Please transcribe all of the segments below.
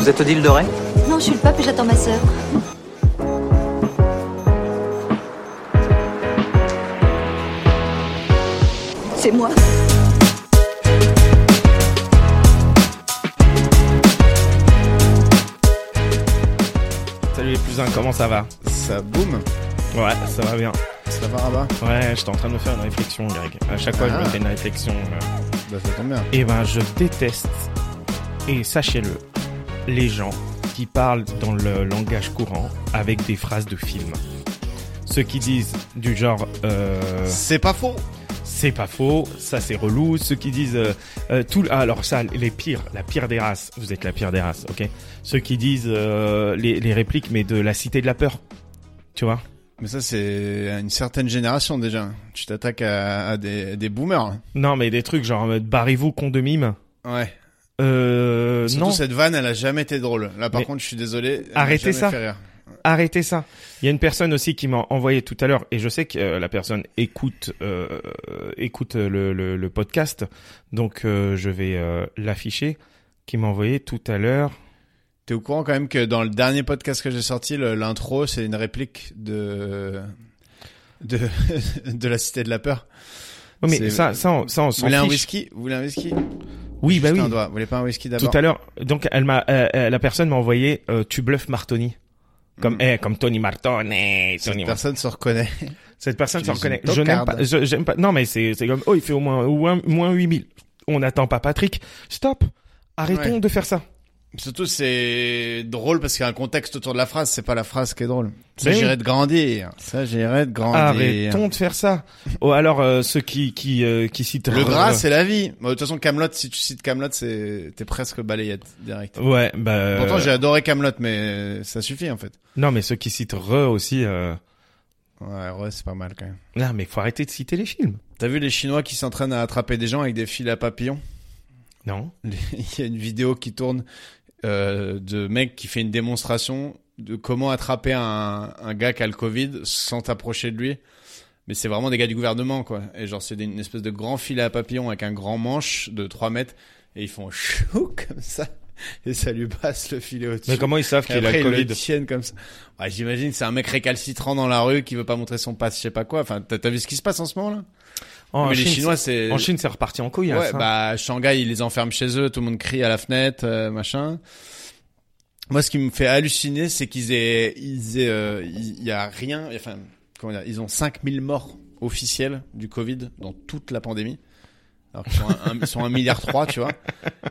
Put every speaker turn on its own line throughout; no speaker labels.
Vous êtes Odile Doré
Non, je suis le pape et j'attends ma sœur. C'est moi.
Salut les plus uns, comment ça va
Ça boum,
Ouais, ça va bien.
ça va rabat.
Ouais, j'étais en train de me faire une réflexion, Greg. À chaque fois, je me
Ah.
fais une réflexion. euh.
Bah ça tombe bien.
Eh ben, je déteste, et sachez-le, les gens qui parlent dans le langage courant avec des phrases de films. Ceux qui disent du genre euh,
C'est pas faux.
c'est pas faux, ça c'est relou. Ceux qui disent euh, euh, tout, ah, alors ça les pires, la pire des races. Vous êtes la pire des races, ok. Ceux qui disent euh, les, les répliques mais de la cité de la peur, tu vois.
Mais ça c'est à une certaine génération déjà. Tu t'attaques à, à des, des boomers.
Non, mais des trucs genre en mode, barrez-vous con de mime.
Ouais.
Euh,
Surtout
non,
cette vanne, elle a jamais été drôle. Là par
Mais-
contre, je suis désolé. elle m'a
Arrêtez
jamais
ça.
fait rire.
arrêtez ça. Il y a une personne aussi qui m'a envoyé tout à l'heure, et je sais que euh, la personne écoute euh, écoute euh, le, le, le podcast, donc euh, je vais euh, l'afficher, qui m'a envoyé tout à l'heure.
T'es au courant quand même que dans le dernier podcast que j'ai sorti, le- l'intro, c'est une réplique de de de la cité de la peur.
Oh, mais
C'est-
ça, ça, on, ça, on
Vous
s'en
voulez un
fiche.
whisky Vous voulez un whisky
Oui, bah
Juste
oui.
un doigt. Vous voulez pas un whisky
Tout
d'abord
à l'heure, donc elle m'a, euh, euh, la personne m'a envoyé euh, tu bluffes Martoni, comme
Mm.
eh, comme Tony Martoni, Tony
Cette
Martoni.
personne se reconnaît.
Cette personne
Tu
se
es une
reconnaît. Je n'aime pas,
tocarde.
je- j'aime pas, non, mais c'est, c'est comme, oh, il fait au moins, au moins, moins 8000. On n'attend pas Patrick. Stop. Arrêtons
Ouais.
de faire ça.
Surtout, c'est drôle parce qu'il y a un contexte autour de la phrase, c'est pas la phrase qui est drôle. Ça,
Ben oui.
j'irai de grandir. Ça, j'irai de grandir.
Arrêtons de faire ça. Oh, alors, euh, ceux qui, qui, euh, qui citent.
Le gras,
gras
c'est la vie. Bah, de toute façon, Camelot, si tu cites Camelot, c'est, t'es presque balayette direct.
Ouais, bah. euh,
Pourtant, j'ai adoré Camelot, mais ça suffit, en fait.
Non, mais ceux qui citent re aussi, euh...
Ouais, ouais, c'est pas mal, quand même.
Non, mais faut arrêter de citer les films.
T'as vu les Chinois qui s'entraînent à attraper des gens avec des fils à papillons?
Non.
Il y a une vidéo qui tourne, euh, de mec qui fait une démonstration de comment attraper un, un gars qui a le Covid sans t'approcher de lui. Mais c'est vraiment des gars du gouvernement, quoi. Et genre, c'est des- une espèce de grand filet à papillon avec un grand manche de 3 mètres. Et ils font chou comme ça. Et ça lui passe le filet au-dessus.
Mais comment ils savent
Et
qu'il a
après,
le
ils le
Covid?
tiennent comme ça. Ouais, J'imagine, c'est un mec récalcitrant dans la rue qui veut pas montrer son passe, je sais pas quoi. Enfin, t'as t'as vu ce qui se passe en ce moment, là?
Oh, En,
Mais les
Chine,
Chinois, c'est...
en Chine, c'est reparti en couille. hein,
Ouais,
ça.
bah Shanghai, ils les enferment chez eux, tout le monde crie à la fenêtre, euh, machin. Moi, ce qui me fait halluciner, c'est qu'ils aient, ils aient, euh, il il y a rien, enfin, comment dire, ils ont 5000 morts officiels du Covid dans toute la pandémie. Alors qu'ils sont, un- un- ils sont un milliard trois, tu vois.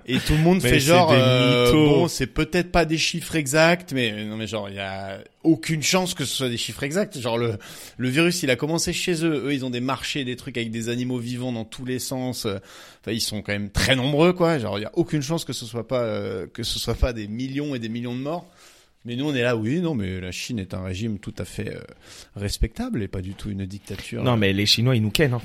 Et tout le monde
Mais
fait
c'est
genre,
des
euh,
mythos.
bon, c'est peut-être pas des chiffres exacts, mais non, mais genre, il y a aucune chance que ce soit des chiffres exacts. Genre, le, le virus, il a commencé chez eux. Eux, ils ont des marchés, des trucs avec des animaux vivants dans tous les sens. Euh, Enfin, ils sont quand même très nombreux, quoi. Genre, il y a aucune chance que ce soit pas euh, que ce soit pas des millions et des millions de morts. Mais nous, on est là, oui, non, mais la Chine est un régime tout à fait euh, respectable et pas du tout une dictature.
Non, mais les Chinois, ils nous kennent. hein.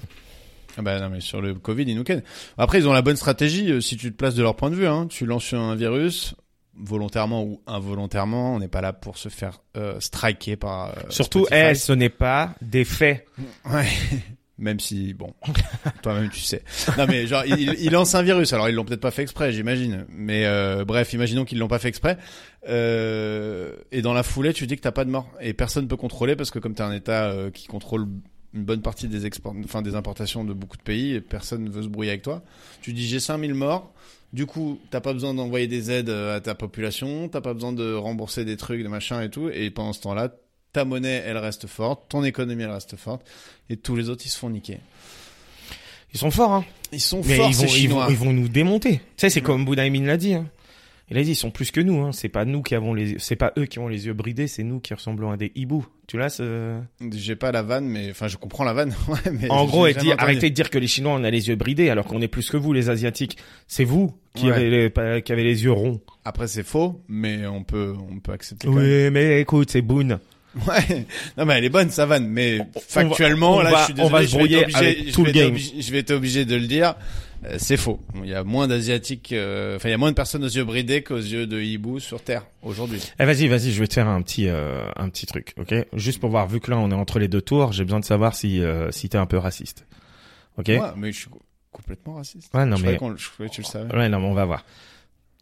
Ah bah non, mais sur le Covid, ils nous kennent. Après, ils ont la bonne stratégie, euh, si tu te places de leur point de vue. Hein. Tu lances un virus, volontairement ou involontairement, on n'est pas là pour se faire euh, striker par... euh,
Surtout,
Spotify.
eh, ce n'est pas des faits.
Ouais. Même si, bon, toi-même tu sais. Non mais genre, ils il lancent un virus. Alors ils l'ont peut-être pas fait exprès, j'imagine. Mais euh, bref, imaginons qu'ils l'ont pas fait exprès. Euh, et dans la foulée, tu dis que t'as pas de mort et personne peut contrôler parce que comme t'es un État euh, qui contrôle une bonne partie des exports, enfin des importations de beaucoup de pays, et personne veut se brouiller avec toi. Tu dis j'ai 5000 morts. Du coup, t'as pas besoin d'envoyer des aides euh, à ta population, t'as pas besoin de rembourser des trucs, des machins et tout. Et pendant ce temps-là, ta monnaie, elle reste forte, ton économie, elle reste forte et tous les autres ils se font niquer.
Ils sont forts, hein.
Ils sont
Mais
forts
ils, vont,
ces
ils,
chinois.
vont, ils vont nous démonter. Tu sais, c'est comme Boudaïmin l'a dit. Hein. Il a dit, ils sont plus que nous. Hein. C'est pas nous qui avons les, c'est pas eux qui ont les yeux bridés, c'est nous qui ressemblons à des hiboux. Tu l'as ce...
J'ai pas la vanne mais enfin je comprends la vanne ouais, mais
En
j'ai
gros, il
jamais
dit,
entendu.
arrêtez de dire que les Chinois on a les yeux bridés alors qu'on est plus que vous, les Asiatiques. C'est vous qui
Ouais.
avez les, pas- qui avez les yeux ronds.
Après c'est faux mais on peut on peut accepter quand même.
Oui, mais écoute, c'est Boone.
Ouais. Non mais elle est bonne sa vanne mais factuellement
on
là
va-
je suis
on
désolé,
va se
je vais
brouiller
être obligé-
avec
je
tout
vais
le
être
game.
obligé- je vais être obligé de le dire. Euh, c'est faux. Il y a moins d'asiatiques euh, enfin il y a moins de personnes aux yeux bridés qu'aux yeux de hibou sur terre aujourd'hui.
Eh, vas-y, vas-y, je vais te faire un petit, euh, un petit truc, ok? Juste pour voir, vu que là on est entre les deux tours, j'ai besoin de savoir si, euh, si t'es un peu raciste. Ok?
Ouais, mais je suis complètement raciste.
Ouais, non,
je
mais-
croyais qu'on le- je croyais que tu le savais.
Ouais, non, mais on va voir.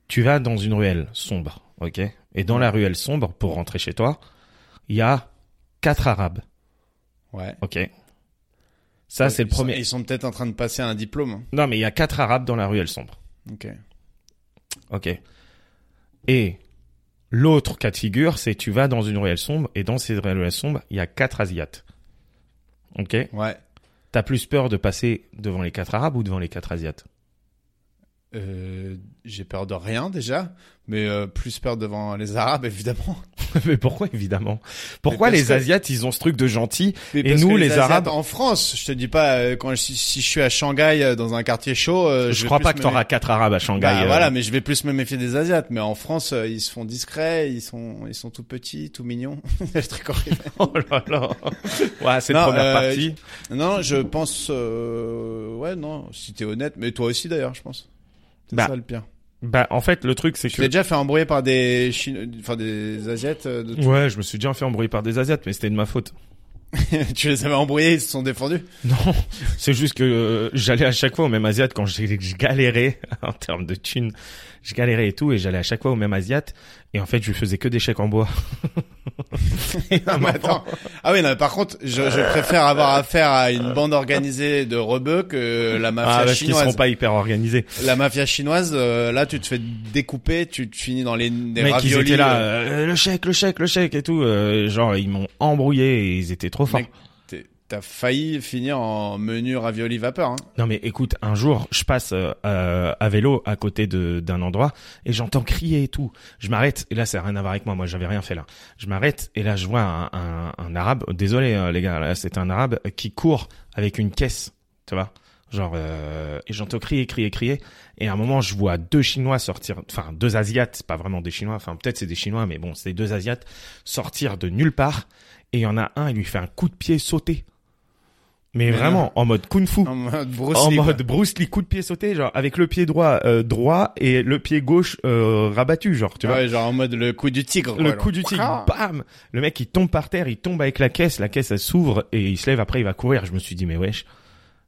Tu vas dans une ruelle sombre, ok Et dans la ruelle sombre, pour rentrer chez toi, il y a quatre Arabes,
Ouais.
ok Ça, c'est le
Ils sont-
premier.
Ils sont peut-être en train de passer à un diplôme. hein.
Non, mais il y a quatre Arabes dans la ruelle sombre,
Ok.
ok Et l'autre cas de figure, c'est tu vas dans une ruelle sombre, et dans ces ruelles sombres, il y a quatre Asiates, ok
Ouais.
T'as plus peur de passer devant les quatre Arabes ou devant les quatre Asiates
Euh, j'ai peur de rien déjà, mais euh, plus peur devant les Arabes évidemment.
Mais pourquoi, évidemment Pourquoi
parce
les
que-
Asiates, ils ont ce truc de gentil
Mais
Et
parce
nous,
que
les
Asiates,
Arabes-
en France, je te dis pas euh, quand je, si, si je suis à Shanghai euh, dans un quartier chaud, euh,
Je
vais
crois
plus
pas que
me
t'auras quatre Arabes à Shanghai.
Bah,
euh,
voilà, mais je vais plus me méfier des Asiates. Mais en France, euh, ils se font discrets, ils sont, ils sont tout petits, tout mignons. Le truc horrible.
Oh là là. Ouais, c'est la
Non,
première
euh,
partie.
non, je pense, euh, ouais, non, si t'es honnête, mais toi aussi d'ailleurs, je pense. C'est
Bah,
ça le pire.
Bah, en fait, le truc, c'est
Tu
que.
t'es déjà fait embrouiller par des Chino- enfin des Asiates. euh, de-
Ouais, je me suis déjà fait embrouiller par des Asiates, mais c'était de ma faute.
tu les avais embrouillés, ils se sont défendus.
Non, c'est juste que euh, j'allais à chaque fois au même Asiate quand j'ai je galérais en termes de thunes. Je galérais et tout, et j'allais à chaque fois au même Asiate. Et en fait, je lui faisais que des chèques en bois.
Non, mais attends. Ah oui, non, mais par contre, je, je préfère avoir affaire à une bande organisée de rebeux que la mafia
Euh. Ah, parce qu'ils seront
chinoise.
pas hyper organisés.
La mafia chinoise, euh, là, tu te fais découper, tu te finis dans les, les
Mec, ils
raviolis.
étaient là,
euh,
euh, le chèque, le chèque, le chèque et tout. euh, genre, ils m'ont embrouillé et ils étaient trop forts.
Mec, t'es- T'as failli finir en menu ravioli vapeur. Hein.
Non mais écoute, un jour, je passe euh, euh, à vélo à côté de d'un endroit et j'entends crier et tout. Je m'arrête et là, ça n'a rien à voir avec moi. Moi, j'avais rien fait là. Je m'arrête et là, je vois un, un, un arabe. Désolé euh, les gars, là, c'est un arabe euh, qui court avec une caisse, tu vois. Genre, euh, et j'entends crier, crier, crier. Et à un moment, je vois deux Chinois sortir, enfin deux Asiates, c'est pas vraiment des Chinois, enfin peut-être c'est des Chinois, mais bon, c'est deux Asiates sortir de nulle part. Et il y en a un, il lui fait un coup de pied sauté. Mais,
Mais
vraiment, en mode kung-fu
En mode Bruce
en
Lee, quoi.
mode Bruce Lee coup de pied sauté genre avec le pied droit euh, droit et le pied gauche euh, rabattu genre tu vois
Ouais, genre en mode le coup du tigre.
le
quoi,
coup du
genre.
tigre Bah,
Ah.
bam le mec il tombe par terre il tombe avec la caisse la caisse elle s'ouvre et il se lève après il va courir je me suis dit mais wesh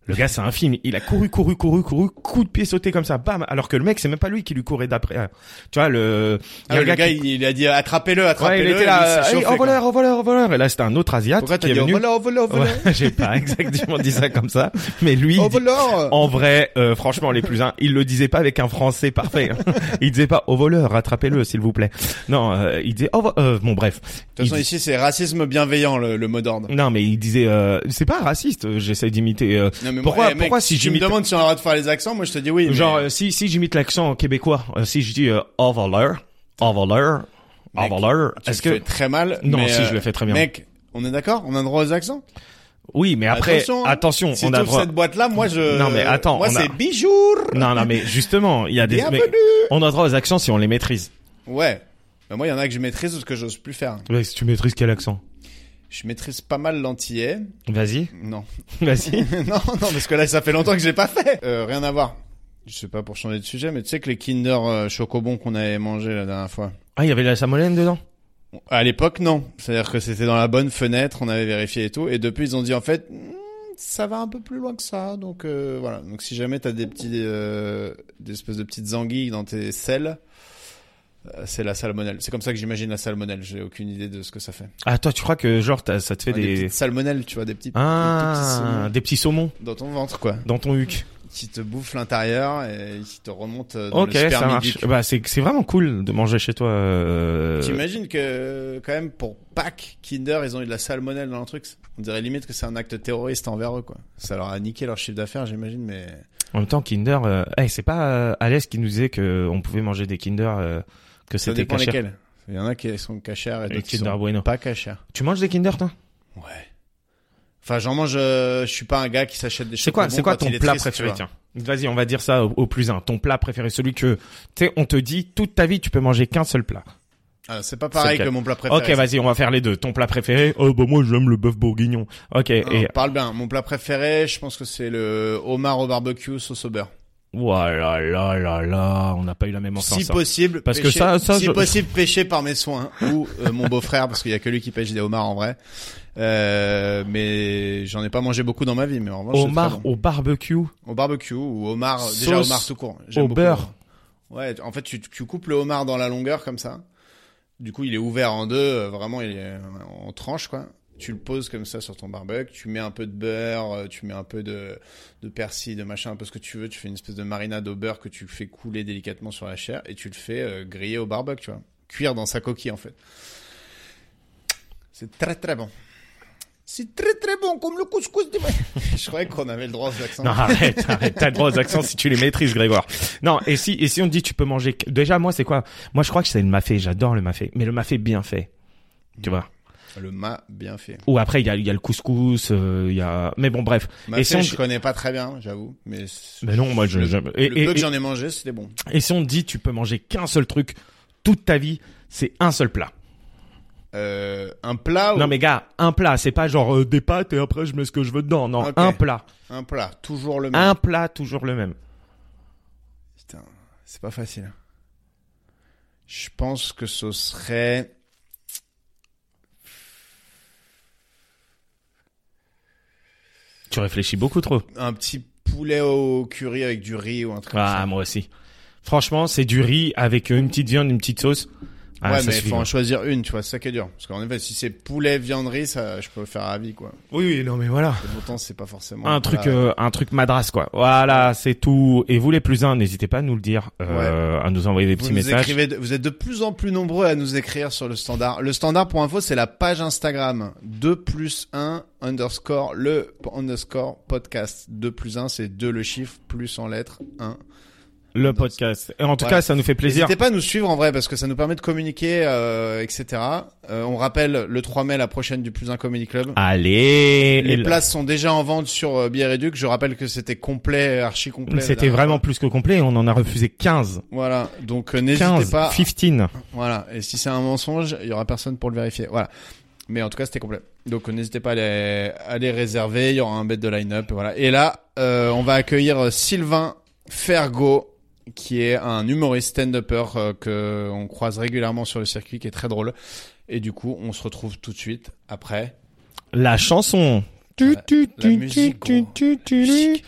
le gars c'est un film il a couru couru couru couru coup de pied sauté comme ça bam alors que le mec c'est même pas lui qui lui courait d'après hein. tu vois le il
Ah,
y a
le gars,
qui-
il, il a dit attrapez-le,
Ouais,
attrapez-le.
il était
il
là,
s'est
hey,
chauffé,
en
quoi.
voleur, en voleur, en voleur. Et là, c'était un autre Asiate
Pourquoi t'as
qui est
dit en
venu.
voleur, en voleur, en voleur,
Ouais, J'ai pas exactement dit ça comme ça, mais lui,
en
il dit-
voleur
en vrai, euh, franchement, les plus un, il le disait pas avec un français parfait. hein. Il disait pas au voleur, rattrapez-le, s'il vous plaît. Non, euh, il disait, oh, vo- euh, bon, bref.
De toute façon,
Il-
ici, c'est racisme bienveillant, le, le mot d'ordre.
Non, mais il disait, euh, c'est pas raciste. euh, J'essaie d'imiter. euh,
Non, mais moi,
pourquoi,
eh, mec,
pourquoi si
tu me
j'imite,
demandes si on a le droit de faire les accents, moi je te dis oui. mais-
genre, euh, si si j'imite l'accent québécois, euh, si je dis euh, au voleur, au voleur, au
Mec,
voleur,
tu
est-ce
le
que
fais très mal.
Non,
mais,
si,
euh,
je le fais très bien.
Mec, on est d'accord, on a droit aux accents.
oui, mais après,
Attention,
attention,
hein. si
on
tu
a
ouvres
droit.
cette boîte-là, moi je.
Non, mais attends,
Moi
on a-
c'est bijour.
Non, non, mais justement, il y a des, mais
Bienvenue.
on a droit aux accents si on les maîtrise.
Ouais. Mais moi, il y en a que je maîtrise ou que j'ose plus faire.
Ouais, si tu maîtrises quel accent
Je maîtrise pas mal l'antillais.
Vas-y,
Non.
vas-y.
non, non, parce que là, ça fait longtemps que j'ai pas fait. Euh, rien à voir. Je sais pas pour changer de sujet, mais tu sais que les Kinder euh, Chocobon qu'on avait mangé la dernière fois.
Ah, il y avait de la samolène dedans.
À l'époque, non. C'est-à-dire que c'était dans la bonne fenêtre, on avait vérifié et tout. Et depuis, ils ont dit en fait, Hmm, ça va un peu plus loin que ça. Donc euh, voilà. Donc si jamais t'as des petits, euh, des espèces de petites anguilles dans tes selles, euh, c'est la salmonelle. C'est comme ça que j'imagine la salmonelle. J'ai aucune idée de ce que ça fait.
Ah, toi, tu crois que genre t'as- ça te fait
Ouais,
des...
petites salmonelles, tu vois, des petits, des petits
ah,
saumons
des petits saumons
dans ton ventre, quoi,
dans ton huc.
qui te bouffent l'intérieur et qui te remontent euh, dans
Ok,
le
ça
sperme
marche. Bah, c'est c'est vraiment cool de manger chez toi. euh,
T'imagines que quand même pour Pâques, Kinder, ils ont eu de la salmonelle dans le truc. On dirait limite que c'est un acte terroriste envers eux, quoi. Ça leur a niqué leur chiffre d'affaires, j'imagine, mais
En même temps, Kinder. euh, eh, c'est pas euh, Alès qui nous disait que on pouvait manger des Kinder euh, que
ça
c'était
dépend
caché.
lesquels. Il y en a qui sont cachères et
Les
d'autres qui
Kinder
sont
Bueno.
pas cachères.
Tu manges des Kinder, toi
Ouais. Enfin, j'en mange. euh, je suis pas un gars qui s'achète des choses.
C'est quoi, c'est quoi ton plat préféré Tiens, vas-y, on va dire ça au, au plus un. Ton plat préféré, celui que tu sais, on te dit toute ta vie, tu peux manger qu'un seul plat.
Ah, c'est pas pareil
lequel
que mon plat préféré.
ok, vas-y, on va faire les deux. Ton plat préféré Oh bah moi, j'aime le bœuf bourguignon. Ok,
Non,
et
Hein, Parle bien. Mon plat préféré, je pense que c'est le homard au barbecue sauce au beurre.
voilà, là, là, là, on n'a pas eu la même enfance.
si
hein.
possible,
Parce que
pêché-
ça- ça,
si
je-
possible, pêché par mes soins ou euh, mon beau-frère, parce qu'il y a que lui qui pêche des homards en vrai. Euh, mais j'en ai pas mangé beaucoup dans ma vie, mais en revanche, c'est
Homard
très bon.
au barbecue.
au barbecue ou homard,
Sauce
déjà homard tout court. J'aime
au
beaucoup.
beurre.
Ouais, en fait, tu, tu coupes le homard dans la longueur comme ça. Du coup, il est ouvert en deux, euh, vraiment, il est euh, en tranche, quoi. Tu le poses comme ça sur ton barbecue, tu mets un peu de beurre, euh, tu mets un peu de, de persil, de machin, un peu ce que tu veux. Tu fais une espèce de marinade au beurre que tu fais couler délicatement sur la chair et tu le fais euh, griller au barbecue, tu vois. Cuire dans sa coquille, en fait. C'est très très bon. C'est très très bon, comme le couscous du Je croyais qu'on avait le droit aux accents.
Non, arrête, arrête. T'as le droit aux accents si tu les maîtrises, Grégoire. Non, et si, et si on te dit tu peux manger. que- Déjà, moi, c'est quoi Moi, je crois que c'est le mafé. J'adore le mafé. Mais le mafé bien fait. Tu vois
Le mât bien fait.
Ou après, il y a, il y a le couscous, euh, il y a. Mais bon, bref.
Mât
et
fait,
si on...
je connais pas très bien, j'avoue. Mais c'est-
Mais non, moi, je.
Le-
je- Et,
le
et-
peu que
et-
j'en ai mangé, c'était bon.
et si on te dit tu peux manger qu'un seul truc toute ta vie, c'est un seul plat.
Euh, un plat ou
Non, mais gars, un plat. C'est pas genre euh, des pâtes et après je mets ce que je veux dedans. Non,
Ok.
un plat.
un plat, toujours le même.
Un plat, toujours le même.
Putain, c'est pas facile. hein. Je pense que ce serait.
Tu réfléchis beaucoup trop.
un petit poulet au curry avec du riz ou un truc
Ah, moi aussi. Franchement, c'est du riz avec une petite viande, une petite sauce.
comme
Ah, ça
ça. ouais, mais
suffit,
faut
moi.
en choisir une, tu vois, c'est ça qui est dur. Parce qu'en effet, si c'est poulet, viande, riz, ça, je peux faire ravi, quoi.
Oui, oui, non, mais voilà.
Et pourtant, c'est pas forcément.
Un truc, euh, un truc madras, quoi. Voilà, c'est tout. Et vous les plus uns, n'hésitez pas à nous le dire, euh, à nous envoyer des
Vous,
petits
nous
messages.
écrivez de- vous êtes de plus en plus nombreux à nous écrire sur le standard. Le standard, pour info, c'est la page Instagram. 2 plus 1 underscore le p- underscore podcast. 2 plus 1, c'est 2 le chiffre, plus en lettres 1.
Le podcast. Et en tout
Voilà.
cas, ça nous fait plaisir.
N'hésitez pas à nous suivre en vrai parce que ça nous permet de communiquer, euh, etc. Euh, on rappelle le 3 mai la prochaine du plus 1 Comedy Club.
Allez.
Les
Ah, Et là-
places sont déjà en vente sur euh, Bière et Duc. Je rappelle que c'était complet, archi complet.
C'était vraiment plus que complet. On en a refusé 15.
Voilà. Donc euh, n'hésitez
15.
pas.
15.
Voilà. Et si c'est un mensonge, il y aura personne pour le vérifier. Voilà. Mais en tout cas, c'était complet. Donc euh, n'hésitez pas à les, à les réserver. Il y aura un bête de line-up. Voilà. Et là, euh, on va accueillir euh, Sylvain Fergo qui est un humoriste stand-upper euh, que on croise régulièrement sur le circuit, qui est très drôle. Et du coup, on se retrouve tout de suite après.
La chanson. Tu,
La-
tu,
la
tu,
musique,
tu,
gros.
tu, tu, tu.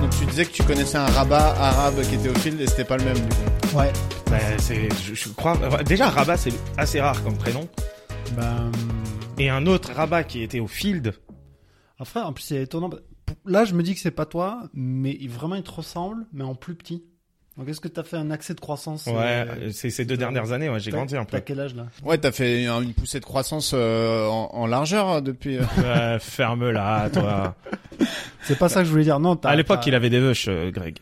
Donc tu disais que tu connaissais un rabat arabe qui était au fil et c'était pas le même du coup.
Ouais.
Bah, c'est, je, je crois, déjà, Rabat, c'est assez rare comme prénom.
Ben.
Et un autre Rabat qui était au field.
Après, en plus, c'est étonnant. Là, je me dis que c'est pas toi, mais il- vraiment, il te ressemble, mais en plus petit. Donc, est-ce que t'as fait un accès de croissance
Ouais,
euh,
euh, c'est ces deux dernières années, ouais, j'ai
t'as-
grandi un
T'as
peu.
quel âge là
Ouais, t'as fait un- une poussée de croissance euh, en, en largeur euh, depuis. euh.
Ouais, ferme là, toi.
C'est pas ça que je voulais dire. Non, t'as-
à l'époque,
t'as-
il avait des veuches, euh, Greg.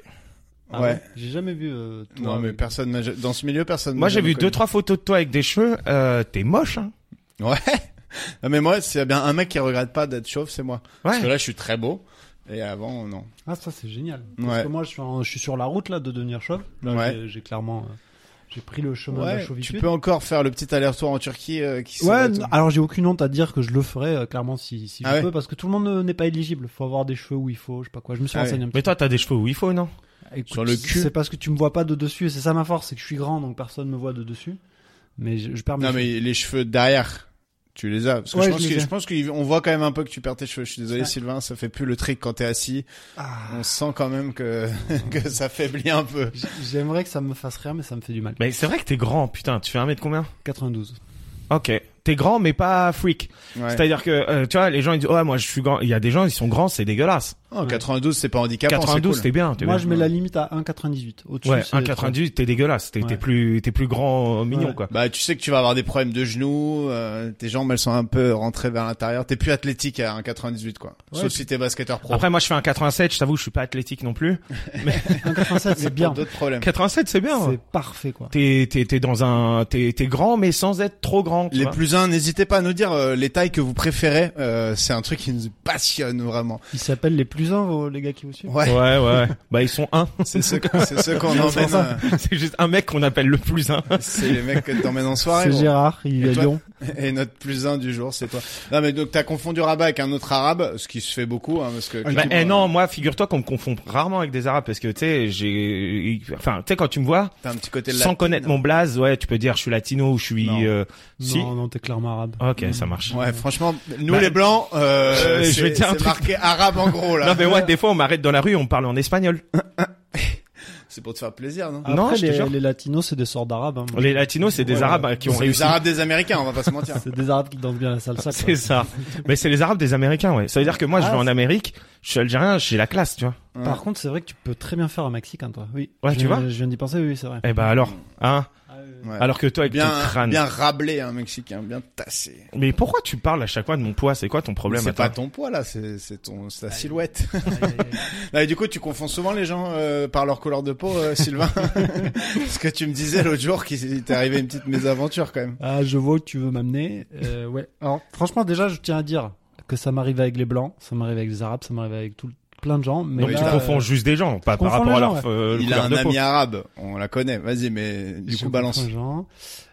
Ah
ouais.
J'ai jamais vu. euh, toi,
Non mais
avec-
personne n'a- dans ce milieu personne.
Moi,
m'a
j'ai
jamais
vu
connu.
deux, trois photos de toi avec des cheveux. Euh, t'es moche, hein.
Ouais. Non, Ah, mais moi c'est bien un mec qui regrette pas d'être chauve c'est moi. Parce que
Ouais.
là je suis très beau et avant non.
Ah, ça, c'est génial.
Ouais.
Parce que moi, je suis, en- je suis sur la route là de devenir chauve. Là,
Ouais.
j'ai- J'ai clairement. euh, J'ai pris le chemin de la
Ouais. Tu
chauvitude.
peux encore faire le petit aller-retour en Turquie euh, qui.
Ouais,
serait-
n- alors j'ai aucune honte à dire que je le ferai euh, clairement si, si je
Ah ouais.
peux parce que tout le monde euh, n'est pas éligible. Faut avoir des cheveux où il faut, je sais pas quoi. Je me suis
Ah
renseigné un
Mais
petit
toi, t'as des cheveux où il faut, non?
peu. Écoute,
sur le cul.
C'est parce que tu me vois pas de dessus et c'est ça ma force, c'est que je suis grand donc personne me voit de dessus. Mais je, je perds mes
Non
cheveux.
mais les cheveux derrière. Tu les as parce que
Ouais,
je pense
je les
que
ai.
je pense qu'on voit quand même un peu que tu perds tes cheveux. Je suis désolé
Ouais.
Sylvain, ça fait plus le trick quand t'es assis.
Ah,
On sent quand même que que ça faiblit un peu.
j- J'aimerais que ça me fasse rire mais ça me fait du mal.
Mais c'est vrai que t'es grand, putain. Tu fais un mètre combien?
92.
Ok. T'es grand, mais pas freak.
Ouais.
C'est-à-dire que, euh, tu vois, les gens, ils disent, ouais, moi, je suis grand. Il y a des gens, ils sont grands, c'est dégueulasse.
Oh, 92, c'est pas handicapant.
92,
c'est
t'es bien, t'es
Moi
bien.
je mets la limite à 1,98. Au-dessus.
Ouais,
c'est-
1,98, t'es dégueulasse. T'es,
Ouais.
t'es plus, t'es plus grand, euh, mignon,
Ouais.
quoi.
cool. Bah, tu sais que tu vas avoir des problèmes de genoux, euh, tes jambes elles sont un peu rentrées vers l'intérieur. T'es plus athlétique à 1,98 quoi.
Ouais,
Sauf
puis-
si t'es basketteur pro.
Après, moi, je fais un 87, je t'avoue, je suis pas athlétique non plus.
1,87 c'est
Pour
bien.
D'autres problèmes.
87, c'est bien.
C'est parfait quoi.
T'es, t'es, t'es dans un, t'es, t'es grand, mais sans être trop grand. tu
Les
vois.
plus uns, n'hésitez pas à nous dire euh, les tailles que vous préférez. Euh, c'est un truc qui nous passionne vraiment.
Ils s'appellent les plus uns vos- les gars qui vous suivent.
Ouais,
Ouais, ouais. bah, ils sont un.
c'est ceux c'est ceux qu'on emmène.
ça.
euh,
c'est juste un mec qu'on appelle le plus un.
c'est les mecs que t'emmènes en soirée.
C'est
gros.
Gérard,
Et
il est à
toi
Lyon.
Et notre plus un du jour, c'est toi. Non mais donc t'as confondu Rabat avec un autre arabe, ce qui se fait beaucoup, hein, parce que.
Bah, eh non, moi, figure-toi qu'on me confond rarement avec des arabes parce que, tu sais, j'ai, enfin, tu sais, quand tu me vois,
euh, T'as un petit côté
sans connaître mon blaze, ouais, tu peux dire je suis latino ou je suis,
Non.
euh, si.
Non, non, t'es clairement arabe.
Ok, ça marche.
Ouais, franchement, nous
Bah,
les blancs, euh,
euh, je
c'est-
vais dire un
c'est
truc.
marqué arabe en gros là.
Non mais ouais, des fois on m'arrête dans la rue, on parle en espagnol.
C'est pour te faire plaisir, non
Après,
Non, je te
les,
jure.
les latinos, c'est des sorts d'arabes. hein.
Les latinos, c'est des
Ouais,
arabes euh, qui ont
C'est les
réussi.
arabes des Américains, on va pas se mentir.
C'est des arabes qui dansent bien la salsa. quoi.
C'est ça. mais c'est les arabes des américains, ouais. Ça veut dire que moi je
Ah,
vais en
c'est-
Amérique, je suis algérien, j'ai la classe, tu vois.
Par contre, c'est vrai que tu peux très bien faire un mexicain, toi. Oui.
Ouais,
Je-
tu vois
Je viens d'y penser, oui, c'est vrai.
Eh ben alors, hein
Ouais.
Alors que toi avec
bien,
ton crâne.
bien rablé, un Mexicain, bien tassé.
Mais pourquoi tu parles à chaque fois de mon poids C'est quoi ton problème à
C'est
toi
pas ton poids là, c'est c'est ton c'est ta silhouette.
Ouais,
Non, et Bah, du coup, tu confonds souvent les gens euh, par leur couleur de peau, euh, Sylvain. Parce que tu me disais l'autre jour qu'il t'est arrivé une petite mésaventure quand même.
Ah, je vois où tu veux m'amener. Euh, ouais. Alors, franchement, déjà, je tiens à dire que ça m'arrive avec les blancs, ça m'arrive avec les arabes, ça m'arrive avec tout, plein de gens. Mais
Donc
là,
tu
euh,
confonds juste des gens, pas par
confonds
rapport
les
à
gens,
leur euh,
Il a
couleur
un
de peau.
ami arabe, on la connaît. Vas-y, mais du
je
coup, balance.
confonds les gens.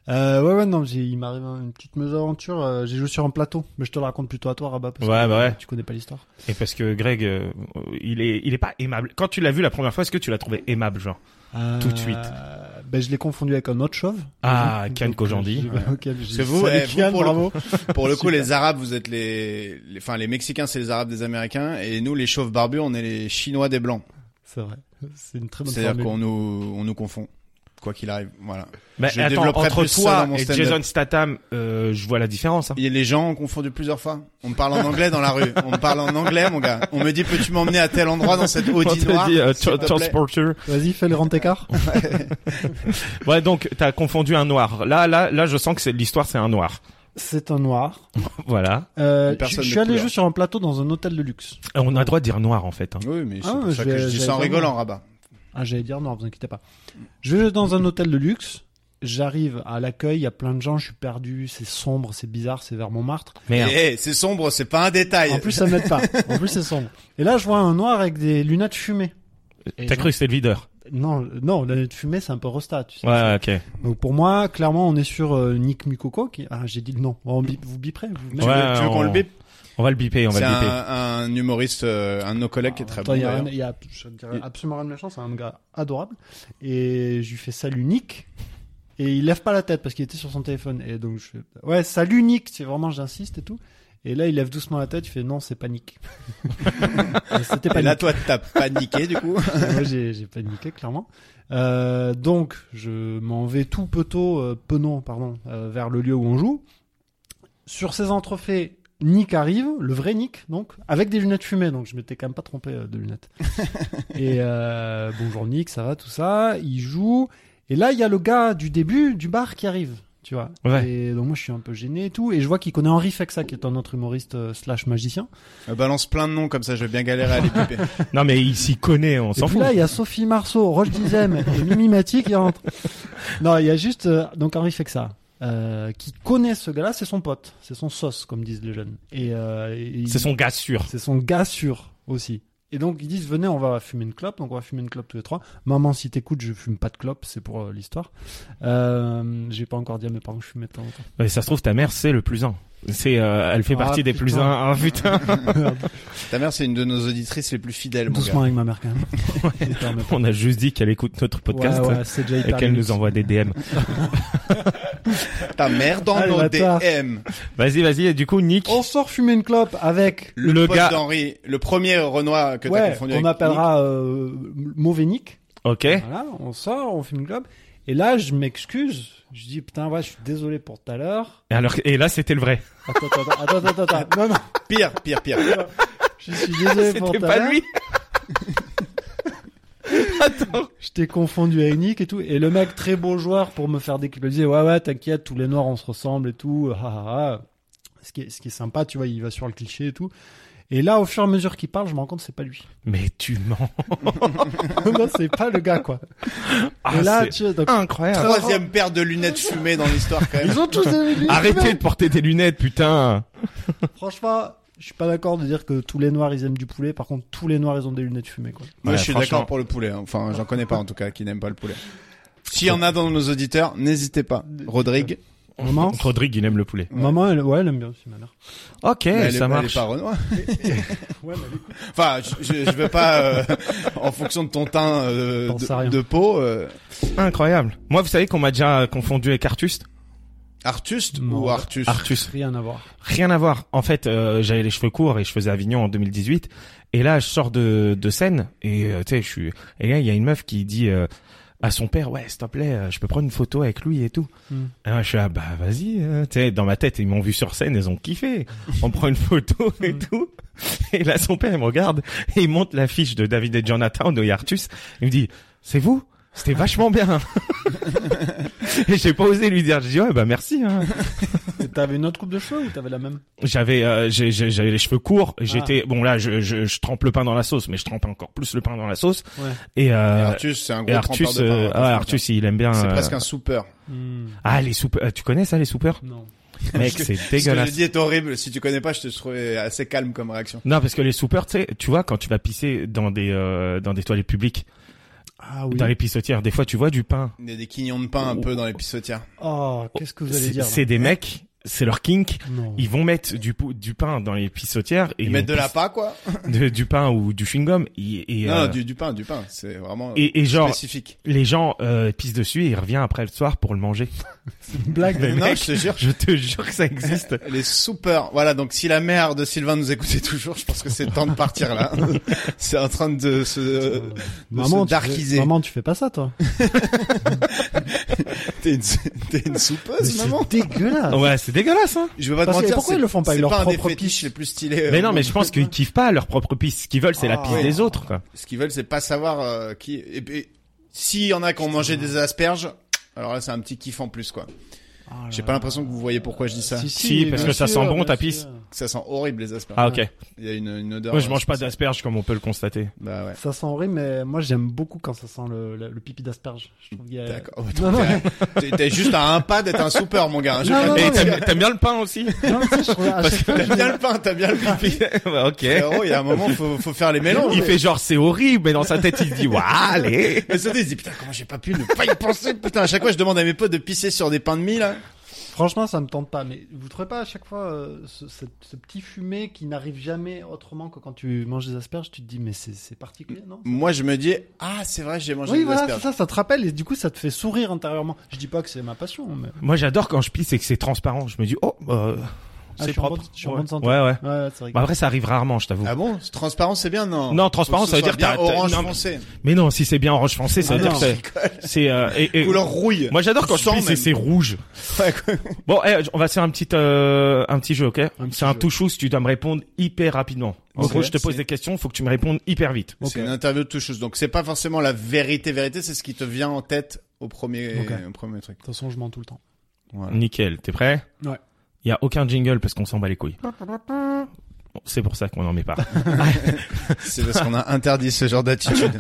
Euh, ouais, ouais, non, j'ai- il m'arrive une petite mésaventure. euh, j'ai joué sur un plateau, mais je te le raconte plutôt à toi, Rabat. parce
Ouais,
que,
bah ouais.
euh, Tu connais pas l'histoire.
Et parce que Greg, euh, il est, il est pas aimable. Quand tu l'as vu la première fois, est-ce que tu l'as trouvé aimable, genre Tout de suite.
Euh, Ben, je l'ai confondu avec un autre chauve.
Ah,
Donc,
Kian
donc, euh,
Kojandi.
j'ai- auquel j'ai-
Parce que vous,
Salut,
eh, vous,
Kian,
pour, le
bravo.
coup, pour le coup, les Arabes, vous êtes les, les- enfin les Mexicains, c'est les Arabes des Américains, et nous, les chauves barbus, on est les Chinois des blancs.
C'est vrai. C'est une très bonne
C'est-à-dire
formule.
qu'on nous, on nous confond, quoi qu'il arrive. Voilà.
Mais
Je
attends,
développerai
entre
plus ça
toi
dans mon
et
stand-up.
Jason Statham, euh, je vois la différence. hein.
Et les gens ont confondu plusieurs fois. On me parle en anglais dans la rue. On me parle en anglais, mon gars. On me dit, peux-tu m'emmener à tel endroit dans cette
Quand
Audi
t'as
noire
dit euh,
s'il te plaît
transporter.
Vas-y, fais le grand écart.
Ouais, donc t'as confondu un noir. Là, là, là, je sens que c'est l'histoire, c'est un noir.
C'est un noir.
Voilà.
Euh, je,
Personne
je
de
suis allé
couleur.
jouer sur un plateau dans un hôtel de luxe.
Et On a le droit de dire noir en fait. hein.
Oui, mais c'est
Ah,
pour ça
je
que
vais-
je dis
j'avais
ça en
pas
rigolant, rabat.
Ah, j'allais dire non, vous inquiétez pas. Je vais dans un hôtel de luxe. J'arrive à l'accueil, il y a plein de gens, je suis perdu, c'est sombre, c'est bizarre, c'est vers Montmartre.
Merde.
Eh, c'est sombre, c'est pas un détail.
En plus, ça m'aide pas. En plus, c'est sombre. Et là, je vois un noir avec des lunettes fumées. Et
T'as
je-
cru que c'était le videur.
Non, non, la lunette fumée, c'est un peu rostat, tu sais.
Ouais, ok.
Donc pour moi, clairement, on est sur euh, Nick Mukoko. Qui... Ah, j'ai dit le nom. On bip- vous biperez.
tu
Vous...
veux,
Ouais,
tu veux qu'on
on-
le bip
On va le biper, on
C'est
va le biper.
un, un humoriste, euh, un de nos collègues qui est très
Attends,
bon.
il y a,
d'ailleurs.
rien- il y a- je dirais absolument rien de méchant, c'est un gars adorable. Et je lui fais salut Nick. Et il lève pas la tête parce qu'il était sur son téléphone. Et donc je fais ouais, salut Nick, c'est vraiment j'insiste et tout. Et là, il lève doucement la tête, il fait non, c'est pas Nick. C'était pas
Et là,
Nick.
toi, t'as paniqué, du coup.
Moi, j'ai j'ai paniqué, clairement. Euh, donc, je m'en vais tout petot, euh, penon, pardon, euh, vers le lieu où on joue. Sur ces entrefaits, Nick arrive, le vrai Nick, donc, avec des lunettes fumées, donc je m'étais quand même pas trompé euh, de lunettes. et euh, bonjour Nick, ça va, tout ça. Il joue. Et là, il y a le gars du début du bar qui arrive, tu vois.
Ouais.
Et donc, moi, je suis un peu gêné et tout. Et je vois qu'il connaît Henri Fexa, qui est un autre humoriste euh, slash magicien.
Euh, Balance plein de noms comme ça, je vais bien galérer à les couper.
Non mais il s'y connaît, on
Et
s'en
puis
fout.
là, il y a Sophie Marceau, Roche Dizem et Mimi Mati qui rentrent. Non, il y a juste euh, donc Henri Fexa. Euh, qui connaît ce gars-là, c'est son pote, c'est son sauce, comme disent les jeunes. Et, euh, et il-
C'est son gars sûr.
c'est son gars sûr aussi. Et donc ils disent venez, on va fumer une clope, donc on va fumer une clope tous les trois. Maman, si t'écoutes, je fume pas de clope, c'est pour euh, l'histoire. Euh, J'ai pas encore dit à mes parents que je fumais de temps en temps.
Mais ça se trouve ta mère c'est le plus un. C'est, euh, elle fait
Ah,
partie des
putain.
plus un. Ah putain.
Ta mère, c'est une de nos auditrices les plus fidèles, mon gars.
Doucement avec ma mère quand même. Elle permet pas.
On a juste dit qu'elle écoute notre podcast hein.
Ouais, ouais, c'est déjà
et
hyper
qu'elle
limite.
nous envoie des DM.
Ta mère dans
Ah, le
nos
bâtard.
DM.
Vas-y, vas-y. Et du coup, Nick,
On sort fumer une clope avec
Le,
Le
pote
gars-
d'Henri, le premier Renoir que t'as
ouais,
confondu
on
avec
m'appellera euh, mauvais Nick.
ok.
Voilà, on sort, on filme une globe. Et là, je m'excuse. Je dis putain, ouais, je suis désolé pour tout à l'heure.
Et alors, et là, c'était le vrai.
Attends, attends, attends, attends, attends, attends. Non, non,
Nick. Pire, pire, pire.
je suis désolé pour
C'était
tout à
pas
l'heure.
lui.
Je t'ai confondu avec Nick et tout. Et le mec, très beau joueur, pour me faire décliper, il disait ouais, ouais, t'inquiète, tous les noirs, on se ressemble et tout. Ah, ah, ah. Ce qui est, ce qui est sympa, tu vois, il va sur le cliché et tout. Et là, au fur et à mesure qu'il parle, je me rends compte que c'est pas lui.
Mais tu mens.
non, c'est pas le gars, quoi.
Ah,
et là,
c'est
tu vois, donc,
incroyable.
Troisième paire de lunettes fumées dans l'histoire, quand même.
ils ont tous des lunettes, mec.
Arrêtez de porter des lunettes, putain.
Franchement, je suis pas d'accord de dire que tous les noirs ils aiment du poulet. Par contre, tous les noirs ils ont des lunettes fumées quoi.
Moi,
Ouais,
je suis
franchement.
d'accord pour le poulet. hein. Enfin, j'en connais pas, en tout cas, qui n'aiment pas le poulet. S'il y en a dans nos auditeurs, n'hésitez pas. Rodrigue.
Maman,
Rodrigue, il aime le poulet.
maman, elle, ouais, elle aime bien aussi ma mère.
Ok,
mais elle est-
Eh, ça
Elle est
marche.
pas Renoir. Enfin, je, je, je veux pas, euh, en fonction de ton teint euh,
T'en sais rien.
de, de peau. euh,
Incroyable. Moi, vous savez qu'on m'a déjà euh, confondu avec Artus.
Artust
Non.
ou Artus
Artus.
Rien à voir.
Rien à voir. En fait, euh, j'avais les cheveux courts et je faisais Avignon en 2018. Et là, je sors de, de scène et euh, tu sais, je suis. Et là, il y a une meuf qui dit euh, à son père, ouais, s'il te plaît, euh, je peux prendre une photo avec lui et tout.
Hmm.
Et moi, je suis ah bah vas-y. euh, tu sais, dans ma tête, ils m'ont vu sur scène, ils ont kiffé. On prend une photo et
Hmm.
tout. Et là, son père il me regarde et il monte l'affiche de David et Jonathan de Artus. Il me dit, c'est vous c'était vachement bien. et j'ai pas osé lui dire. J'ai dit ouais bah merci. Hein.
Et T'avais une autre coupe de cheveux ou t'avais la même
J'avais euh, j'ai- j'ai- j'avais les cheveux courts,
Ah.
j'étais bon là je, je je trempe le pain dans la sauce mais je trempe encore plus le pain dans la sauce
Ouais.
et euh,
Artus, c'est un
et
gros trempeur
Artus
de pain,
euh,
Artus,
ah,
c'est
Artus il aime bien
un- C'est
euh,
presque un soupeur.
Hmm,
Ah les soupeurs, euh, tu connais ça les soupeurs
Non.
Mec,
Ce que-
c'est
Ce que je
dégueulasse.
dis est horrible. Si tu connais pas, je te trouvais assez calme comme réaction.
Non parce que les soupeurs tu sais tu vois quand tu vas pisser dans des euh, dans des toilettes publiques,
Ah oui.
dans les pissotières, des fois tu vois du pain.
Il y a des quignons de pain un peu dans les pissotières.
Oh, qu'est-ce que vous allez
C'est
dire là
c'est des mecs, c'est leur kink.
Non.
Ils vont mettre du pou- du pain dans les pissotières et
Ils mettent de
vont
la pas, quoi.
pisser- de- du pain ou du chewing-gum et et,
Non,
euh,
non, du, du pain, du pain. C'est vraiment
et, et genre
spécifique.
les gens euh, pissent dessus et il revient après le soir pour le manger.
Blague.
les
non,
mecs-
je te jure.
Je te jure que ça existe.
Les soupeurs. Voilà, donc si la mère de Sylvain nous écoutait toujours, je pense que c'est le temps de partir là. c'est en train de se...
Euh,
se
maman, tu
darkiser.
fais, maman, tu fais pas ça, toi.
T'es une, t'es une soupeuse, maman
C'est dégueulasse.
Ouais, c'est dégueulasse, hein.
Je veux pas te
Parce que
mentir.
pourquoi
c'est-
ils le font pas avec
C'est
leur
pas un des
propre
fétiches
pisse
les plus stylés. euh,
Mais non,
au
mais je
monde.
pense qu'ils kiffent pas leur propre pisse. Ce qu'ils veulent, c'est la
Ah,
pisse
ouais.
des autres, quoi.
Ce qu'ils veulent, c'est pas savoir euh, qui. Et puis, s'il y en a qui ont mangé des asperges, alors là, c'est un petit kiff en plus, quoi.
Ah là
J'ai
là.
pas l'impression que vous voyez pourquoi je dis ça.
Si,
Si, parce que
bien
Oh, ça sent bon,
bien
ta
sûr.
pisse.
Ça sent horrible les asperges.
Ah, ok.
Il y a une, une odeur.
Moi, je
euh,
mange pas
spéciale.
d'asperges, comme on peut le constater.
Bah ouais.
Ça sent horrible, mais moi j'aime beaucoup quand ça sent le, le, le pipi d'asperge. Je trouve qu'il y
Euh.
a...
D'accord. Oh,
Non, non,
t'es- t'es- T'es juste à un pas d'être un soupeur, mon gars. hein, je sais
Non,
pas.
non,
Et
Et
mais-
t'aimes t'aimes bien le pain aussi?
non, mais ça, je trouve, à
Parce
chaque fois,
T'as
je
bien
me-
le pain, t'as bien le pipi.
Bah, ok.
Frérot, il y a un moment, faut, faut faire les mélanges.
Il fait genre, c'est horrible, mais dans sa tête, il se dit, ouais, allez.
Mais ça, il se dit, putain, comment j'ai pas pu ne pas y penser, putain. À chaque fois, je demande à mes potes de pisser sur des pains de mie, là.
franchement, ça me tente pas. Mais vous trouvez pas à chaque fois euh, ce, ce- ce petit fumé qui n'arrive jamais autrement que quand tu manges des asperges Tu te dis, mais c'est c'est particulier, non
Moi, je me dis, ah, c'est vrai, j'ai mangé
Oui,
des
voilà, c'est
asperges.
ça, ça te rappelle et du coup ça te fait sourire intérieurement. Je dis pas que c'est ma passion, mais
Moi, j'adore quand je pisse et que c'est transparent. Je me dis, oh, euh,
Ah, je
c'est
suis en
propre.
bonne- je suis en
ouais.
bonne santé.
ouais, ouais.
ouais, ouais, c'est vrai.
Bah, après, ça arrive rarement, je t'avoue.
Ah bon c'est Transparent, c'est bien, non
Non, transparent,
Faut que
ça
ce
veut dire
soit bien
que t'as-
orange
non, mais-
foncé.
Mais non, si c'est bien orange foncé, ça veut
Ah
dire
non,
que c'est- c'est, euh, et- et-
Couleur rouille.
Moi j'adore quand je
Sans
pisse et
même.
c'est rouge.
Ouais, quoi.
Bon, eh, on va se faire un petit euh, un petit jeu, ok
petit
C'est un
jeu.
touchousse, tu dois me répondre hyper rapidement. En
Ok.
gros, je te pose
C'est-
des questions, faut que tu me répondes hyper vite.
Ok.
C'est une interview de tout chose. Donc c'est pas forcément la vérité, vérité, c'est ce qui te vient en tête au premier,
Ok.
au premier truc.
De toute façon, je mens tout le temps.
Voilà.
Nickel, t'es prêt
Ouais.
Il y a aucun jingle parce qu'on s'en bat les couilles. Bon, C'est pour ça qu'on en met pas.
C'est parce qu'on a interdit ce genre d'attitude.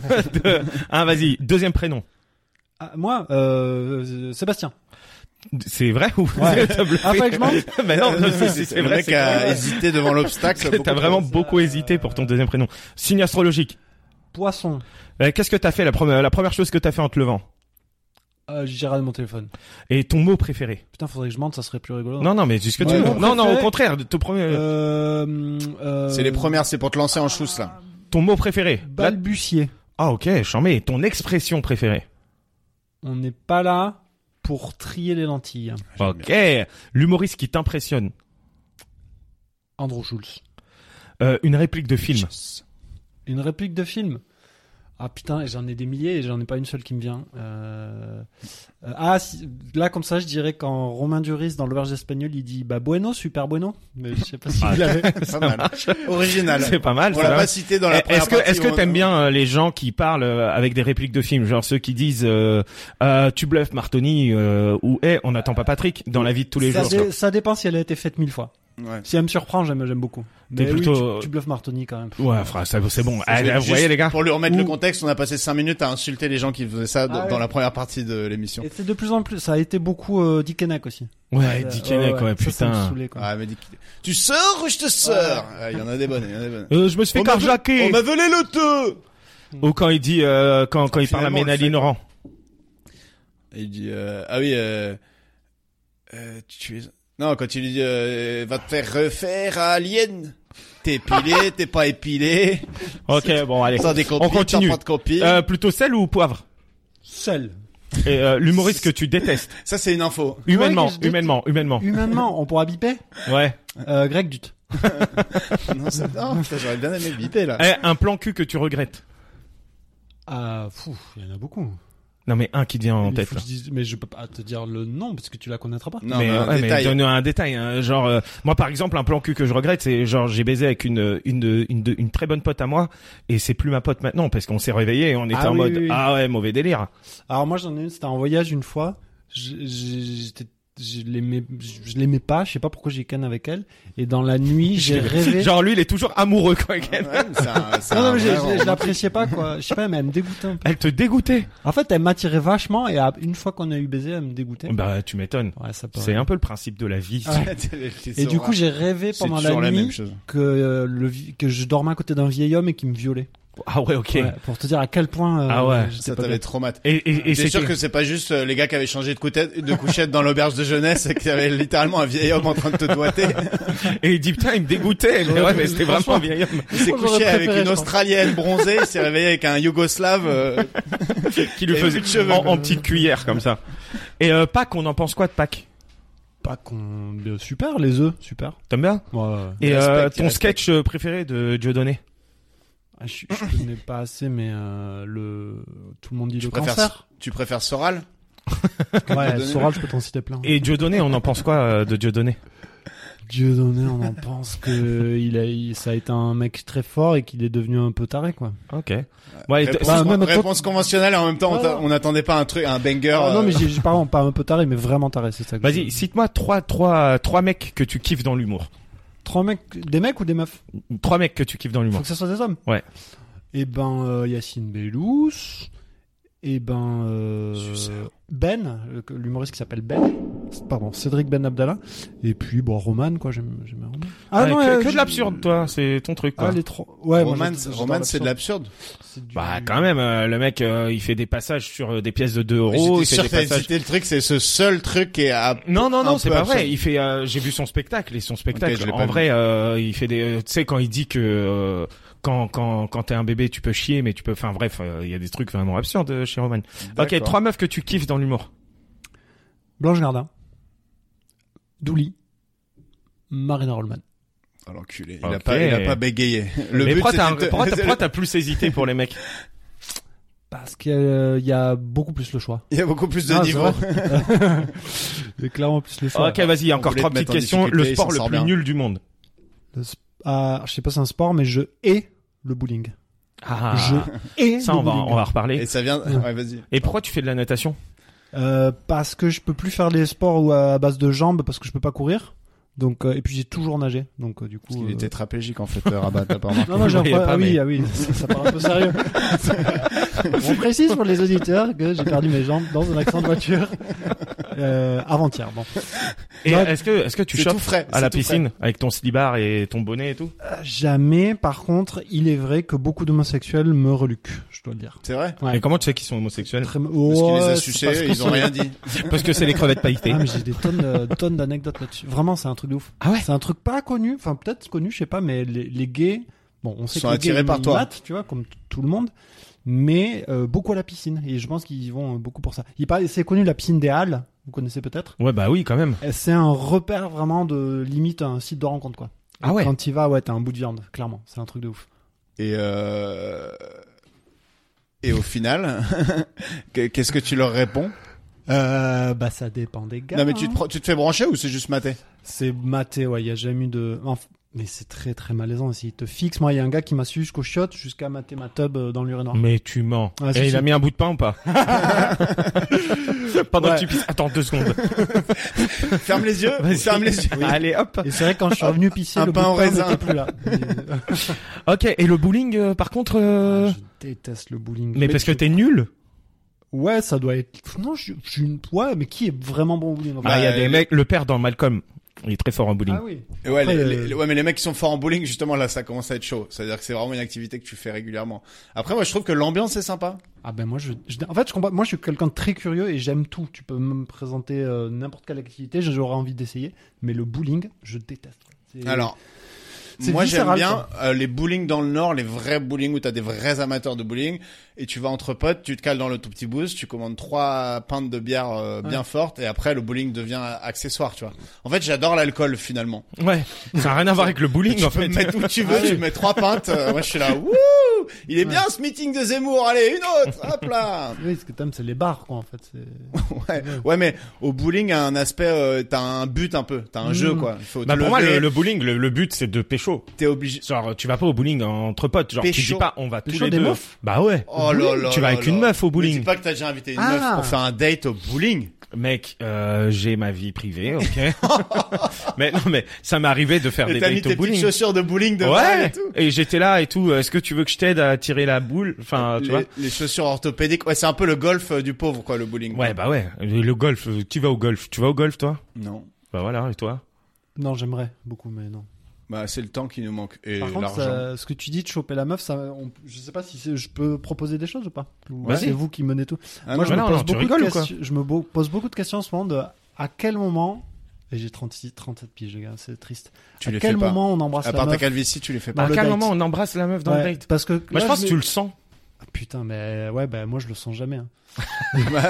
ah, vas-y, deuxième prénom.
Ah, moi, euh, euh, Sébastien.
C'est vrai ou
Ouais.
T'as bluffé
Ah, fallait que je mente
Mais non, non, si, si,
Euh, C'est
c'est
le
vrai.
mec
c'est
a
clair.
hésité devant l'obstacle. beaucoup
T'as
trop.
vraiment beaucoup hésité pour ton deuxième prénom. Signe astrologique.
Poisson.
Euh, Qu'est-ce que t'as fait la première la première chose que t'as fait en te levant
Euh, j'ai raté mon téléphone.
Et ton mot préféré
Putain, faudrait que je mente, ça serait plus rigolo.
Non, non, mais jusque
Oh. Ouais,
tu.
mon
Non, non, au
préféré-
contraire, de- ton premier,
Euh, euh,
C'est les premières, c'est pour te lancer en chousse là.
ton mot préféré.
Bah
Là-
Balbutier.
Ah, ok, j'en mets. Ton expression préférée.
On n'est pas là pour trier les lentilles.
Ok. L'humoriste qui t'impressionne.
Andrew Schulz.
Euh, une réplique de film.
Une réplique de film Ah putain, j'en ai des milliers et j'en ai pas une seule qui me vient. Euh, euh, ah, si- là comme ça, je dirais quand Romain Duris dans l'auberge espagnole, il dit bah bueno, super bueno. Mais je sais pas si
Ah,
il l'avait.
Pas mal. Original.
C'est pas mal.
On
ça
l'a
va.
pas cité dans la
Eh,
première
Est-ce que
partie,
est-ce que
on-
t'aimes bien euh, les gens qui parlent euh, avec des répliques de films, genre ceux qui disent euh, euh, tu bluffes Martoni euh, ou eh on n'attend pas Patrick dans la vie de tous les
ça,
jours.
dé- ça dépend si elle a été faite mille fois.
Ouais.
Si elle me surprend, j'aime j'aime beaucoup.
T'es
Mais oui,
plutôt- euh,
tu, tu bluffes Martoni quand même.
Ouais, enfin, ça- c'est bon.
Je
Allez,
vais
vous
juste,
voyez les gars.
Pour lui remettre le
Ou-
contexte, on a passé 5 minutes à insulter les gens qui faisaient ça d-
Ah ouais.
dans la première partie de l'émission.
Et c'est de plus en plus, ça a été beaucoup euh, Dick Henneck aussi.
Ouais,
Euh,
Dick
ouais,
Henneck,
ouais.
ouais,
Ça, ça me
putain.
saoulait, quoi.
Ah, mais dis- tu sors ou je te sors Ah, Il y en a des bonnes, il y en a des bonnes.
Euh, je me suis fait
On m'a-
carjacker.
On m'a volé l'auto
Ou quand il dit euh, quand quand il parle à
Finalement, on le
Ménaline Laurent.
Et Il dit euh, ah oui euh, euh, tu es non quand il lui dit euh, va te faire refaire à alien. T'es épilé, t'es pas épilé.
Ok, bon allez.
T'as des
On
copies, t'as
continue.
Euh, pas de copies.
Euh, plutôt sel ou poivre
Seul.
Et, euh, l'humoriste que tu détestes.
Ça, c'est une info.
Humainement,
Ouais, je déteste.
humainement, humainement.
Humainement, on pourra biper
Ouais.
euh, Greg Dut.
non, ça... oh, putain, j'aurais bien aimé le biper, là.
Eh, un plan cul que tu regrettes.
Ah, fou, il y en a beaucoup.
Non mais un qui te vient en
Il
tête.
faut que
là.
je dise- mais je peux pas te dire le nom parce que tu la connaîtras pas.
Non,
mais,
mais, un
ouais, mais
détail.
donne un détail. hein. Genre, euh, moi par exemple, un plan cul que je regrette, c'est genre j'ai baisé avec une, une une une très bonne pote à moi et c'est plus ma pote maintenant parce qu'on s'est réveillé et on était
Ah
en
oui,
mode
oui, oui.
ah ouais mauvais délire.
Alors moi j'en ai une, c'était en voyage une fois. Je- je- J'étais je l'aimais je je l'aimais pas je sais pas pourquoi j'ai canne avec elle et dans la nuit j'ai rêvé
Genre lui il est toujours amoureux quoi.
Ouais,
Elle,
mais c'est un- c'est
non, non
un
mais je,
vrai
je- je
roman.
l'appréciais pas quoi je sais pas mais elle me dégoûtait un peu
elle te dégoûtait.
en fait elle m'attirait vachement et à- une fois qu'on a eu baiser elle me dégoûtait
Bah tu m'étonnes.
ouais ça peut
C'est un peu le principe de la vie.
Ouais. et
C'est
du coup j'ai rêvé
c'est
pendant
toujours
la
la même
nuit
chose.
que euh, le vi- que je dormais à côté d'un vieil homme et qui me violait
Ah ouais ok.
Ouais, pour te dire à quel point euh,
Ah ouais.
j'étais
Ça
pas
t'avait
bien.
traumatisé.
Et, et, et
c'est
c'était-
sûr que c'est pas juste euh, les gars qui avaient changé de, couchette- de couchette dans l'auberge de jeunesse et qui avait littéralement un vieil homme en train de te doiter.
et il dit putain il me dégoûtait. Mais ouais mais c'était vraiment un vieil homme
Il s'est
Moi, j'aurais
couché avec
préféré,
une
je pense.
Australienne bronzée, il s'est réveillé avec un Yougoslave. euh,
qui lui
Et
faisait
plus de cheveux.
en, en petite cuillère comme ça. Et euh, Pâques on en pense quoi de Pâques?
pas qu'on euh, super les œufs super
T'aimes bien?
ouais. ouais.
Et
Il respecte,
euh,
il
ton
respecte.
sketch euh, préféré de Dieudonné
Ah, je, je connais pas assez, mais euh, le tout le monde dit
Tu
le
préfères
cancer.
tu préfères Soral
Ouais,
Dieudonné.
Soral, je peux t'en citer plein.
Et Dieudonné, on en pense quoi euh, de Dieudonné
Dieu donné, on en pense que il a, il- ça a été un mec très fort et qu'il est devenu un peu taré, quoi.
Ok. Ouais,
Réponse,
bah,
con-
même-
réponse conventionnelle et en même temps, on t'a-
Ouais.
on n'attendait pas un truc, un banger.
Ah, non,
euh,
mais j'ai, j'ai- pardon, pas un peu taré, mais vraiment taré, c'est ça. que
Vas-y,
je-
cite-moi trois, trois, trois mecs que tu kiffes dans l'humour.
Trois mecs, des mecs ou des meufs
Trois mecs que tu kiffes dans
Faut
l'humour.
que ce soit des hommes.
Ouais.
Et ben euh, Yacine Bellous. Et ben euh,
Suceur.
Ben, le- l'humoriste qui s'appelle Ben. Pardon, Cédric Ben Abdallah. Et puis bon, Roman, quoi. J'aime, j'aime
Ouais,
Roman.
que,
euh,
que de
je-
l'absurde, toi, c'est ton truc. Quoi.
Ah, les trois. Ouais, moi,
Roman,
j'adore- j'adore
Roman, euh, c'est de
l'absurde.
l'absurde.
C'est du-
Bah quand même, euh, le mec, euh, il fait des passages sur euh, des pièces de 2 euros.
J'étais
Il fait
sûr
des
que t'allais
passages...
citer le truc, c'est ce seul truc qui est à...
Non non
un
non c'est
peu
pas
absurde.
vrai il fait euh, j'ai vu son spectacle et son spectacle
Ok, je l'ai pas
en
vu.
vrai euh, il fait des tu sais quand il dit que euh, quand quand quand t'es un bébé tu peux chier mais tu peux enfin bref euh, il y a des trucs vraiment absurdes euh, chez Roman. Ok
D'accord.
trois meufs que tu kiffes dans l'humour.
Blanche Gardin. Douli. Marina Rollman.
Oh, l'enculé. Il, a
Ok.
pas, il a pas bégayé. Le
mais
but,
pourquoi t'as,
c'était de-
pourquoi t'as- pourquoi t'as plus hésité pour les mecs
Parce qu'il euh, il y a beaucoup plus le choix.
Il y a beaucoup plus de
Ah, c'est
niveaux.
vrai. Il y a clairement plus le choix.
Ok, vas-y,
On
encore
voulait
trois
te mettre
petites questions.
en
Le
difficulté, il
sport
s'en
le
sort
plus
bien.
nul du monde.
Le sp- ah, je sais pas si c'est un sport, mais je hais le bowling.
Ah,
Je hais
ça
le
on va,
bowling.
on va reparler.
Et ça vient... Ouais, vas-y.
Et pourquoi tu fais de la natation
Euh, parce que je peux plus faire les sports où à base de jambes parce que je peux pas courir. Donc euh, et puis j'ai toujours nagé. Donc euh, du coup.
Parce qu'il
euh,
est tétraplégique, en fait, euh, Rabat, t'as pas remarqué.
Non, non, j'ai un
Vous voyez
problème.
pas,
Ah oui,
mais-
ah oui, ça, ça part un peu sérieux. On précise pour les auditeurs que j'ai perdu mes jambes dans un accident de voiture euh, avant-hier. Bon,
Et
Ouais.
est-ce que est-ce que tu
C'est tout
chopes
frais.
à
c'est
la
tout frais.
piscine avec ton slibard et ton bonnet et tout
Euh, jamais. Par contre, il est vrai que beaucoup d'homosexuels me reluquent, je dois le dire.
C'est vrai
Ouais.
Et comment tu sais qu'ils sont homosexuels
Très...
Parce qu'il les
Oh,
a
c'est parce
sucés,
que
ils ont
c'est-
rien dit.
Parce que c'est les crevettes pailletées.
Ah, mais j'ai des tonnes, euh, tonnes d'anecdotes là-dessus. Vraiment, c'est un truc de ouf.
Ah ouais
C'est un truc pas connu, enfin peut-être connu, je sais pas, mais les, les gays, bon, on sait
Sont
que les
attirés
gays,
par
ils
toi.
matent, tu vois, comme t- tout le monde, mais euh, beaucoup à la piscine. Et je pense qu'ils y vont euh, beaucoup pour ça. Il paraît- c'est connu la piscine des Halles, vous connaissez peut-être.
Ouais, bah oui, quand même.
Et C'est un repère vraiment de limite un site de rencontre quoi.
Ah ouais.
Quand tu vas, ouais, t'as un bout de viande, clairement. C'est un truc de ouf.
Et euh... Et au final, que- qu'est-ce que tu leur réponds
Euh, bah ça dépend des gars.
Non mais tu
hein.
te, pro- tu te fais brancher ou c'est juste maté
C'est maté, ouais. Il y a jamais eu de. Enf- Mais c'est très très malaisant. S'il te fixe, moi, il y a un gars qui m'a su jusqu'au chiottes, jusqu'à mater ma tub euh, dans l'urinoir.
Mais tu mens.
Ah, si,
et il
si.
a mis un bout de pain ou pas Pendant
Ouais.
que tu pisses. Attends deux secondes.
Ferme les yeux,
Vas-y.
ferme les yeux.
Allez hop.
Et c'est vrai que quand je suis revenu pisser,
Un
le bout
pain
de
au raisin.
n'était plus là.
Ok. Et le bowling, euh, par contre. euh,
Ah, je déteste le bowling.
Mais parce que
tu-
t'es nul.
Ah,
Ouais, ça doit être. Non, je, je suis une. Ouais, mais qui est vraiment bon au bowling en
Ah,
vrai
Bah,
il y a
euh,
des mecs. Le père dans Malcolm, il est très fort en bowling.
Ah oui.
Et Ouais,
Après,
les-
euh,
les- ouais, mais les mecs qui sont forts en bowling, justement, là, ça commence à être chaud. C'est-à-dire que c'est vraiment une activité que tu fais régulièrement. Après, moi, je trouve que l'ambiance est sympa.
Ah ben moi, je, je- en fait, je comprends. Moi, je suis quelqu'un de très curieux et j'aime tout. Tu peux me présenter euh, n'importe quelle activité, j'aurais envie d'essayer. Mais le bowling, je déteste. C'est-
Alors,
C'est
Moi, j'aime
viscéral,
bien
quoi.
euh, les bowling dans le Nord, les vrais bowling où t'as des vrais amateurs de bowling. Et tu vas entre potes, tu te cales dans le tout petit boost, tu commandes trois pintes de bière euh, bien fortes et après le bowling devient accessoire, tu vois. En fait, j'adore l'alcool finalement.
Ouais, ça n'a rien à voir avec le bowling
Tu
en
peux
fait.
me mettre où tu veux, tu mets trois pintes. euh, moi, je suis là, wouh Il est bien ce meeting de Zemmour, allez, une autre, hop là
Oui, ce que t'aimes, c'est les bars, quoi, en fait. c'est-
Ouais, ouais mais au bowling, a un aspect, euh, t'as un but un peu, t'as un jeu,
Mm.
quoi. Il faut
Bah
te
pour moi
lever,
le, le bowling, le, le but c'est de pécho.
t'es obligé.
Genre tu vas pas au bowling entre potes, genre tu
Pécho.
dis pas on va tous
Pécho
les
des
deux.
meufs
Bah ouais.
Oh là là.
tu vas
là
avec
là.
une meuf au
Mais Dis
bowling.
pas que t'as déjà invité une
Ah.
meuf pour faire un date au bowling.
Mec, euh, j'ai ma vie privée, ok. mais non mais ça m'est arrivé de faire
Et
des
t'as mis
dates au
tes petites
bowling.
chaussures de bowling de balle et
Ouais.
tout.
Et j'étais là et tout. euh, Est-ce que tu veux que je t'aide à tirer la boule Enfin, Ah, tu
les,
vois.
les chaussures orthopédiques. Ouais, c'est un peu le golf euh, du pauvre, quoi, le bowling.
Ouais, bah ouais. Le le golf. euh, Qui va au golf Tu vas au golf toi
Non.
Bah voilà. Et toi
Non, j'aimerais beaucoup, mais non.
Bah, c'est le temps qui nous manque. Et
Par contre, euh,
l'argent.
ça- ce que tu dis de choper la meuf, ça, on- je sais pas si c'est- je peux proposer des choses ou pas. Ou
Vas-y.
C'est vous qui menez tout.
Ah non,
Moi, je,
non,
me pose
non, tu
beaucoup de
rigoles ou quoi
questions- je me bo- pose beaucoup de questions en ce moment de à quel moment, et j'ai 36, 37 piges, les gars, c'est triste.
tu
à
les
quel
fais pas.
moment on embrasse
À
la
part ta
meuf
calvitie, tu les fais
Bah,
pas.
À
le
quel
date.
moment on embrasse la meuf dans
Ouais,
le date
Parce que.
Moi je
là,
pense que
me-
tu le sens.
Ah, Putain, mais ouais, bah moi je le sens jamais. hein. Bah.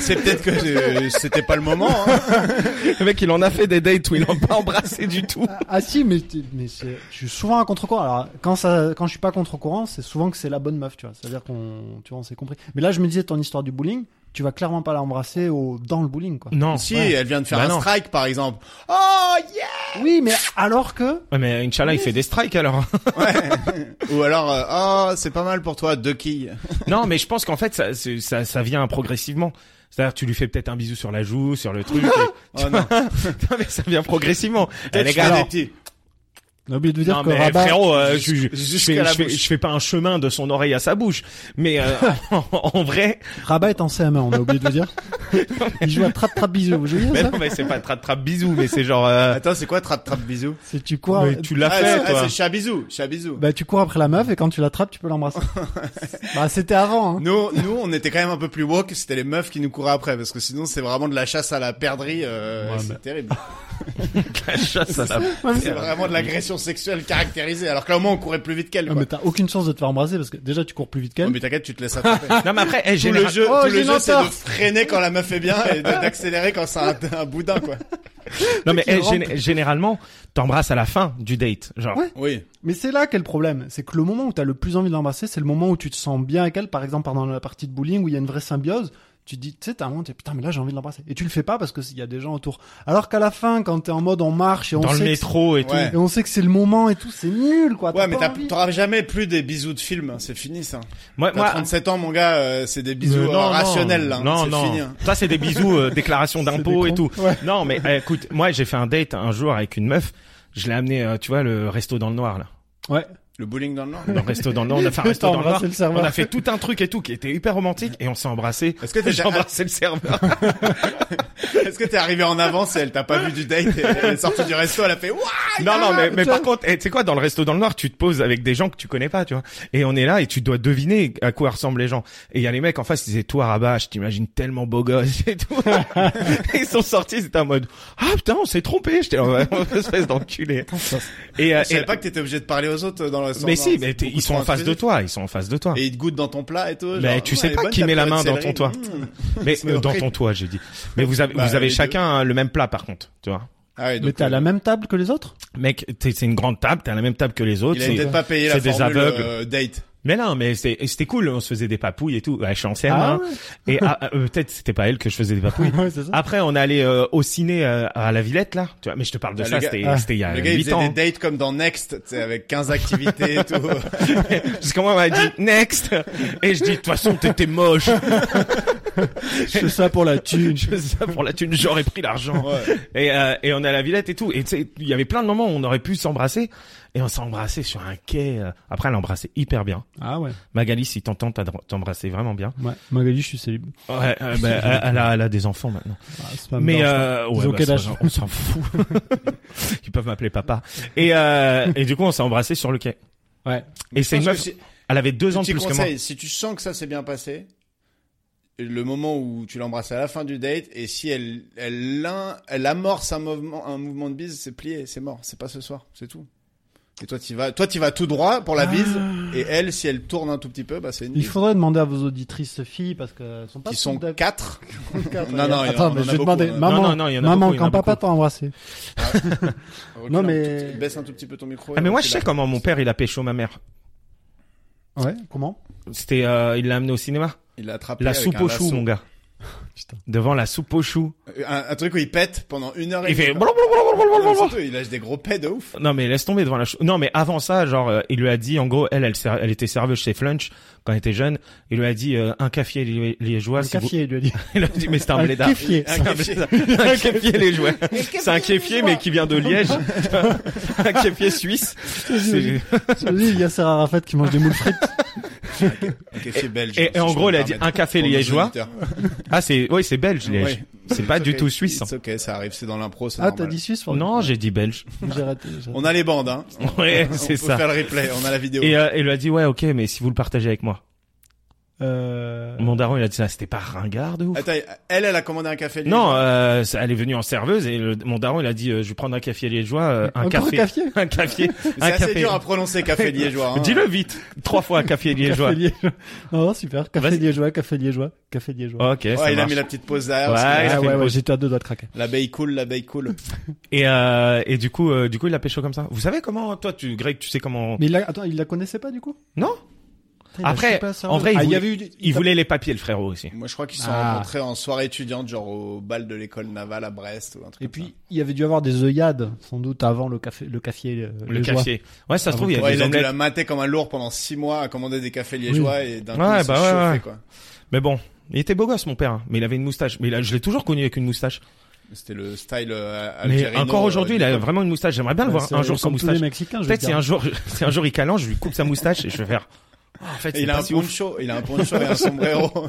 c'est peut-être que euh, c'était pas le moment. hein.
Le mec, il en a fait des dates où il n'a pas embrassé du tout.
Ah, Ah si, mais, t'es- mais c'est- je suis souvent à contre-courant. Alors quand ça, quand je suis pas contre-courant, c'est souvent que c'est la bonne meuf, tu vois. C'est-à-dire qu'on, tu vois, on s'est compris. Mais là, je me disais ton histoire du bowling, tu vas clairement pas l'embrasser au dans le bowling, quoi.
Non.
Si,
ouais.
elle vient de faire
Bah
un
non.
strike, par exemple. Oh yeah.
Oui, mais alors que
Ouais, mais Inch'Allah, il fait des strikes alors.
Ou alors, euh, oh, c'est pas mal pour toi, deux quilles.
non, mais je pense qu'en fait, ça, c'est- ça, ça vient progressivement. C'est-à-dire, tu lui fais peut-être un bisou sur la joue, sur le truc. et-
Oh non.
non, mais ça vient progressivement. Eh, les
Tu fais
gars,
des
alors-
petits.
on a oublié de vous dire
non,
que
mais
Rabat.
frérot, euh, je, je- je
jusqu'à
fais,
la
je fais-
bouche.
je fais pas un chemin de son oreille à sa bouche. Mais euh, en, en vrai,
Rabat est en CM1, on a oublié de vous dire. Il joue à trap trap bisou. Vous voyez
mais
ça
non, mais c'est pas trap trap bisou, mais c'est genre. euh,
Attends, c'est quoi trap trap bisou
C'est tu cours.
mais tu l'as
Ah,
fait,
c'est- ah,
toi.
c'est chabisou, chabisou.
Bah tu cours après la meuf et quand tu l'attrapes, tu peux l'embrasser. bah c'était avant. Hein.
Nous, nous, on était quand même un peu plus woke. C'était les meufs qui nous couraient après, parce que sinon, c'est vraiment de la chasse à la perdrix. euh,
Ouais,
c'est
mais-
terrible.
La chasse à la-
C'est vraiment de l'agression sexuelle caractérisée. Alors que là, au moins, on courait plus vite qu'elle.
Ah,
quoi.
mais t'as aucune chance de te faire embrasser parce que déjà tu cours plus vite
Oh,
qu'elle.
mais t'inquiète, tu te laisses attraper.
Non, mais après, eh,
Tout le
général-
jeu,
Oh,
tout le
j'ai
jeu, c'est de
l'entorse.
freiner quand la meuf est bien et de- d'accélérer quand c'est un, un boudin, quoi.
non, mais
qui
eh,
rampe.
gén- généralement, t'embrasses à la fin du date. Genre,
Ouais.
Oui.
Mais c'est là qu'est le problème, c'est que le moment où t'as le plus envie de l'embrasser, c'est le moment où tu te sens bien avec elle, par exemple pendant la partie de bowling où il y a une vraie symbiose, tu te dis, tu sais, t'as un moment, t'es, putain, mais là j'ai envie de l'embrasser. Et tu le fais pas parce qu'il y a des gens autour. Alors qu'à la fin, quand t'es en mode on marche et on,
dans le
sait,
métro et tout.
que, et on sait que c'est le moment et tout, c'est nul quoi.
Ouais, mais
pas
t'as-
envie.
t'auras jamais plus des bisous de film. hein. C'est fini, ça.
Moi,
T'as
moi,
37 ans, mon gars, euh, c'est des bisous
euh,
euh, rationnels, là. hein.
Non,
c'est
non.
fini. hein.
Ça, c'est des bisous, euh, déclaration d'impôt et
des cons.
tout. Non, mais euh, écoute, moi, j'ai fait un date un jour avec une meuf. Je l'ai amené, euh, tu vois, le resto dans le noir, là.
Ouais.
Le bowling dans le Nord.
Dans le resto dans le noir, on a fait un resto
T'as
dans le noir.
embrassé le serveur.
on a fait tout un truc et tout qui était hyper romantique et on s'est embrassé.
Est-ce que t'étais-
j'ai embrassé le serveur
Est-ce que t'es arrivé en avance et elle t'a pas vu du date et elle est sortie du resto, elle a fait, Ouah
Non, non, mais, mais par contre, eh, tu sais quoi, dans le resto dans le noir, tu te poses avec des gens que tu connais pas, tu vois. Et on est là et tu dois deviner à quoi ressemblent les gens. Et il y a les mecs en face, ils disaient, toi, Rabat, je t'imagine tellement beau gosse et tout. ils sont sortis, c'était en mode, ah putain, on s'est trompé, j'étais en espèce d'enculé. et, euh,
Je savais
et- euh,
pas que t'étais obligé de parler aux autres euh, dans le restaurant.
mais si,
C'est
mais t'es-
beaucoup
ils sont
trop
en face de
intrusif.
toi, ils sont en face de toi.
Et ils te goûtent dans ton plat et tout.
Mais
genre,
tu sais
elle est
pas
bonne,
qui
ta
met la
purée de
main dans
céleri.
ton toit.
Mmh.
mais
c'est
euh, dans
horrible.
ton toit, j'ai dit. Mais vous avez,
Bah,
vous avez
les
chacun hein, le même plat, par contre, tu vois.
Ah ouais, donc,
Mais t'es à la même table que les autres
Mec, t'es- c'est une grande table, t'es à la même table que les autres.
Il a
c'est-
peut-être pas payé la
c'est des
formule
aveugles.
euh, date.
Mais non, mais c'est- et c'était cool, on se faisait des papouilles et tout. Ouais, je suis en CM1.
Ah
Et ah, ah, euh, peut-être c'était pas elle que je faisais des papouilles.
Ouais, c'est ça.
Après, on allait euh, au ciné euh, à la Villette là. Tu vois, mais je te parle de
Ah,
ça,
le gars-
c'était
ah.
c'était il y a
le gars, il
8
faisait
ans.
des dates comme dans Next, tu sais, avec 15 activités et tout.
Parce que moi, on m'a dit next, et je dis de toute façon t'étais moche.
Je fais ça pour la thune.
je fais ça pour la thune, j'aurais pris l'argent.
Ouais.
Et, euh, et on est à la Villette et tout. Et tu sais, il y avait plein de moments où on aurait pu s'embrasser, et on s'est embrassé sur un quai. euh. Après, elle embrassait hyper bien.
Ah ouais.
Magali, si t'entends, t'as- t'embrassais vraiment bien.
Ouais. Magali, je suis célib.
Ouais, euh, bah, elle- elle, a, elle a des enfants maintenant.
Ah, c'est pas
Mais
me dérange
euh,
Ils ont
bah,
quel
ça,
âge
on s'en fout. Ils peuvent m'appeler papa. Et euh, et du coup, on s'est embrassé sur le quai.
pas. Ouais.
Et c'est une
Je pense
meuf.
que si-
Elle avait deux ans de
Petit
plus que moi.
conseil, si tu sens que ça s'est bien passé, le moment où tu l'embrasses à la fin du date, et si elle, elle, l'in- elle amorce un mouvement, un mouvement de bise, c'est plié, c'est mort, c'est pas ce soir, c'est tout. Et toi, tu vas, toi, tu vas tout droit pour la bise.
Ah.
Et elle, si elle tourne un tout petit peu, bah, c'est une
Il
bise.
faudrait demander à vos auditrices filles parce qu'elles sont pas
Qui sont
toutes d'accord.
quatre.
Quatre,
Non,
il y
non,
a-
il y en a-
Attends,
on
mais
en
je
a
vais
beaucoup, hein.
demander.
on en a-
Maman,
Non, non, non, il y en a
maman,
beaucoup, il y en
quand
a
papa
beaucoup.
t'a embrassé.
Recule
Non,
un
mais-
tout petit- baisse un tout petit peu ton micro.
Ah,
et
mais moi, je
recule
sais
un-
comment mon père, il a pécho ma mère.
Ouais, comment
C'était, euh, il l'a amené au cinéma.
Il l'a attrapé.
La
avec
soupe
un
aux choux,
lasso.
mon gars.
Putain.
Devant la soupe aux choux.
Un, un truc où il pète pendant une heure et
Il fait.
demie, quoi. Non, mais surtout, il lâche des gros pets de ouf.
Non mais laisse tomber devant la chou- non mais avant ça genre euh, il lui a dit en gros elle elle, ser- elle était serveuse chez Flunch quand elle était jeune il lui a dit euh, un café li- liégeois
Un
si vous-
café, il lui a dit.
il lui a dit mais c'est un
Un
blédard
kéfier.
C'est un
kéfier.
blédard. un café liégeois c'est un kéfier mais qui vient de Liège un café suisse
J'imagine-
C'est-
j'imagine, Il y a Sarah Rafat qui mange des moules frites.
Un café belge.
et, et en
si je
gros
peux
elle
me
a dit
permettre,
un café
pour nos
liégeois
auditeurs.
ah c'est oui c'est belge Liège
Ouais.
c'est pas
It's
du
okay.
tout suisse hein.
It's ok, ça arrive, c'est dans l'impro, c'est
Ah, t'as
normal.
dit Suisse pardon.
non j'ai dit belge
J'ai raté. j'ai raté.
On a les bandes, hein.
ouais
On
c'est
peut
ça
faire le replay, on a la vidéo.
et euh, il lui a dit ouais ok mais si vous le partagez avec moi
Euh...
mon daron il a dit ça c'était pas ringard de ouf
Attends, elle, elle a commandé un café liégeois.
Non, euh, ça- elle est venue en serveuse et le, mon daron il a dit euh, je vais prendre un café liégeois, euh, un,
Encore
café,
un café
un café,
C'est
un
assez
café.
dur à prononcer café liégeois. hein.
Dis-le vite, trois fois café liégeois.
Café liégeois. Non, super. Café
Vas-y.
liégeois, café liégeois, café liégeois.
Ok, ça
Ouais, il a
marche.
mis la petite pause derrière.
Ouais,
parce
il a
que
Ah
fait
ouais,
une
ouais,
pause.
j'étais à deux doigts de craquer.
L'abeille coule, l'abeille coule.
Et euh, et du coup, euh, du coup, il l'a pécho comme ça. Vous savez comment toi, tu Greg, tu sais comment
Mais il la... Attends, il la connaissait pas du coup
Non.
Putain, il a
Après,
chopé un cerveau.
en vrai, il,
Ah,
voulait,
y avait eu...
il voulait les papiers, le frérot aussi.
Moi, je crois qu'ils sont
Ah.
rencontrés en soirée étudiante, genre au bal de l'école navale à Brest ou un truc
Et puis, il y avait dû avoir des œillades, sans doute, avant le café, le café, euh,
Le
liégeois.
café. Ouais, ça se
Ah,
trouve, il y
comme
a
ça. Ouais,
des
il a dû
omelettes.
la mater comme un lourd pendant six mois à commander des cafés liégeois et d'un
Ouais,
coup, il s'est
bah ouais,
chauffé,
ouais.
quoi.
Mais bon, il était beau gosse, mon père. hein. Mais il avait une moustache. Mais là, je l'ai toujours connu avec une moustache.
C'était le style euh,
Mais
algérino,
encore
euh,
aujourd'hui, il a
d'époque.
vraiment une moustache. J'aimerais bien le
Ouais,
voir
c'est
un jour sans
comme tous
moustache.
les Mexicains, je
Peut-être si
veux dire.
un jour, si un jour il calant, je lui coupe sa moustache et je vais faire. Ah, en fait,
Et
c'est
il a
pas
un
si ouf.
poncho, il a un poncho et un sombrero.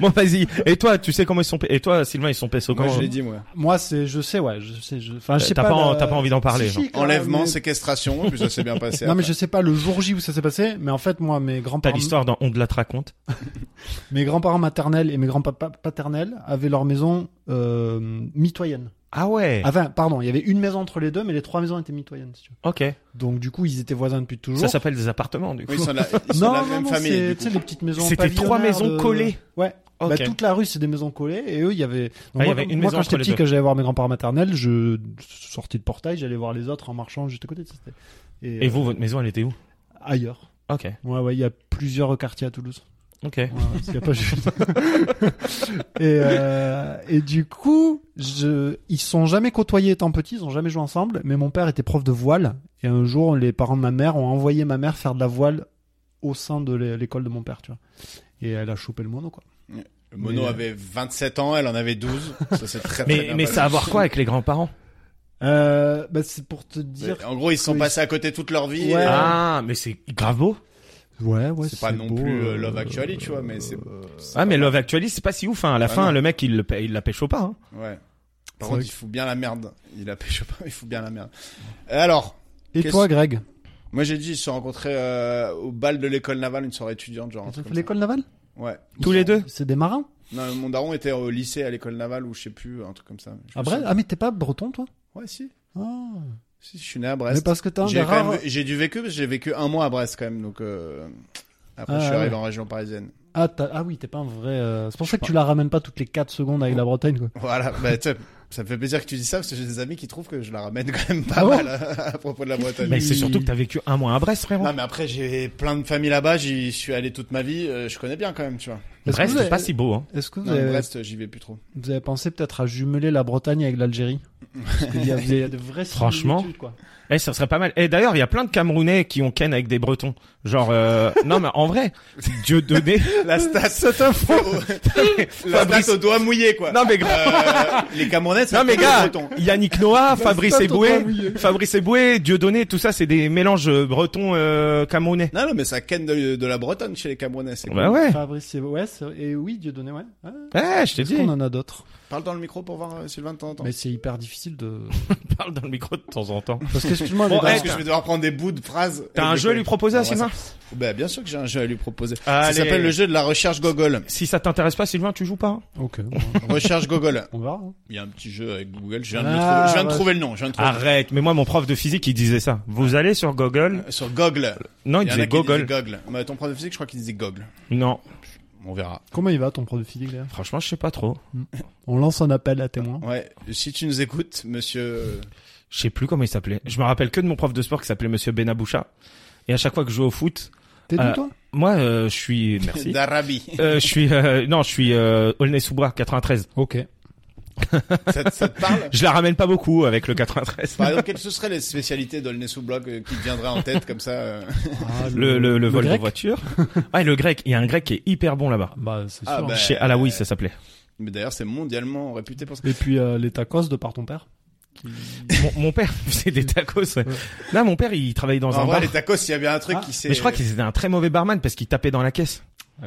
Bon, vas-y. Et toi, tu sais comment ils sont pa- Et toi, Sylvain, ils sont pesos
Moi,
comment
je l'ai dit, moi.
Moi, c'est, je sais, ouais, je sais, je, enfin, je
Euh,
sais
t'as
pas. bah,
pas en-
la-
t'as pas envie d'en parler,
Psychique, hein,
Enlèvement,
mais-
séquestration, puis ça s'est bien passé.
Non, mais
après.
je sais pas le jour J où ça s'est passé, mais en fait, moi, mes
T'as
grands-parents,
l'histoire dans On de la te raconte.
mes grands-parents maternels et mes grands-parents paternels avaient leur maison, euh, mitoyenne.
Ah ouais.
Enfin, pardon, il y avait une maison entre les deux, mais les trois maisons étaient mitoyennes, si tu veux.
ok.
Donc, du coup, ils étaient voisins depuis toujours.
Ça s'appelle des appartements du coup.
Oui, ils sont de la, ils sont
non,
de la
non,
même
non,
famille.
c'est,
du
tu sais,
coup.
les petites maisons.
C'était trois
pavillonnaires
maisons
de-
collées.
Ouais.
Ok.
Bah, toute la rue, c'est des maisons collées. Et eux, il y avait.
Ah, il y
moi,
avait une
moi,
maison
quand
entre
j'étais
les
petit,
deux.
que j'allais voir mes grands-parents maternels, je sortais de portail, j'allais voir les autres en marchant juste à côté. c'était-
Et vous, votre maison, elle était où
euh, Ailleurs.
Ok.
Ouais, ouais, il y a plusieurs quartiers à Toulouse.
Ok.
Ouais, ouais, il y a pas juste. et, euh, et du coup, je, ils se sont jamais côtoyés étant petits, ils ont jamais joué ensemble. Mais mon père était prof de voile. Et un jour, les parents de ma mère ont envoyé ma mère faire de la voile au sein de l'é- l'école de mon père, tu vois. Et elle a chopé le mono, quoi.
Le mono
Mais- euh,
avait 27 ans, elle en avait 12. Ça, c'est très, très
Mais
bien
mais
passé.
ça a à voir quoi avec les grands-parents
Euh, bah, c'est pour te dire.
En gros, ils se sont
Oui.
passés à côté toute leur vie.
Ouais.
et-
Ah, mais c'est grave beau.
Ouais, ouais.
c'est pas non
beau,
plus euh,
euh,
Love Actually, tu vois, mais c'est.
Ah, mais Love Actually, c'est pas si ouf. Hein. À la
Ah,
fin,
non.
le mec, il, le pa- il la pêche au pas. Hein.
Ouais.
C'est
Par
vrai
contre,
que-
il fout bien la merde. Il a pêché pas, il fout bien la merde. Euh, Alors,
Et
Qu'est-ce-
toi, Greg
moi j'ai dit, ils se sont rencontrés euh, au bal de l'école navale, une soirée étudiante, genre. un truc comme ça.
L'école navale
Ouais.
Tous les deux.
C'est des marins
Non, mon daron était au lycée à l'école navale ou je sais plus, un truc comme ça. Je
Ah,
me
Brest
souviens.
Ah, mais t'es pas breton, toi
Ouais, si.
Ah.
Si, je suis né à
Mais
Brest.
parce que t'es un
J'ai
des
quand même
rares.
vu- j'ai dû vécu parce que j'ai vécu un mois à Brest quand même donc euh, après
Ah,
je suis arrivé
ouais.
en région parisienne.
Ah, t'as- ah oui, t'es pas un vrai. euh, C'est pour ça que tu la ramènes pas toutes les 4 secondes avec la Bretagne, quoi.
Voilà, bah, tu sais, ça me fait plaisir que tu dis ça parce que j'ai des amis qui trouvent que je la ramène quand même pas
Ah bon
mal hein, à propos de la Bretagne.
Mais c'est surtout que t'as vécu un mois à Brest, frérot.
Non mais après j'ai plein de familles là-bas, j'y suis allé toute ma vie, euh, je connais bien quand même, tu vois.
Est-ce que
Brest,
vous
c'est
avez-
pas si beau. Hein.
Est-ce que vous
Non,
avez,
Brest, j'y vais plus trop.
vous avez pensé peut-être à jumeler la Bretagne avec l'Algérie Parce qu'il y a, il y a de vraies
Franchement.
similitudes, quoi.
Eh, ça serait pas mal. Et d'ailleurs, il y a plein de Camerounais qui ont ken avec des Bretons. Genre, euh... non, mais en vrai, Dieu donné.
La stat, c'est un faux. la
Fabrice-
stat au doigt mouillé quoi.
Non, mais grave.
Euh, les Camerounais, c'est
Non mais
les
gars,
Bretons.
Yannick Noah, Fabrice
stat au doigt
Eboué,
mouillé.
Fabrice Eboué, Dieudonné, tout ça c'est des mélanges bretons euh, camerounais.
Non non mais ça ken de, de la Bretonne chez les Camerounais, c'est
Bah
cool.
ouais.
Fabrice, c'est- ouais, c'est- et oui, Dieu donné, ouais. Ah,
Ouais, je t'ai
Est-ce
dit.
qu'on en a d'autres
Parle dans le micro pour voir euh, Sylvain de temps en temps.
Mais c'est hyper difficile de.
Parle dans le micro de temps en temps.
Parce qu'excuse-moi, mais
Bon, eh,
dans-
Est-ce que je vais devoir prendre des bouts de phrases
T'as
et
un
des
jeu à lui proposer, à
Ah, ouais,
Sylvain
Bah, bien sûr que j'ai un jeu à lui proposer. Ça
Allez.
s'appelle le jeu de la recherche Google.
Si ça t'intéresse pas, Sylvain, tu joues pas. hein
Ok, bon,
Recherche Google.
on verra. hein.
Il y a un petit jeu avec Google. Je viens de, le
Ah,
trouver. Je viens de
ouais.
trouver le nom. Je viens de trouver.
Arrête. Mais moi, mon prof de physique, il disait ça. Vous allez sur Google.
Euh, Sur Google.
Non, il
y en a
disait
qui disaient
Google.
Google. Mais ton prof de physique, je crois qu'il disait Google.
Non.
On verra.
Comment il va ton produit physique d'ailleurs
Franchement, je sais pas trop.
On lance un appel à témoins.
Ouais. Si tu nous écoutes, monsieur.
Je sais plus comment il s'appelait. Je me rappelle que de mon prof de sport qui s'appelait Monsieur Benaboucha. Et à chaque fois que je jouais au foot,
T'es
Euh,
d'où toi
moi, euh, je suis. Merci.
D'Arabie.
Euh, je suis. euh, Non, je suis euh, Aulnay-sous-Bois, 93.
Ok.
ça, te- ça te parle?
Je la ramène pas beaucoup avec le 93.
Par exemple, quelles ce seraient les spécialités d'Aulnay sous Bloc euh, qui te viendraient en tête comme ça? euh
Ah,
Le, le, le vol
grec
de voiture. Ah, et le grec. Il y a un grec qui est hyper bon là-bas.
Bah, c'est
Ah,
sûr.
bah.
Chez Alaoui, ça s'appelait.
Mais d'ailleurs, c'est mondialement réputé
bah.
pour ça.
Et puis euh, les tacos de par ton père.
Mon, mon père faisait des tacos. ouais. Ah
Ouais.
Là, mon père, il travaillait dans
en
un
vrai,
bar.
les tacos, il y a bien un truc
Ah,
qui s'est.
Mais je crois qu'il était un très mauvais barman parce qu'il tapait dans la caisse.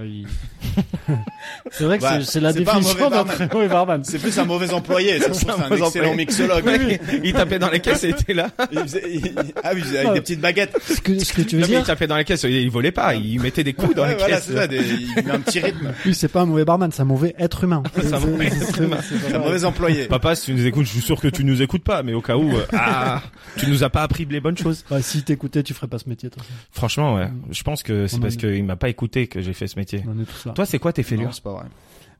c'est vrai que
Bah,
c'est- c'est la
c'est pas un
définition
mauvais
d'un
barman.
très mauvais barman.
C'est plus un mauvais employé. Ça se trouve, c'est un
mauvais
excellent
employé.
mixologue.
il tapait dans la caisse et il était là.
Il faisait- il- Ah oui, il faisait avec des petites baguettes.
Ce que, ce que tu veux
Non, mais il
dire,
tapait dans la caisse, il, il volait pas, il mettait des coups dans
Ouais,
la
voilà,
caisse.
c'est ça, des- il met un petit rythme.
lui, c'est pas un mauvais barman, c'est un mauvais être humain.
C'est un mauvais
C'est-
être
c'est-
humain.
c'est- c'est-
C'est un mauvais employé.
Papa, si tu nous écoutes, je suis sûr que tu nous écoutes pas, mais au cas où, euh, ah, tu nous as pas appris les bonnes choses.
Bah, si t'écoutais, tu ferais pas ce métier. Toi.
Franchement, ouais.
Mm.
Je pense que c'est
On
parce
en-
qu'il m'a pas écouté que j'ai fait ce métier.
On en est tous là.
Toi, c'est quoi tes
Non,
fêlures
c'est pas vrai.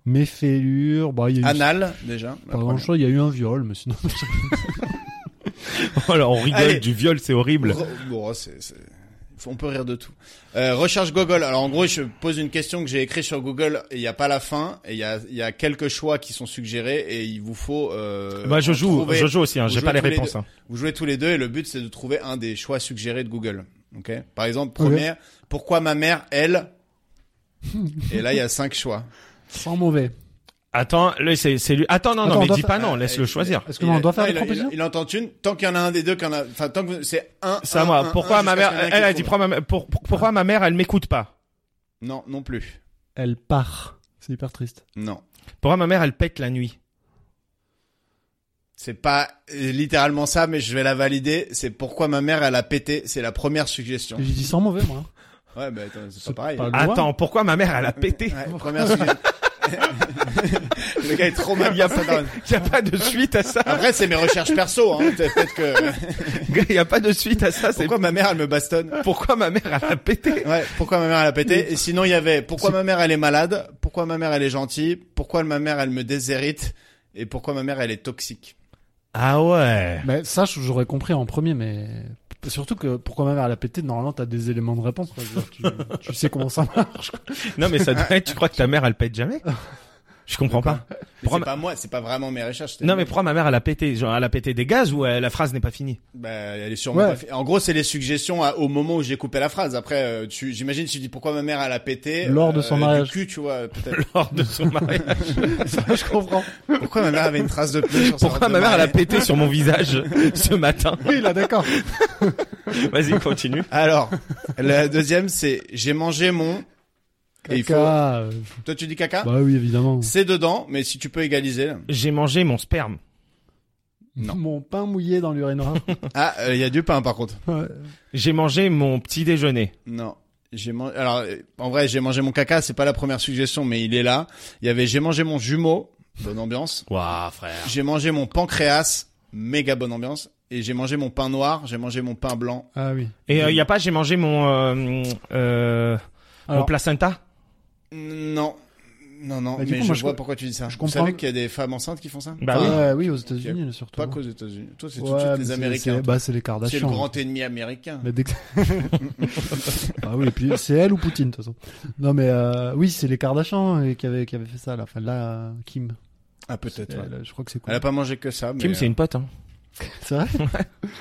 Mes fêlures, bah, il y a eu,
Anal, déjà. la
pas grand
première.
chose, il y a eu un viol, mais sinon.
Alors, on rigole
Allez.
du viol, c'est horrible.
Re- bon, oh, c'est- c'est- faut- On peut rire de tout. Euh, recherche Google. Alors en gros, je pose une question que j'ai écrite sur Google et il n'y a pas la fin et il y a, il y a quelques choix qui sont suggérés et il vous faut... Euh,
Bah, je
en
joue,
trouver-
je joue aussi, hein,
vous
j'ai pas
jouez
les
tous les
réponses.
deux.
hein.
Vous jouez tous les deux et le but c'est de trouver un des choix suggérés de Google. Ok. Par exemple, première, pourquoi ma mère, elle... et là, il y a cinq choix.
Sans mauvais.
Attends, là, c'est, c'est lui. Attends, non,
Attends,
non,
on
mais
doit
dis
fa-
pas non,
Ah,
laisse-le
il-
choisir.
Est-ce qu'on
Il-
doit faire
non,
des
il-
propositions
il, il en tente une. Tant qu'il y en a un des deux, qu'en a... enfin, tant que vous- c'est un.
C'est à
un,
moi.
un,
pourquoi
un,
ma
jusqu'à
mère,
ce qu'il y en
elle,
ait un qui
a dit,
trouve.
pourquoi ma, pour- pour- pourquoi ma mère, elle m'écoute pas?
Non, non plus.
Elle part. C'est hyper triste.
Non.
Pourquoi ma mère, elle pète la nuit?
C'est pas euh, littéralement ça, mais je vais la valider. C'est pourquoi ma mère, elle a pété. C'est la première suggestion.
J'ai dit sans mauvais, moi. hein.
Ouais, bah attends, c'est
C'est
pas pareil.
pas Loin.
Attends, pourquoi ma mère, elle a pété?
Ouais, première suggestion. Le gars est trop mal.
Il y a
pour sa daronne.
Il y a pas de suite à ça.
Après, c'est mes recherches perso. Hein. Peut- Peut-être que.
Il y a pas de suite à ça. C'est
Pourquoi ma mère, elle me bastonne
pourquoi ma mère elle a pété.
Ouais, pourquoi ma mère, elle a pété Et sinon, il y avait pourquoi ma mère, elle est malade Pourquoi ma mère, elle est gentille Pourquoi ma mère, elle me déshérite Et pourquoi ma mère, elle est toxique
Ah ouais.
Mais ça, je- j'aurais compris en premier, mais surtout que pourquoi ma mère elle a pété, normalement t'as des éléments de réponse. quoi. Je veux dire, Tu, tu sais comment ça marche. quoi.
Non mais ça doit être. Tu crois que ta mère elle pète jamais Je comprends pas.
Mais
Pourquoi
C'est
ma-
pas moi, c'est pas vraiment mes recherches.
Non mais pourquoi ma mère elle a pété Genre elle a pété des gaz ou euh, la phrase n'est pas finie
Bah, elle est sûrement
Ouais.
pas fi- En gros, c'est les suggestions à- au moment où j'ai coupé la phrase. Après, euh, tu, j'imagine, tu dis pourquoi ma mère elle a pété
Lors de
euh,
son mariage.
Du cul, tu vois, peut-être.
lors de son mariage
Ça, je comprends.
pourquoi ma mère avait une trace de pneu sur sa
Pourquoi
robe
ma
de
mère elle a
mariée
pété sur mon visage ce matin
Oui, là, d'accord.
Vas-y continue.
Alors, la deuxième, c'est j'ai mangé mon. Et il faut- Ah.
Caca. euh,
Toi, tu dis caca.
Bah oui, évidemment.
C'est dedans, mais si tu peux égaliser. là.
J'ai mangé mon sperme.
Non.
Mon pain mouillé dans l'urinoir.
Ah, il y a du pain par contre.
Ouais.
J'ai mangé mon petit déjeuner.
Non. J'ai mangé. Alors, euh, en vrai, j'ai mangé mon caca. C'est pas la première suggestion, mais il est là. Il y avait j'ai mangé mon jumeau. Bonne ambiance.
Waouh frère.
J'ai mangé mon pancréas, méga bonne ambiance. Et j'ai mangé mon pain noir, j'ai mangé mon pain blanc.
Ah oui.
Et il y a pas j'ai mangé mon euh, euh, mon
Alors,
placenta.
Non, non, non.
Bah, du
mais
coup,
je
moi,
vois
je co-
pourquoi tu dis ça.
je
Vous
comprends.
savez qu'il y a des femmes enceintes qui font ça
Bah oui.
Ah ouais, oui, aux États-Unis surtout. hein.
Pas qu'aux États-Unis. Toi, c'est tout
Ouais,
de suite
mais
les
c'est-
Américains.
c'est- Bah, c'est
C'est
les
le
Kardashians.
grand ennemi américain.
Mais dès que- ah oui, et puis c'est elle ou Poutine de toute façon. Non mais euh, oui, c'est les Kardashians euh, qui avaient qui avaient fait ça là. Enfin là, euh, Kim.
Ah peut-être. ouais.
Elle, euh, je crois que c'est cool.
Elle a pas mangé que ça. Mais
Kim c'est
euh,
une pote hein.
C'est vrai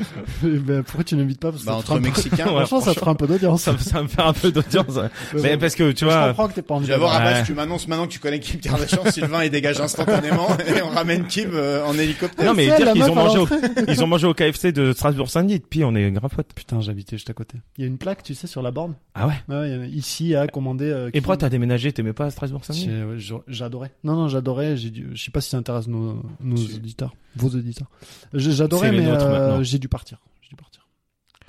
Eh ben, Pourquoi tu n'invites pas Parce que
bah,
ça te
entre
fera un peu-
Mexicains.
Ouais,
Franchement, ça te fera un peu d'audience.
Ça, ça va me fait un peu d'audience. ouais. Mais parce que tu
je
vois,
comprends que t'es pas envie
Je vais avoir à
Ouais.
base, tu m'annonces maintenant que tu connais Kim Kardashian, Sylvain, il dégage instantanément et on ramène Kim euh, en hélicoptère.
non mais
C'est elle,
dire
la
qu'ils
meuf
ont
à
mangé, au, ils ont mangé au KFC de Strasbourg Saint-Denis. Puis on est grave potes.
Putain, j'habitais juste à côté. Il y a une plaque, tu sais, sur la borne.
Ah ouais.
Ouais, ouais, il y en a ici à commander. euh,
Et
Kim.
pourquoi t'as déménagé T'aimais pas Strasbourg Saint-Denis
J'ai- ouais, j'aurais- J'adorais. Non, non, j'adorais. J'ai dû- Je sais pas si ça intéresse nos, nos
Si.
auditeurs. vos auditeurs. J- J'adorais,
C'est les
mais
nôtres,
euh,
maintenant.
j'ai dû partir. J'ai dû partir.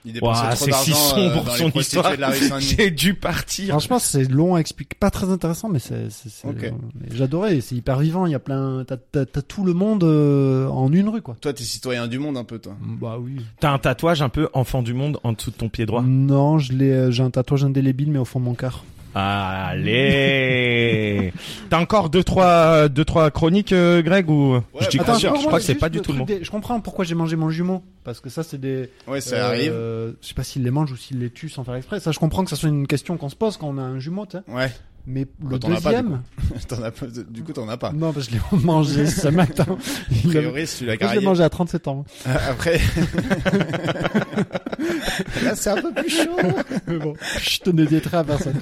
Il dépensait
Ouah,
trop
c'est si
d'argent, euh,
sombre
dans les
son
prostituées
histoire.
de la rue Saint-Denis.
J'ai dû partir.
Franchement, c'est long à expliquer, pas très intéressant, mais c'est, c'est, c'est-
Ok.
mais j'adorais. C'est hyper vivant. Il y a plein, t'as, t'as, t'as tout le monde euh, en une rue, quoi.
Toi, t'es citoyen du monde un peu, toi.
Bah oui.
T'as un tatouage un peu enfant du monde en dessous de ton pied droit.
Non, je l'ai, euh, j'ai un tatouage indélébile, mais au fond de mon cœur.
Allez. T'as encore deux trois deux trois chroniques, euh, Greg ou
Ouais,
Je dis
bah,
pas
attends,
sûr. Je
comprends,
crois que c'est
juste
pas du
le
tout le mot.
truc des- Je comprends pourquoi j'ai mangé mon jumeau, parce que ça, c'est des.
Ouais, ça
euh,
arrive.
Je sais pas s'il les mange ou s'il les tue sans faire exprès. Ça, je comprends que ça soit une question qu'on se pose quand on a un jumeau, tu sais.
Ouais.
Mais le
Quand on l'a pas, du
deuxième.
T'en as pas- du coup, t'en as pas.
non, parce que je l'ai mangé ce matin.
A
Il l'avait-
priori, si tu l'as
Je l'ai
carrié.
mangé à 37 ans.
Après. Là, c'est un peu plus chaud.
Mais bon, je tenais des traits à personne.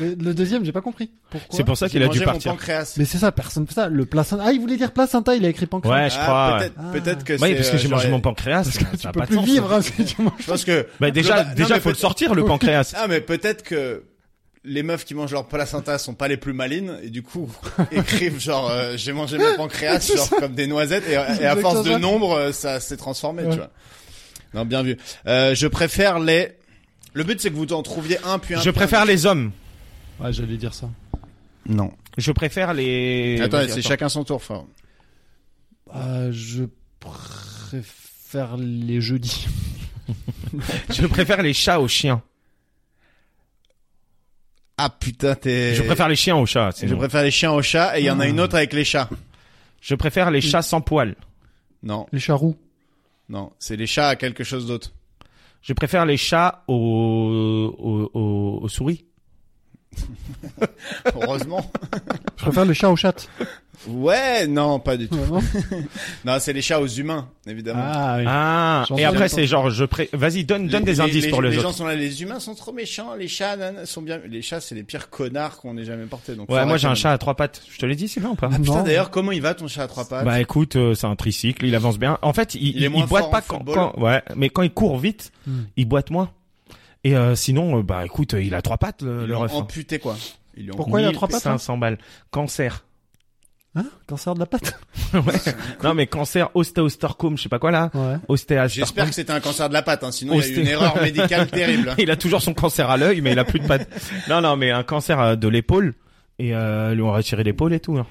Mais le deuxième, j'ai pas compris. Pourquoi
C'est pour ça qu'il a dû
Manger mon
partir.
pancréas.
Mais c'est ça, personne fait ça. Le placenta. Ah, il voulait dire placenta, il a écrit pancréas.
Ouais, je crois.
Ah,
ouais.
Peut-être
ouais.
peut-être que
Ouais,
c'est,
parce que
euh,
j'ai mangé
genre,
mon pancréas. ça a
Tu peux
pas de
plus
sens.
vivre hein, si tu manges.
Je pense que.
Bah déjà,
Globa-
déjà
non, mais
faut le
peut-
sortir le pancréas.
Ah, mais peut-être que les meufs qui mangent leur placenta sont pas les plus malines et du coup écrivent genre euh, j'ai mangé mon pancréas genre comme des noisettes et, et à force de nombre euh, ça s'est transformé
Ouais.
tu vois. Non bien vu. Euh, je préfère les. Le but c'est que vous en trouviez un puis un.
Je
puis un.
préfère les hommes.
Ouais, j'allais dire ça.
Non.
Je préfère les.
Attends,
Vas-y,
c'est chacun son tour. Enfin,
Euh, je préfère les jeudis.
Je préfère les chats aux chiens.
Ah putain t'es.
Je préfère Ah. les chiens aux chats.
Je
sinon.
préfère les chiens aux chats et il y en a une autre avec les chats.
Je préfère les
Mm.
chats sans poils.
Non,
Les charroux.
non, c'est les chats à quelque chose d'autre.
Je préfère les chats aux aux, aux- aux souris.
Heureusement.
Je préfère les chats aux chattes.
Ouais, non, pas du tout.
Ouais, non
Non, c'est les chats aux humains, évidemment.
ah oui.
Ah.
J'en
Et
sais
après
rien.
c'est genre je pré. Vas-y donne donne
Les-
des
les-
indices
les,
pour les,
les
autres.
gens sont là, les humains sont trop méchants, les chats nan, sont bien. Les chats, c'est les pires connards qu'on ait jamais portés. Donc
Ouais,
faudrait
moi j'ai
quand
un
même.
chat à trois pattes. Je te l'ai dit, c'est vrai ou pas
Ah,
Ah, putain,
Non.
d'ailleurs, comment il va ton chat à trois pattes
Bah écoute, euh, c'est un tricycle, il avance bien. En fait, il,
Il est moins
boite
fort
pas
en
quand,
football.
quand- ouais, mais quand il court vite,
Hmm.
il boite moins. Et euh, sinon, euh, bah écoute, euh, il a trois pattes le,
Ils
le
l'ont
ref. hein.
amputé quoi. Ils lui ont-
Pourquoi il a trois pattes,
500 balles. hein Cancer.
Hein Cancer de la patte.
Ouais. non mais cancer, ostéostorcome, je sais pas quoi là.
Ouais.
J'espère
Ostéostorcome.
que c'était un cancer de la patte, hein, sinon il y a eu
Osté-
une erreur médicale terrible. hein.
Il a toujours son cancer à l'œil, mais il a plus de pattes. non non, mais un cancer euh, de l'épaule. Et euh, lui on a retiré l'épaule et tout. hein.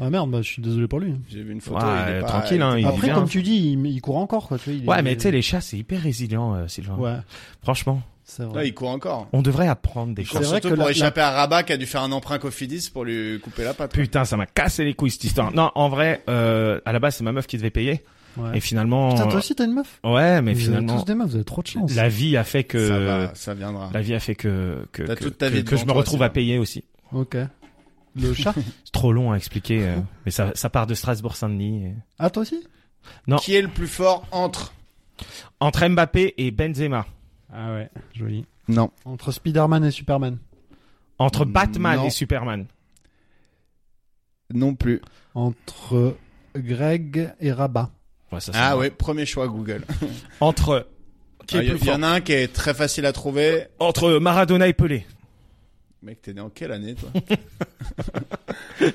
Ah merde, bah, je suis désolé pour lui.
J'ai vu une photo.
Ouais,
il est pas-
tranquille, hein,
il
il
était
est
pas-
Après,
bien.
comme tu dis, il, il court encore, quoi. Tu vois, il est-
Ouais, mais tu sais les chats c'est hyper résilient, euh, Sylvain.
Ouais,
Franchement,
c'est
Ouais,
vrai.
il court encore.
on devrait apprendre des
Il
choses.
court
vrai
surtout
que
pour
la-
échapper à Rabat qui a dû faire un emprunt Cofidis pour lui couper la patte.
Putain, ça m'a cassé les couilles cette histoire. Non, en vrai, euh, à la base c'est ma meuf qui devait payer.
Ouais.
Et finalement,
Putain, toi aussi, t'as une meuf.
euh, ouais, mais
Vous avez
finalement,
tous des meufs, vous avez trop de chance.
la vie a fait que
Ça va, ça viendra.
la vie a fait que que
T'as
que,
toute ta
que-
vie
que
devant
je me
toi,
retrouve
c'est
à
bon.
payer aussi.
Ok. Le chat.
C'est trop long à expliquer, euh, mais ça ça part de Strasbourg Saint-Denis. et-
Ah, toi aussi
Non.
Qui est le plus fort entre
Entre Mbappé et Benzema,
Ah ouais, joli.
Non.
Entre Spider-Man et Superman.
entre Batman
Mm, Non.
et Superman,
Non plus.
Entre Greg et Rabat.
Ouais, ça, c'est
Ah
bon.
ouais, premier choix Google.
Ah, entre qui
Il
est plus
y,
fort
en a un qui est très facile à trouver.
entre Maradona et Pelé.
Mec, t'es né en quelle année toi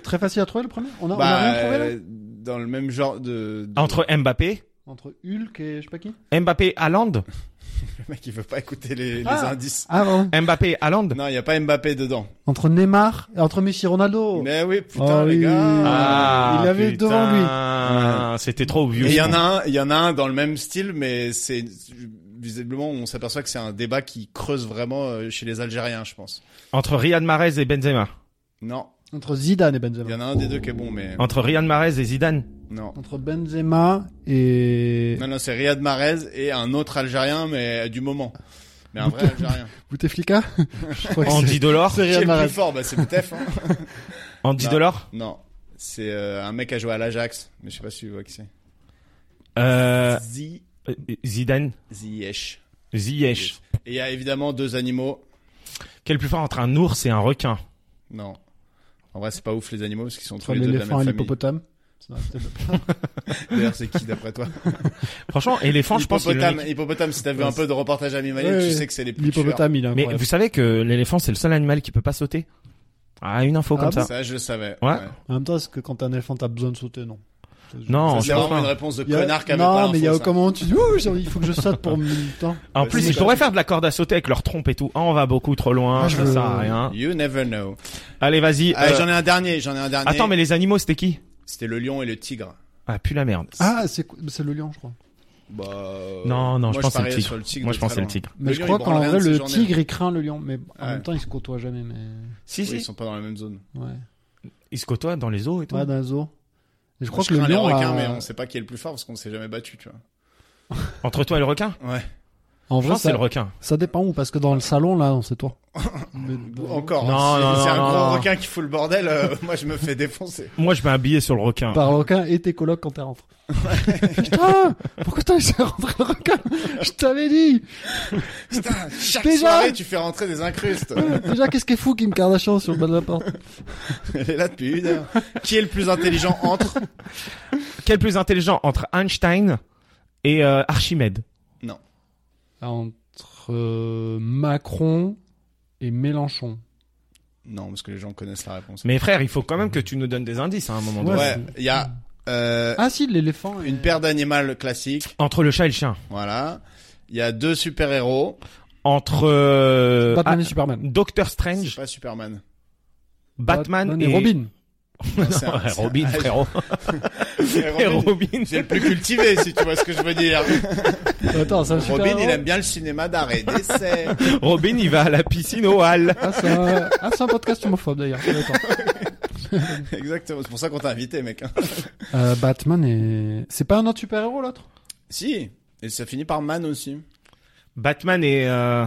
Très facile à trouver le premier On a, on a
Bah,
rien trouvé là
euh, dans le même genre de. de-
Entre Mbappé,
Entre Hulk et je sais pas qui
Mbappé Haaland,
Le mec, il veut pas écouter les, les
Ah.
indices.
Ah bon
Mbappé Haaland.
Non, il y a pas Mbappé dedans.
Entre Neymar et entre Messi et Ronaldo.
Mais oui, putain
Oh
les
oui.
gars.
Ah,
Il avait
putain,
devant
C'était trop
Et
obvious.
il y en a un, il y en a un dans le même style, mais c'est visiblement on s'aperçoit que c'est un débat qui creuse vraiment euh, chez les Algériens, je pense.
Entre Riyad Mahrez et Benzema.
Non,
Entre Zidane et
il
Benzema.
y en a un des deux qui est bon, mais
Entre Riyad Mahrez et Zidane.
non.
Entre Benzema et...
Non, non, c'est Riyad Mahrez et un autre Algérien, mais du moment. Mais un vrai Algérien.
Bouteflika Je crois que
Andy Delors.
Qui
c'est
est
Riyad
le
Mahrez.
plus fort Bah, c'est Boutef. Hein.
Andy
Non.
Delors.
Non, c'est euh, un mec qui a joué à l'Ajax, mais je sais pas si tu vois qui c'est.
Euh,
Zi-
euh, Zidane.
Ziyech.
Ziyech.
Et il y a évidemment deux animaux.
Quel est le plus fort entre un ours et un requin
Non. En vrai, c'est pas ouf les animaux parce qu'ils sont tous
Entre
les deux de la
l'éléphant
même
et
famille.
l'hippopotame. Ça, c'était pas-
D'ailleurs, c'est qui d'après toi
Franchement, éléphant, je pense. que
Hippopotame, hippopotame, si t'as vu un peu de reportage animalier,
Ouais,
tu
ouais.
sais que c'est les plus tueurs.
L'hippopotame, il est
Mais
incroyable.
vous savez que l'éléphant, c'est le seul animal qui peut pas sauter. Ah, une info
Ah
comme
bon
ça.
Ça, je le savais.
Ouais. Oh,
Ouais.
En même temps, est-ce que quand t'es un éléphant, t'as besoin de sauter Non.
Non,
Ça,
je
c'est vraiment
comprends.
une réponse de
Il y a-
connard qui avait pas
Non, mais
l'info,
il y a
ça.
comment tu dis, ouh, j'ai envie- il faut que je saute pour mille temps.
En
Ouais,
plus,
c'est
ils
ça.
pourraient faire de la corde à sauter avec leur trompe et tout. Ah, on va beaucoup trop loin,
Ah,
je
je
ça
veux-
sert à rien.
You never know.
Allez, vas-y. euh,
Allez, Ah, j'en ai un dernier, j'en ai un dernier.
Attends, mais les animaux, c'était qui
C'était le lion et le tigre.
Ah, plus la merde.
Ah, c'est c'est le lion, je crois.
Bah, euh,
Non, non,
moi,
je pense que c'est le
pariais
tigre.
sur le tigre.
Moi,
de
je pense que
très
c'est le tigre.
loin.
Mais
Le
je
lion,
crois
il
qu'en
branle rien
vrai,
de
le
ses journées.
tigre, il craint le lion, mais en
Ouais.
même temps, ils se côtoient jamais, mais
Si,
Oui,
si.
Ils sont pas dans la même zone.
ouais.
Ils se côtoient dans les eaux et tout.
Ouais, dans les eaux. Et je
Moi,
crois
je
que le
crains les
lion
requins,
a-
mais on sait pas qui est le plus fort parce qu'on s'est jamais battu, tu vois.
Entre toi et le requin
Ouais.
En
Je
vrai,
pense que
ça,
c'est le requin.
ça dépend où, parce que dans le salon, là, on sait toi.
Encore.
Non,
hein, si
non,
c'est
non,
un
non.
gros requin qui fout le bordel, euh, moi je me fais défoncer.
Moi, je vais habiller sur le requin.
Par le requin et tes colocs quand t'es rentré. Putain! Pourquoi t'as laissé rentrer le requin? Je t'avais dit!
Putain, chaque
Déjà
soirée tu fais rentrer des incrustes.
Déjà, qu'est-ce qui est fou Kim Kardashian sur le bas de la porte?
Elle est là depuis une heure. Qui est le plus intelligent entre
Quel plus intelligent entre Einstein et euh, Archimède
Entre euh, Macron et Mélenchon.
Non, parce que les gens connaissent la réponse.
Mais frère, il faut quand même que tu nous donnes des indices hein, à un moment
Ouais.
donné.
Ouais, il y a euh,
Ah si, l'éléphant. et-
une paire d'animaux classiques,
Entre le chat et le chien.
voilà. Il y a deux super-héros,
Entre euh,
Batman
ah,
et Superman.
Doctor
c'est
Strange,
pas Superman.
Batman, et,
Robin.
Non,
C'est un-
ouais,
c'est un-
Robin, frérot. Et
Et Robin,
Robin.
c'est le plus cultivé si tu vois ce que je veux dire.
Euh, Attends, c'est un super
Robin, il aime bien le cinéma d'art et d'essai.
Robin, il va à la piscine au hall.
Ah, c'est un... ah, c'est un podcast homophobe d'ailleurs. Attends.
Exactement, c'est pour ça qu'on t'a invité, mec. hein.
Euh, Batman et... C'est pas un autre super-héros l'autre
Si, et ça finit par Man aussi.
Batman et euh,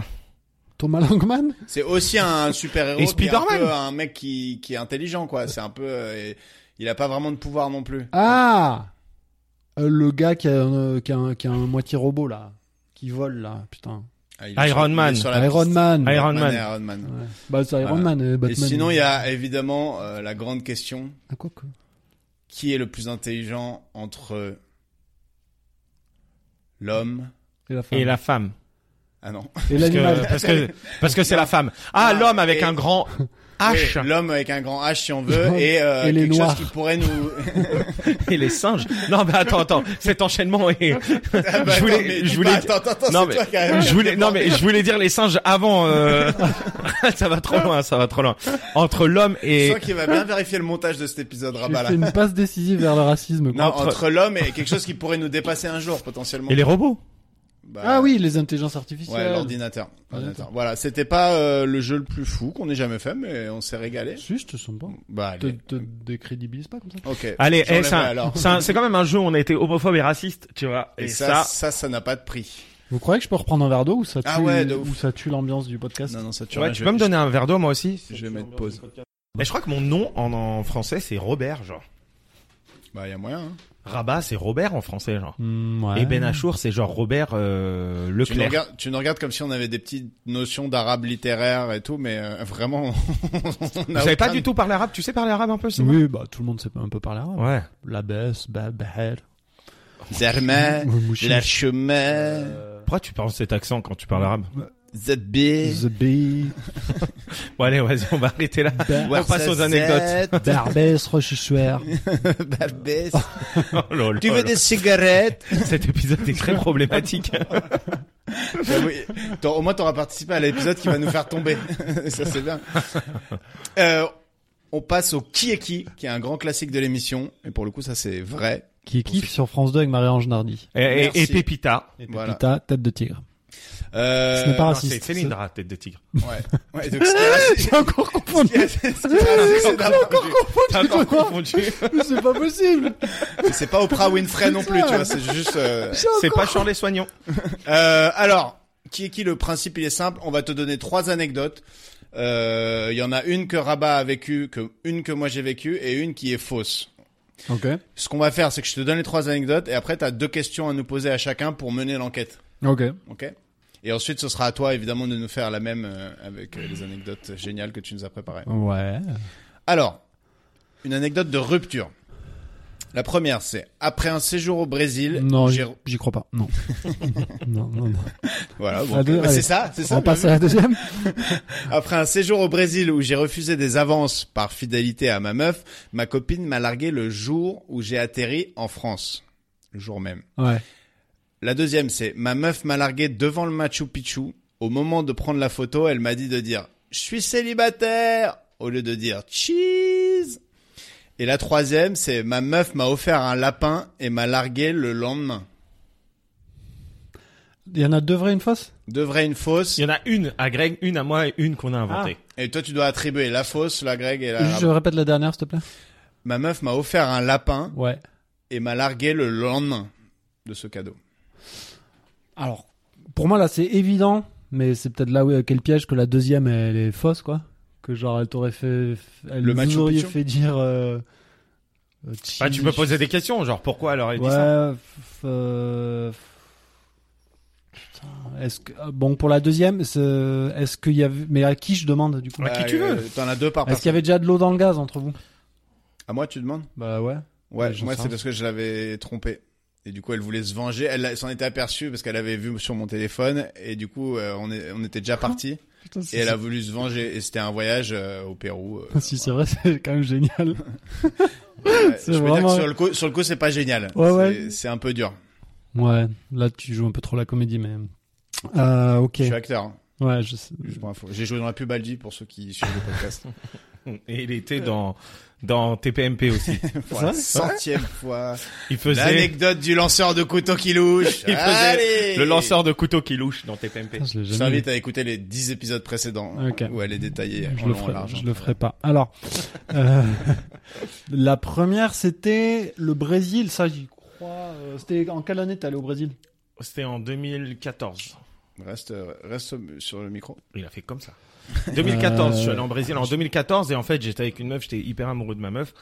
Thomas Langman
C'est aussi un super héros.
Et
qui est un
Spider-Man.
peu un mec qui, qui est intelligent, quoi. C'est un peu. euh, et il a pas vraiment de pouvoir non plus.
Ah Euh, Le gars qui a, un- qui, a un, qui a un moitié robot là. Qui vole là, putain.
Ah, il est
Iron
il est
Man.
la
Iron
piste.
Man.
Iron Man.
et Iron Man.
Ouais. Bah c'est Iron
Voilà.
Man et Batman.
Et sinon, il y a évidemment euh, la grande question
Ah, quoi, quoi.
qui est le plus intelligent entre l'homme
Et la femme.
et la femme.
Ah non.
Et
Parce
l'animal.
que parce que parce que c'est la femme. Ah
Non,
l'homme avec
et-
un grand H
Oui, l'homme avec un grand H si on veut et, euh,
Et les
quelque
noirs.
chose qui pourrait nous.
et les singes. Non mais attends attends, cet enchaînement est
Ah bah,
Je voulais-
attends, mais
je
dis
voulais
pas,
dire-
Attends, attends,
Non,
c'est
mais
toi qui as-
je voulais non mais je voulais dire les singes avant euh... ça va trop loin, ça va trop loin. Entre l'homme
C'est
et
toi qui va bien vérifier le montage de cet épisode,
J'ai
Rabat. là.
fait bah, une passe décisive vers le racisme.
Non,
Quoi.
entre, l'homme et quelque chose qui pourrait nous dépasser un jour potentiellement.
et les robots.
Bah,
Ah oui, euh, Ah, les intelligences
Ouais,
artificielles.
l'ordinateur.
L'ordinateur.
L'ordinateur. Voilà, c'était pas euh, le jeu le plus fou qu'on ait jamais fait, mais on s'est régalé.
Si, je te sens pas.
Bah,
Te,
allez.
te décrédibilise pas comme ça.
ok.
Allez, eh,
J'enlèverai
c'est un-
alors.
c'est un- c'est quand même un jeu où on a été homophobe et raciste, tu vois. Et,
Et
ça,
ça, ça, ça n'a pas de prix.
Vous croyez que je peux reprendre un verre d'eau ou ça tue,
Ah ouais, de ouf.
ou ça tue l'ambiance du podcast
Non, non, ça
tu, ouais, tu peux me donner un verre d'eau moi aussi
Je vais mettre pause.
Mais je crois que mon nom en, en français c'est Robert genre.
Bah, y a moyen. Hein.
Rabat c'est Robert en français genre.
Hmm, ouais.
Et Ben Achour c'est genre Robert euh,
Tu nous,
Leclerc.
regardes, tu nous regardes comme si on avait des petites notions d'arabe littéraire et tout, mais euh, vraiment. on
Vous
a
savez pas
aucun-
du tout parler arabe Tu sais parler arabe un peu, Simon
Oui, bah tout le monde sait un peu parler arabe.
Ouais.
La baisse, bah, bahel.
Zerma,
Mouchi.
l'archema,
Pourquoi tu parles cet accent quand tu parles arabe
zadbi,
The bee,
Bon allez, vas-y, on va arrêter là.
Ba-
On passe aux anecdotes.
Barbès, Rochechouart.
Barbès.
Oh, lol,
Tu
oh,
veux
lol.
des cigarettes
Cet épisode est très problématique.
J'avoue, t'auras- au moins, t'auras participé à l'épisode qui va nous faire tomber. ça, c'est bien. Euh, on passe au qui est qui, qui est un grand classique de l'émission. Et pour le coup, ça, c'est vrai.
Qui kiffe sur France 2 avec Marie-Ange Nardi.
et, et, et
Merci.
Pépita.
Voilà.
Pita, tête de tigre.
Euh,
Ce n'est pas
Non,
raciste.
Ah, c'est Céline Dra, tête de tigre.
Ouais. ouais donc, c'est
J'ai encore confondu.
T'as encore confondu.
C'est pas possible.
c'est pas Oprah Winfrey non plus, tu vois. C'est juste. euh,
C'est pas Charles Soignant.
Euh, alors, qui est qui Le principe, il est simple. On va te donner trois anecdotes. Euh, Il y en a une que Rabat a vécue, que, une que moi j'ai vécue et une qui est fausse.
Ok.
Ce qu'on va faire, c'est que je te donne les trois anecdotes et après, tu as deux questions à nous poser à chacun pour mener l'enquête.
Ok.
OK Et ensuite, ce sera à toi, évidemment, de nous faire la même euh, avec euh, les anecdotes géniales que tu nous as préparées.
Ouais.
Alors, une anecdote de rupture. La première, c'est après un séjour au Brésil.
Non,
j'ai-
j'y j'y crois pas. Non. non, non, non.
Voilà, bon,
La deux-
bah,
allez.
c'est ça, c'est ça.
On
bien
passe
vu.
à la deuxième.
Après un séjour au Brésil où j'ai refusé des avances par fidélité à ma meuf, ma copine m'a largué le jour où j'ai atterri en France. Le jour même.
Ouais.
La deuxième, c'est ma meuf m'a largué devant le Machu Picchu. Au moment de prendre la photo, elle m'a dit de dire je suis célibataire au lieu de dire cheese. Et la troisième, c'est ma meuf m'a offert un lapin et m'a largué le lendemain.
Il y en a deux vraies, une fausse
De vrai une fausse.
Il y en a une à Greg, une à moi et une qu'on a inventée.
Et toi, tu dois attribuer la fausse, la Greg et la.
Je répète la dernière, s'il te plaît.
Ma meuf m'a offert un lapin
Ouais.
et m'a largué le lendemain de ce cadeau.
Alors, pour moi, là, c'est évident, mais c'est peut-être là où est quel piège que la deuxième, elle est fausse, quoi. Que genre, elle t'aurait fait. Elle
Le
vous
Machu
auriez
Picchu
fait dire. Euh, euh,
Ah, tu peux poser des questions, genre pourquoi elle aurait dit
Ouais.
ça
f- euh, putain, Est-ce que ah, bon pour la deuxième, c'est- est-ce qu'il y avait mais à qui je demande du coup
À Bah, qui tu
euh,
veux.
T'en as deux par
Est-ce qu'il y
personne.
avait déjà de l'eau dans le gaz entre vous
À moi, tu demandes
Bah ouais.
Ouais,
Mais j'en
moi
sais
c'est
rien.
parce que je l'avais trompé. Et du coup, elle voulait se venger. Elle a- s'en était aperçue parce qu'elle avait vu sur mon téléphone. Et du coup, euh, on, est, on était déjà parti.
Putain, Hein si
Et elle a voulu se venger. Et c'était un voyage euh, au Pérou. euh,
c'est- si c'est vrai, c'est quand même génial.
voilà. Ouais,
c'est
je peux dire
vraiment-
que sur le coup, sur le coup, c'est pas génial.
Ouais,
C'est-
ouais.
C'est un peu dur.
Ouais, là tu joues un peu trop la comédie, mais euh, ok.
Je suis acteur. hein,
Ouais, je sais.
juste pour info. J'ai joué dans la pub Aldi pour ceux qui suivent le podcast.
Hum, Et il était dans dans TPMP aussi.
Pour la
Ça,
centième fois.
Il faisait
L'anecdote du lanceur de couteau qui louche.
Il faisait
Allez
le lanceur de couteau qui louche dans TPMP.
Putain, Je l'ai
Je
jamais.
t'invite à écouter les 10 épisodes précédents
Ok.
où elle est détaillée.
Je
en
le,
long, en
ferai,
large.
je le ferai pas. Alors, euh, la première c'était le Brésil, ça j'y crois. euh, C'était en quelle année t'es allé au Brésil
C'était en 2014.
Reste, euh, reste sur le micro.
Il a fait comme ça. 2014, je suis
Euh,
allé en Brésil en 2014 et en fait j'étais avec une meuf, j'étais hyper amoureux de ma meuf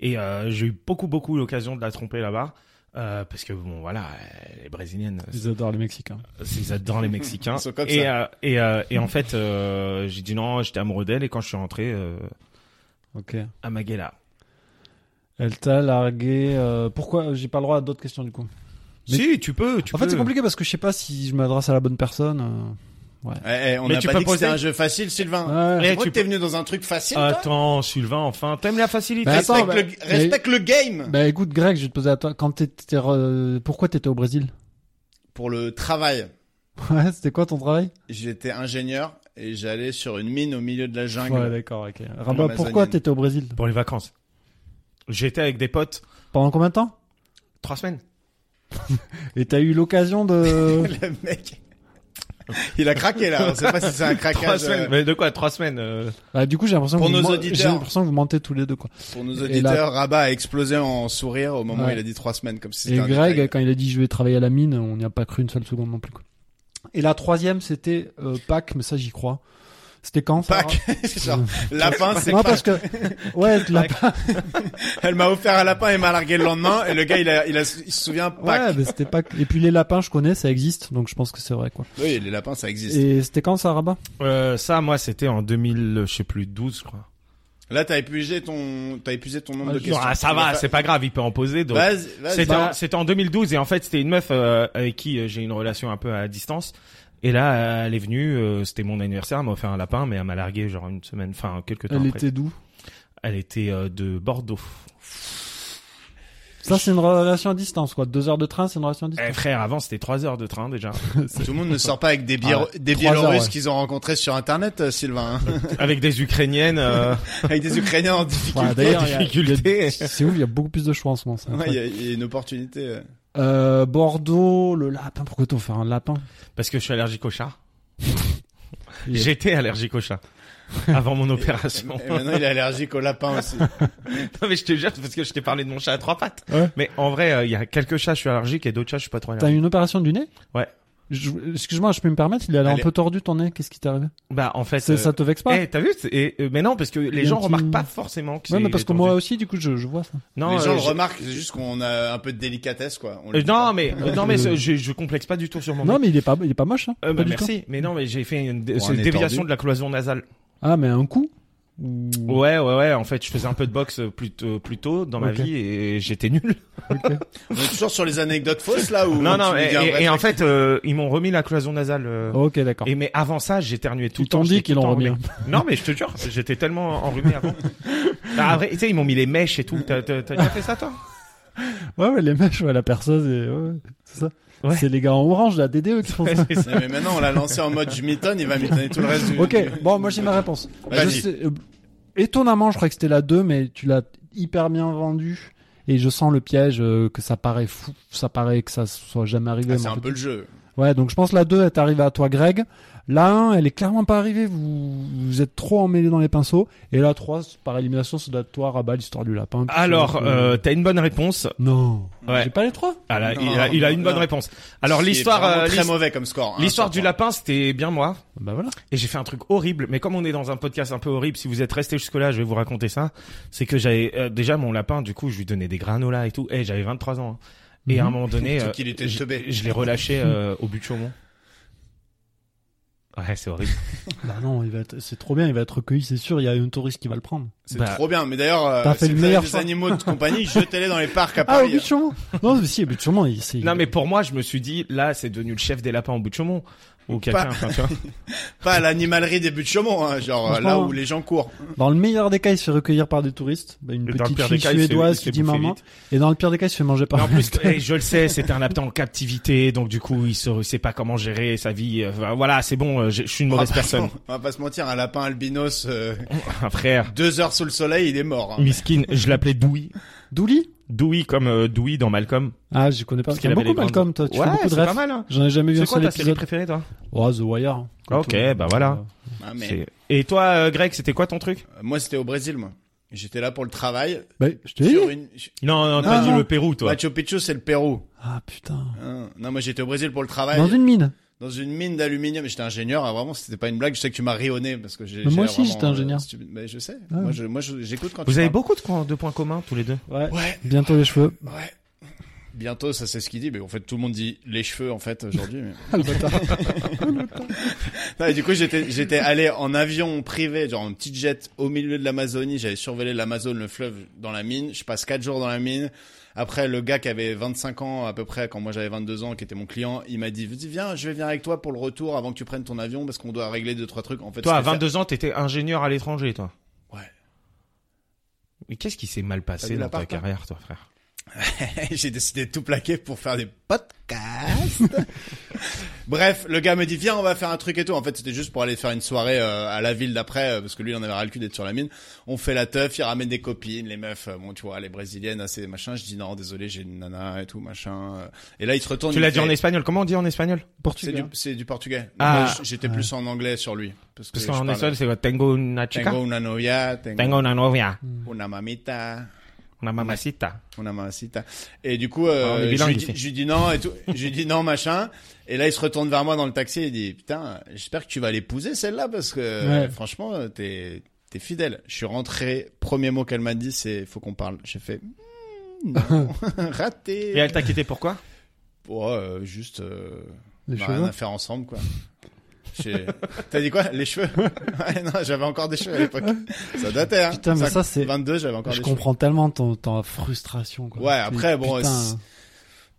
et euh, j'ai eu beaucoup beaucoup l'occasion de la tromper là-bas euh, parce que bon voilà, elle est brésilienne,
Ils adorent les Mexicains.
Ils adorent les Mexicains.
Ils sont comme
et,
ça.
euh, et, euh, et en fait, euh, j'ai dit non, j'étais amoureux d'elle. Et quand je suis rentré euh,
Ok.
à Maguela,
Elle t'a largué. euh, pourquoi J'ai pas le droit à d'autres questions du coup. Mais-
si tu peux, tu
en
peux.
fait, c'est compliqué parce que je sais pas si je m'adresse à la bonne personne. euh.
Eh, eh, on
Mais
n'a
tu
pas
peux
dit que c'était
poser-
un jeu facile, Sylvain.
Ouais.
Eh,
Tu crois
tu
que t'es venu dans un truc facile, toi
Attends, Sylvain, enfin, t'aimes la facilité.
Bah,
Respecte,
attends, bah-
le... respecte le game
Bah écoute, Greg, je vais te poser à toi. Quand t'étais, euh, pourquoi t'étais au Brésil
Pour le travail,
Ouais, c'était quoi ton travail
j'étais ingénieur et j'allais sur une mine au milieu de la jungle.
Ouais, d'accord, ok. Rabat,
Amazonienne.
pourquoi t'étais au Brésil
Pour les vacances, j'étais avec des potes
Pendant combien de temps
trois semaines.
Et t'as eu l'occasion de.
le mec, il a craqué là. On sait pas si c'est un
Trois
craquage
semaines.
euh,
Mais de quoi Trois semaines. euh,
Bah, du coup, j'ai l'impression
Pour
que
nos
vous men-
auditeurs.
j'ai l'impression que vous mentez tous les deux quoi.
pour nos
Et
auditeurs. Rabat a explosé en sourire au moment où
Ouais.
il a dit trois semaines, comme si
Et
c'était un
Greg,
détail.
quand il a dit je vais travailler à la mine, on n'y a pas cru une seule seconde non plus quoi. Et la troisième, c'était euh, Pâques, mais ça j'y crois. C'était quand ça
Pâques. Genre, lapin, c'est
Non
pas.
parce que ouais, la
Elle m'a offert un lapin et m'a largué le lendemain. Et le gars, il a, il a, il se souvient pas.
Ouais, mais c'était pas. Et puis les lapins, je connais, ça existe, donc je pense que c'est vrai quoi.
Oui, les lapins, ça existe.
Et c'était quand ça, à Rabat
euh, ça, moi, c'était en 2000, euh, je sais plus, 12, je crois.
Là, t'as épuisé ton, t'as épuisé ton nombre
Ah,
de
je-
questions.
Ah, ça
Tu vas
va,
faire-
c'est pas grave, il peut en poser. Donc,
Vas-y, vas-y.
C'était
Bah-
en, c'était en 2012 et en fait c'était une meuf euh, avec qui euh, j'ai une relation un peu à distance. Et là, euh, elle est venue, euh, c'était mon anniversaire, elle m'a offert un lapin, mais elle m'a largué genre une semaine, enfin quelques temps
Elle
après.
était d'où
Elle était euh, de Bordeaux.
Ça, c'est une relation à distance quoi. Deux heures de train, c'est une relation à
Eh,
distance.
frère, avant c'était trois heures de train déjà.
Tout le monde ne sort pas avec
Ah
des, Biélo- des
Trois heures,
Biélorusses
ouais.
qu'ils ont rencontrés sur Internet, euh, Sylvain. hein.
avec des Ukrainiennes. euh,
avec des Ukrainiens en difficulté.
Ouais, d'ailleurs, il y a-
difficulté.
C'est ouf, il y a beaucoup plus de choix en ce moment. c'est
Eh, Ouais,
incroyable.
il y, a- il y a une opportunité. euh.
Euh, Bordeaux, le lapin. Pourquoi t'as offert un lapin
Parce que je suis allergique au chat.
Il y a-
J'étais allergique au chat. Avant mon
Et
opération.
maintenant, il est allergique aux lapins aussi.
non mais je te jure, parce que je t'ai parlé de mon chat à trois pattes.
Ouais.
Mais en vrai, euh, il y a quelques chats, je suis allergique et d'autres chats, je suis pas trop allergique.
T'as eu une opération du nez
Ouais.
Je- Excuse-moi, je peux me permettre Il est allé
Allez.
un peu tordu ton nez. Qu'est-ce qui t'est arrivé
Bah en fait,
C'est-
euh,
Ça te vexe pas
Eh, t'as vu c'est- et, euh, Mais non, parce que les
y a
gens
un petit-
remarquent pas forcément que c'est.
Ouais, mais parce que
tendu.
moi aussi, du coup, je, je vois ça.
non,
les gens
euh,
le
je-
remarquent, c'est juste qu'on a un peu de délicatesse, quoi. On le
euh,
dit
non,
pas.
mais euh, non, mais ce- je, je complexe pas du tout sur mon.
Non,
nez.
mais il est pas, il est pas moche. Hein,
Euh,
pas
bah,
du tout.
merci. Mais non, mais j'ai fait une dé-
Pour
c'est
un
une déviation
étendu.
de la cloison nasale.
Ah, mais un coup Ou...
Ouais, ouais, ouais. En fait, je faisais un peu de boxe euh, plus tôt, plus tôt dans ma
Ok.
vie et j'étais nul.
Ok.
On est toujours sur les anecdotes fausses là ou
non,
tu bah,
non.
nous
Et,
dis un
et-
vrai
et en
truc
fait, euh, ils m'ont remis la cloison nasale. euh,
Ok, d'accord.
Et mais avant ça, j'éternuais tout
Oh. Ils
le temps.
t'ont dit
j'étais
qu'ils
tout le
l'ont
temps
remis.
enrhumé. Non, mais je te jure, j'étais tellement enrhumé avant. Ah, vrai, tu sais, ils m'ont mis les mèches et tout. T'as t'as- t'as déjà fait ça, toi
Ouais, ouais, les mèches, ouais, la perceuse, et... ouais, ouais, c'est ça.
Ouais.
C'est les gars en orange, la DDE qui font ça.
C'est ça.
Non, mais maintenant on l'a lancé en mode je m'étonne, il va m'étonner tout le reste du Ah,
Ok, bon, moi j'ai ma réponse. Je
Vas-y.
sais- euh, étonnamment, je crois que c'était la 2, mais tu l'as hyper bien vendue. Et je sens le piège euh, que ça paraît fou, ça paraît que ça soit jamais arrivé.
Ah,
mais
c'est
en
un
fait-
peu le jeu.
Ouais, donc je pense la 2 est arrivée à toi, Greg. La 1, elle est clairement pas arrivée. Vous, vous êtes trop emmêlés dans les pinceaux. Et la 3, par élimination, ça doit être toi, Rabat, l'histoire du lapin. tout ça,
Alors,
donc,
euh, t'as une bonne réponse.
Non.
Ouais.
J'ai pas les 3
Ah là,
Non,
il, a, il a une
non.
bonne réponse. Alors
Ce qui est
l'histoire,
vraiment
euh,
très
l'his-
mauvais comme score. hein,
l'histoire
sur
du
trois.
lapin, c'était bien moi.
Bah voilà.
Et j'ai fait un truc horrible, mais comme on est dans un podcast un peu horrible, si vous êtes resté jusque-là, je vais vous raconter ça. C'est que j'avais euh, déjà mon lapin, du coup, je lui donnais des granolas et tout. Et j'avais 23 ans. hein. Et à un
Mhm.
moment donné,
Surtout
euh,
qu'il était
je,
teubé.
je l'ai relâché euh, au but de Chaumont. Ouais, c'est horrible.
Bah non, il va être, c'est trop bien, il va être recueilli, c'est sûr. Il y a un touriste qui va le prendre.
C'est
Bah,
trop bien. Mais d'ailleurs, euh,
T'as fait
si
le
vous avez
meilleur
des
choix.
animaux de compagnie, jetez-les dans les parcs à
Ah, au
Paris.
but de Chaumont Non, mais si, au but de Chaumont, il, c'est-
Non, mais pour moi, je me suis dit, là, c'est devenu le chef des lapins au bout de Chaumont. Ou quelqu'un, enfin, tu vois.
Pas à l'animalerie des buts de Chaumont, hein, genre euh, là
Franchement,
où les gens courent.
Dans le meilleur des cas, il se fait recueillir par des touristes. Bah, une
Dans le
petite
pire
fille
des cas, il se fait-
suédoise
il se
qui
fait
dit
bouffer
maman.
vite.
Et dans le pire des cas, il se fait manger par
Mais en plus, eh, je le sais, c'était un lapin en captivité, donc du coup, il se sait pas comment gérer sa vie. Enfin, voilà, c'est bon, euh, je je suis une
On va
mauvaise
Ah,
pas-
personne.
Ah, On va pas se mentir, un lapin albinos, euh,
Un frère,
deux heures sous le soleil, il est
Oh,
mort. hein.
Miskin, je l'appelais Douy.
Douli
Douy comme euh, Douy dans Malcolm.
Ah, je connais pas.
Parce
T'as
qu'il avait
beaucoup
les grandes-
Malcolm, toi. Tu
ouais,
fais beaucoup de
c'est pas
rêves.
mal. Hein.
J'en ai jamais vu un
C'est quoi
seul
ta série
épisode.
préférée, toi
Oh, The Wire. Comme Euh,
Ok,
tout le monde.
bah voilà.
Oh,
Ah, mais-
C'est- Et toi, euh, Greg, c'était quoi ton truc
Euh, Moi, c'était au Brésil, moi. J'étais là pour le travail.
Bah, je te
Sur
dis.
une...
Non, non,
t'as
t'as
dit
dit
non. Bah,
le Pérou, toi.
Machu Picchu, c'est le Pérou.
Ah, putain.
Hein. Non, moi, j'étais au Brésil pour le travail.
Dans une mine.
Dans une mine d'aluminium. J'étais ingénieur. ah, vraiment, c'était pas une blague. Je sais que tu m'as rionné parce que j'ai.
Mais moi
j'ai
aussi,
vraiment,
j'étais
euh,
ingénieur.
stupide. Mais je sais.
Ah.
Moi, je- Moi, je- j'écoute quand tu
Vous avez
parles.
beaucoup de, coins- de points communs, tous les deux
Ouais.
Ouais.
Bientôt les cheveux.
Ouais. Bientôt, ça c'est ce qu'il dit, mais en fait tout le monde dit les cheveux en fait aujourd'hui. mais-
Ah, le bâtard.
Non, et du coup, j'étais j'étais allé en avion privé, genre en petit jet au milieu de l'Amazonie. J'avais survolé l'Amazone, le fleuve, dans la mine. Je passe quatre jours dans la mine. Après, le gars qui avait 25 ans à peu près, quand moi j'avais 22 ans, qui était mon client, il m'a dit Vas-y, viens, je vais venir avec toi pour le retour avant que tu prennes ton avion parce qu'on doit régler deux trois trucs. En fait,
Toi, à
c'était
22 ans, t'étais ingénieur à l'étranger, toi.
Ouais.
Mais qu'est-ce qui s'est mal
T'as
passé
vu
dans
la
ta
part, toi
carrière, toi, frère
J'ai décidé de tout plaquer pour faire des podcasts. Bref, le gars me dit viens, on va faire un truc et tout. En fait, c'était juste pour aller faire une soirée euh, à la ville d'après, euh, parce que lui, il en avait ras le cul d'être sur la mine. On fait la teuf, il ramène des copines, les meufs, euh, bon, tu vois, les brésiliennes, assez machin. Je dis non, désolé, j'ai une nana et tout, machin. euh. Et là, il se retourne.
Tu
il
l'as
me
dit
fait-
en espagnol. Comment on dit en espagnol
C'est
Portugais.
du, c'est du portugais.
Ah.
Donc, moi, J'étais plus en anglais sur lui, parce que
Parce
je
qu'en
parlais-
espagnol, c'est quoi Tengo una chica
Tengo Mm. una novia, tengo,
Tengo una novia.
una mamita.
Una mamacita.
On a mamacita. Et du coup,
Ah, on est
euh, je,
bilingue
lui dis,
ici.
je lui dis non et tout. je lui dis non, machin. Et là, il se retourne vers moi dans le taxi et il dit, putain, j'espère que tu vas l'épouser celle-là parce que euh, franchement, euh, t'es, t'es fidèle. Je suis rentré. Premier mot qu'elle m'a dit, c'est faut qu'on parle. J'ai fait, Hmm, non,
Et
raté.
elle t'a quitté pourquoi
Bon, euh, juste, euh,
Les
on a rien
cheveux.
à faire ensemble, quoi. J'ai- T'as dit quoi Les cheveux Ouais, non, j'avais encore des cheveux à l'époque. Ça datait, hein.
Putain, mais ça, c'est-
22, j'avais encore
Je
des cheveux.
comprends tellement ton, ta frustration, quoi.
Ouais,
C'est-
après, bon,
putain.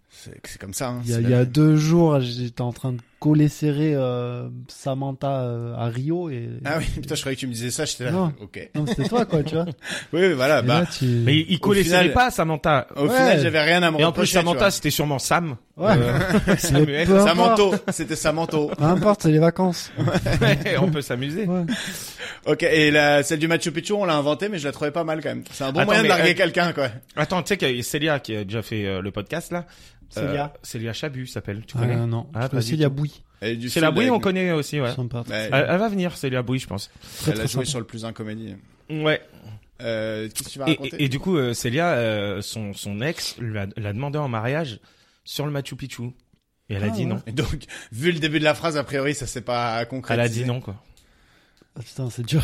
C'est, c'est comme ça. hein.
Il y a,
C'est
il
la
y a
vie.
deux jours, j'étais en train de coller serrer euh, Samantha euh, à Rio et
Ah oui, putain, je croyais que tu me disais ça, j'étais là.
Non.
Ok.
non mais c'était toi quoi, tu vois.
Oui, oui, voilà,
Et
bah.
là, tu...
Mais il
Au
collait
final- euh,
pas, Samantha.
Au
Ouais.
final, j'avais rien à
Et
me
en plus,
reprocher, tu
Samantha, c'était sûrement Sam.
ouais.
Euh, Samuel.
peu
vois.
importe.
Samanto, c'était Samanto.
Peu importe, c'est les vacances.
Ouais, on peut s'amuser.
Ouais.
Ok, et la, celle du Machu Picchu, on l'a inventée, mais je la trouvais pas mal quand même. C'est un bon
Attends,
moyen de
mais,
larguer
euh,
quelqu'un, quoi.
Attends, tu sais qu'il y a Célia qui a déjà fait euh, le podcast là.
Célia.
Euh, Célia Chabu s'appelle, tu connais
Euh, non,
Ah,
je
pas
connaissais,
du
il y a
tout.
Bouy.
Elle est du
Célia
sud,
Bouy,
avec-
on connaît aussi, ouais.
Sympa.
Ouais,
Elle, elle va venir, Célia Bouy, je pense.
Très,
elle
très
a joué
sympa.
sur le plus un comédie.
Ouais.
Euh, qu'est-ce que tu vas
Et,
raconter?
et- et du coup, euh, Célia, euh, son, son ex, lui a- l'a demandé en mariage sur le Machu Picchu. Et elle a
Ah,
dit
ouais.
non.
Et Donc, vu le début de la phrase, a priori, ça s'est pas concret.
Elle a dit non, quoi.
Ah, putain, c'est dur.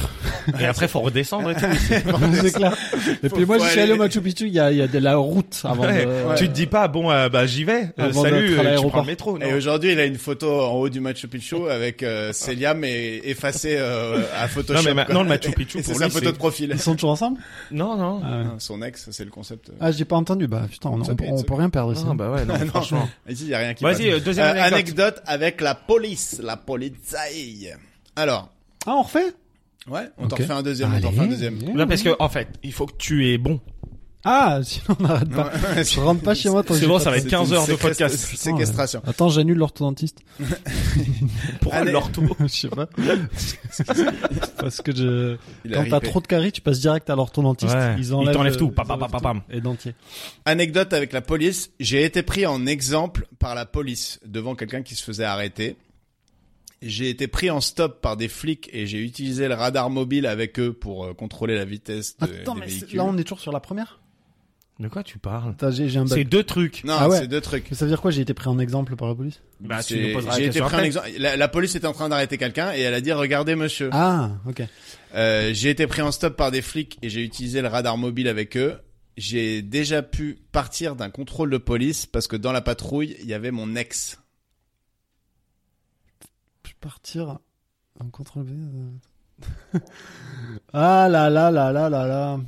Et après, faut redescendre et tout.
c'est clair. Et puis moi,
faut
je suis allé
aller-
au Machu Picchu, il y a, il y a de la route avant
Ouais.
de...
Tu te dis pas, bon, euh, bah, j'y vais. Euh,
Avant d'être à
salut, euh, tu prends
l'aéroport.
le métro. non.
Et aujourd'hui, il a une photo en haut du Machu Picchu avec euh, Célia mais effacée euh, à Photoshop.
Non, mais maintenant,
quoi.
le Machu Picchu,
Et c'est
pour
sa
lui,
photo
c'est-
de profil.
Ils sont toujours ensemble
Non, non.
Ah, ouais.
Son ex, c'est le concept. euh,
Ah, j'ai pas entendu. Bah putain, on,
It's
on-
okay,
on
it's
peut rien perdre hein. ici.
Ah, bah ouais, non,
Non.
franchement.
Ici, il y a rien qui
Vas-y,
passe.
euh, deuxième
Euh,
anecdote.
anecdote avec la police, la polizei. Alors,
Ah, on refait
ouais, on t'en
Ok.
refait un deuxième, on t'en
Allez,
refait un deuxième.
allez.
Non, parce que, en fait, il faut que tu es bon.
Ah, sinon on n'arrête pas. Je rentre pas chez moi. tant que
C'est
j'ai
bon,
pas
ça va
de-
être 15 heures de
séquestre-
podcast.
c'est une
Putain,
Séquestration.
ouais. Attends, j'annule l'orthodontiste.
Pourquoi
Allez.
l'ortho
Je sais pas. Parce que je...
Il a
quand t'as
ripé.
trop de caries, tu passes direct à l'orthodontiste.
Ouais.
Ils
Ils
enlèvent
t'enlèvent tout.
ils
Pam, pam,
enlèvent
pam, pam,
tout. Et dentier.
Anecdote avec la police. J'ai été pris en exemple par la police devant quelqu'un qui se faisait arrêter. J'ai été pris en stop par des flics et j'ai utilisé le radar mobile avec eux pour euh, contrôler la vitesse de,
Attends,
des
mais c'est-
véhicules.
là on est toujours sur la première.
De quoi tu parles
Attends, j'ai j'ai un
C'est
bug.
deux trucs.
Non,
Ah ouais.
c'est deux trucs.
Mais ça veut dire quoi J'ai été pris en exemple par la police
Bah, tu
C'est-
nous poseras la
J'ai été
question
pris en
après.
exemple. La, la police était en train d'arrêter quelqu'un et elle a dit "Regardez, monsieur."
Ah, ok.
Euh, j'ai été pris en stop par des flics et j'ai utilisé le radar mobile avec eux. J'ai déjà pu partir d'un contrôle de police parce que dans la patrouille, il y avait mon ex.
Je vais partir en contrôle B. euh. ah là là là là là là.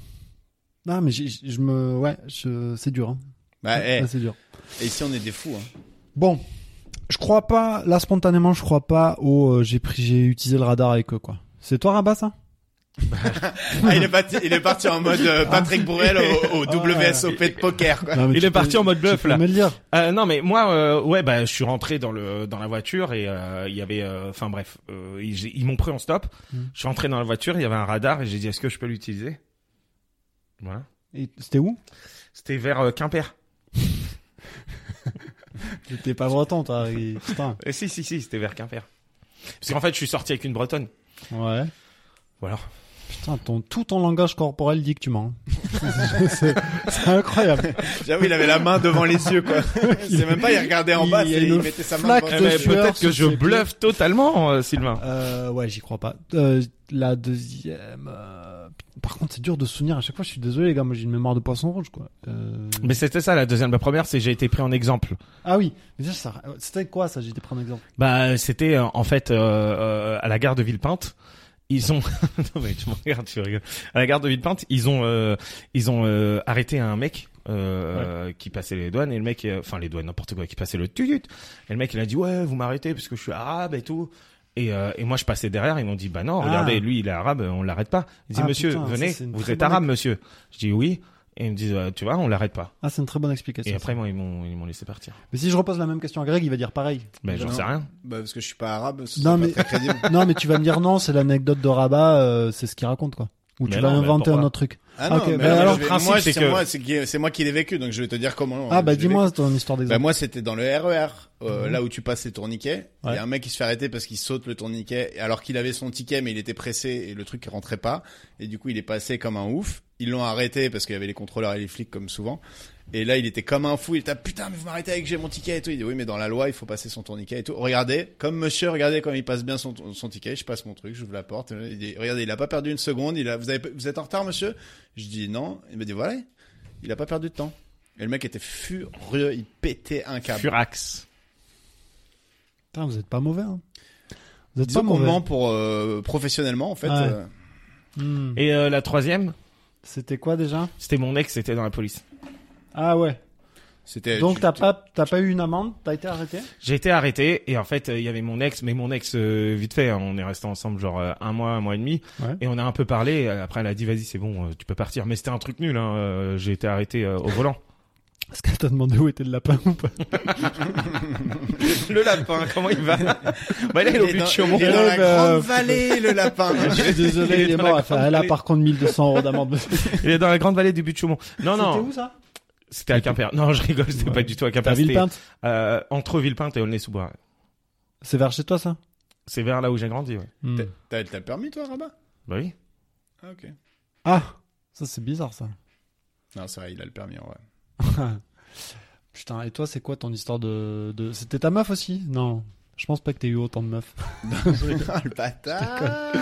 Non mais j'ai- j'ai- je me ouais, je c'est dur hein.
Bah, eh,
Ouais, c'est dur.
et ici on est des fous. Hein.
Bon, je crois pas là spontanément, je crois pas au euh, j'ai pris j'ai utilisé le radar avec eux quoi. C'est toi Rabat ça
Ah, il est parti, il est parti en mode euh, Patrick Bourrel au,
Ah.
au WSOP de poker. Quoi.
Non, mais
Il
tu
est
peux-
parti en mode
tu
bluff,
peux
là.
me le dire.
Euh, non mais moi euh, ouais bah je suis rentré dans le dans la voiture et euh, il y avait euh, enfin bref euh, ils, j'ai- ils m'ont pris en stop.
Mm.
Je suis rentré dans la voiture, il y avait un radar et j'ai dit est-ce que je peux l'utiliser Voilà.
Et c'était où
C'était vers euh, Quimper.
T'es pas breton toi. et- Putain.
Et Eh, si si si, c'était vers Quimper. Parce qu'en fait, je suis sorti avec une bretonne.
Ouais.
Voilà.
Putain, ton tout ton langage corporel dit que tu mens. c'est c'est incroyable.
J'avoue, il avait la main devant les yeux. Quoi. C'est même pas, il regardait en
Il
bas,
y a
c'est- il
une
mettait sa main.
flaque
devant-
de
Eh
te
ben,
sueur
peut-être que
sur
je
ses pieds.
bluffe totalement euh, Sylvain.
Euh, ouais, j'y crois pas. Euh, la deuxième. euh, Par contre, c'est dur de se souvenir à chaque fois. Je suis désolé, les gars. Moi, j'ai une mémoire de poisson rouge, quoi. Euh,
Mais c'était ça la deuxième, la première c'est j'ai été pris en exemple.
Ah oui. Mais ça, ça- c'était quoi ça J'étais pris un exemple.
Bah c'était euh, en fait euh, euh, à la gare de Villepinte. Ils ont non mais tu me regardes, tu rigoles. À la gare de Villepinte, ils ont euh, ils ont euh, arrêté un mec euh, qui passait les douanes et le mec euh, enfin les douanes n'importe quoi qui passait le tutut. Et le mec il a dit ouais, vous m'arrêtez parce que je suis arabe et tout. Et, euh, et moi je passais derrière, ils m'ont dit bah non,
Ah.
regardez, lui il est arabe, on l'arrête pas. Ils disent
Ah,
monsieur,
putain, ça,
venez,
c'est une
vous
très
êtes
bonne
arabe monsieur. Je dis oui et ils me disent euh, tu vois, on l'arrête pas.
Ah, c'est une très bonne explication.
Et après moi ils m'ont ils m'ont laissé partir.
Mais si je repose la même question à Greg, il va dire pareil.
Ben j'en
Non.
sais rien.
Bah, parce que je suis pas arabe, c'est pas
Non, mais-
très crédible.
non, mais tu vas me dire non. C'est l'anecdote de Rabat. euh, c'est ce qu'il raconte, quoi. Ou tu
Mais
vas
non, mais
inventer un
pourquoi
autre truc.
Ah non,
Ok,
mais
bah
non, mais
alors,
je vais-
le principe,
moi,
c'est
c'est
que-
moi, c'est qui- c'est moi qui l'ai vécu, donc je vais te dire comment.
ah bah
je l'ai vécu.
dis-moi ton histoire
Bah
d'exemple.
moi c'était dans le RER, euh, là où tu passes les tourniquets. Il
Ouais.
y a un mec qui se fait arrêter parce qu'il saute le tourniquet alors qu'il avait son ticket mais il était pressé et le truc rentrait pas. Et du coup il est passé comme un ouf. Ils l'ont arrêté parce qu'il y avait les contrôleurs et les flics comme souvent. Et là il était comme un fou. Il était putain mais vous m'arrêtez avec j'ai mon ticket et tout. Il dit oui mais dans la loi il faut passer son tourniquet et tout. Regardez comme monsieur regardez comme il passe bien son, son ticket. Je passe mon truc, j'ouvre la porte. Il dit regardez il a pas perdu une seconde. Il a vous avez vous êtes en retard monsieur. Je dis non. Il me dit voilà il a pas perdu de temps. Et le mec était furieux, il pétait un câble.
Furax.
Putain, vous êtes pas mauvais. Hein. Vous êtes
Disons
pas
qu'on
mauvais.
ment pour euh, professionnellement en fait.
Ouais.
euh,
Hmm.
Et euh, la troisième
C'était quoi déjà
C'était mon ex, c'était dans la police.
Ah ouais.
C'était
Donc
tu-
t'as
tu-
pas t'as pas eu une amende T'as été arrêté
J'ai été arrêté et en fait euh, il y avait mon ex, mais mon ex euh, vite fait, hein, on est resté ensemble genre euh, un mois, un mois et demi,
Ouais.
et on a un peu parlé. euh, Après elle a dit vas-y c'est bon, euh, tu peux partir. Mais c'était un truc nul, hein, euh, j'ai été arrêté euh, au volant.
Est-ce qu'elle t'a demandé où était le lapin ou pas
Le lapin, comment il va Bah
Il est dans, il est dans la
Eh ben,
grande vallée le lapin.
Je suis
Il
désolé,
est
il est
dans
mort.
la
Elle fait,
grande
ah là,
allée.
par contre, 1200 euros d'amende.
Il est dans la grande vallée du Butte-Chaumont. Non
C'était
non,
où ça
c'était à Quimper. Non je rigole, c'était
Ouais.
pas du tout à
T'as
Quimper. C'était
Villepinte
euh, entre Villepinte et Aulnay-sous-Bois.
C'est vers chez toi, ça
C'est vers là où j'ai grandi. Ouais.
Hmm.
T'as t'as le permis toi Rabat
Bah oui.
Ah, Ok.
Ah Ça, c'est bizarre, ça.
Non c'est vrai il a le permis en vrai.
Putain, et toi, c'est quoi ton histoire de... de... C'était ta meuf aussi Non. Je pense pas que t'aies eu autant de meufs.
le bâtard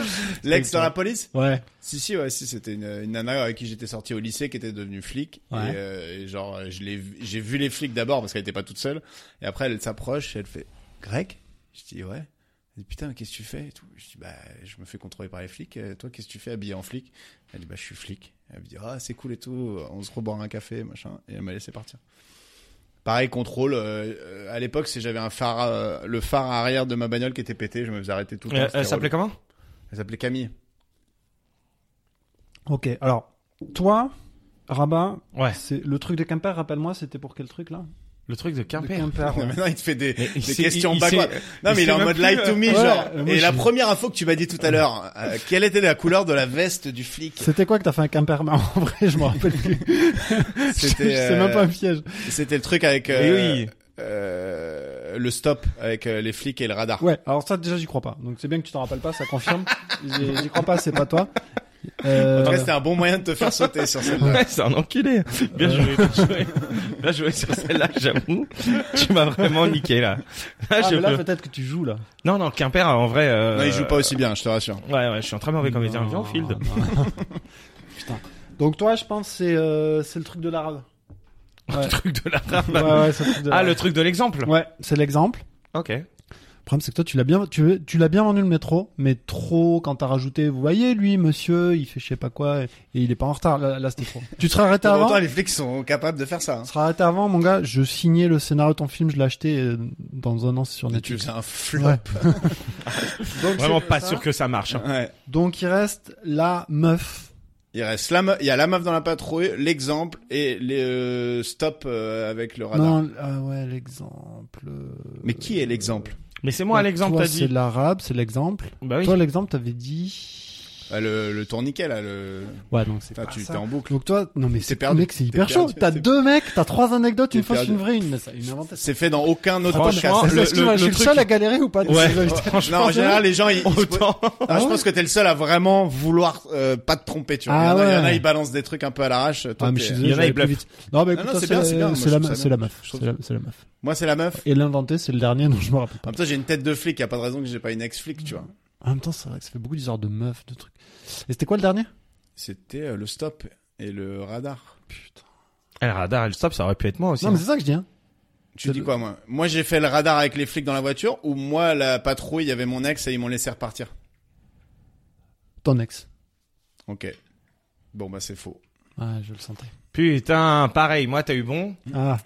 L'ex dans la police
Ouais.
Si, si, ouais, si, c'était une, une nana avec qui j'étais sorti au lycée qui était devenue flic.
Ouais.
Et, euh, et genre, je l'ai vu- j'ai vu les flics d'abord parce qu'elle était pas toute seule. Et après, elle s'approche et elle fait Grec Je dis ouais. Elle dit putain, mais qu'est-ce que tu fais et tout. Je dis bah, je me fais contrôler par les flics. Euh, toi, qu'est-ce que tu fais habillé en flic Elle dit bah, je suis flic. Elle me dit ah, c'est cool et tout. On se reboire un café, machin. Et elle m'a laissé partir. Pareil, contrôle. euh, euh, à l'époque, c'est j'avais un phare, euh, le phare arrière de ma bagnole qui était pété. Je me faisais arrêter tout le temps.
Euh, Elle
c'était
s'appelait
relou.
comment
Elle s'appelait Camille.
Ok. Alors, toi, Rabat,
Ouais.
c'est le truc de Quimper. Rappelle-moi, c'était pour quel truc là
Le truc de
De
Quimper.
Quimper. ouais.
Maintenant, il te fait des,
Mais il
des
sait-
questions
il- il
backwards.
sait- il
Non, mais il
sait
est en
même
mode
plus,
light to
euh,
me,
ouais,
genre.
euh, moi,
Et
je
la
suis-
première info que tu m'as dit tout à l'heure, euh, quelle était la couleur de la veste du flic
C'était quoi que t'as fait un Quimper marrant En vrai, je m'en rappelle plus.
C'était,
C'est
euh,
même pas un piège.
C'était le truc avec
Mais
euh,
oui.
euh, le stop, avec euh, les flics et le radar.
Ouais. Alors ça, déjà, j'y crois pas. Donc c'est bien que tu t'en rappelles pas. Ça confirme. J'y j'y crois pas. C'est pas toi. Euh,
En tout cas, c'était un bon moyen de te faire sauter sur celle-là.
Ouais, c'est un enculé. Bien
Euh.
joué, bien joué. Bien joué sur celle-là, j'avoue. Tu m'as vraiment niqué là. Là,
ah,
je
mais là
peux-
peut-être que tu joues là.
Non, non, Quimper en vrai. euh,
Non, il joue pas aussi bien, je te rassure.
Ouais, ouais, je suis un très mauvais comédien. Viens au field.
Non. Putain. Donc toi, je pense c'est euh, c'est le truc de l'arabe.
Le truc de la rame.
Ouais,
Bah,
ouais, c'est le truc de
Ah,
l'arabe.
le truc de l'exemple.
Ouais, c'est l'exemple.
Ok.
Le problème, c'est que toi, tu l'as bien, tu, tu l'as bien vendu le métro, mais trop quand t'as rajouté, vous voyez, lui, monsieur, il fait je sais pas quoi, et, et il est pas en retard, là, là, c'était trop. tu serais arrêté
Pour
avant,
autant, les flics sont capables de faire ça. hein.
tu serais arrêté avant, mon gars, je signais le scénario de ton film, je l'achetais, euh, dans un an, c'est sur
Mais tu
Netflix.
faisais un flop.
Ouais. Donc,
Vraiment
c'est
pas
ça.
sûr que ça marche. hein.
Ouais.
Donc, il reste la meuf.
Il reste la meuf, il y a la meuf dans la patrouille, l'exemple et les euh, stop euh, avec le radar.
Non, ah ouais, l'exemple. euh,
Mais qui est l'exemple
Mais c'est moi
donc,
l'exemple,
toi,
t'as
C'est
dit.
l'arabe, c'est l'exemple.
Bah oui.
Toi, l'exemple, t'avais dit.
Bah, le, le tourniquet là, le.
Ouais, donc c'est
Putain,
pas
tu
Ah, ça.
t'es en boucle.
Donc toi, non mais
T'es
c'est
perdu.
mec, c'est hyper
T'es
chaud.
perdu.
T'as
T'es-
deux mecs, t'as trois anecdotes, une
T'es
fausse,
perdu.
une vraie, une, mais ça, une inventée.
C'est fait dans aucun autre
Franchement,
podcast.
le-
Excuse-moi,
le-
je suis
le
le
truc-
seul à galérer ou pas
Ouais.
Désolé, je t'ai-
Franchement,
Non, en général, les gens, ils, ils se posent-
autant.
Ah, je
ouais
pense que t'es le seul à vraiment vouloir euh, pas te tromper, tu vois.
Ah
il, y en a, il y en a,
ouais.
ils balancent des trucs un peu à l'arrache. Toi,
Ah mais
t'es-
je suis
Il y
désolé,
en a,
j'allais
ils
plus
bluffent.
vite. Non mais
Ah Non,
écoute,
non,
ça,
c'est
c'est
bien, c'est bien,
la-
moi,
c'est
je
la
trouve ça
meuf, c'est
bien.
la meuf,
Je trouve
c'est la- c'est la meuf.
Moi, c'est la meuf.
Et l'inventé, c'est le dernier, donc je me rappelle
En
pas.
même temps, j'ai une tête de flic. Y a pas de raison que j'ai pas une ex-flic, tu vois.
En même temps, c'est vrai que ça fait beaucoup d'histoires de meufs, de trucs. Et c'était quoi le dernier
C'était euh, le stop et le radar.
Putain.
Eh, le radar, et le stop, ça aurait pu être moi aussi.
Non mais
hein.
c'est ça que je dis. Hein.
Tu
C'est
dis
le-
quoi, moi Moi, j'ai fait le radar avec les flics dans la voiture, ou moi, la patrouille, il y avait mon ex et ils m'ont laissé repartir.
Ton ex.
Ok. Bon, bah, c'est faux.
Ouais, je le sentais.
Putain, pareil. Moi, t'as eu bon.
Ah.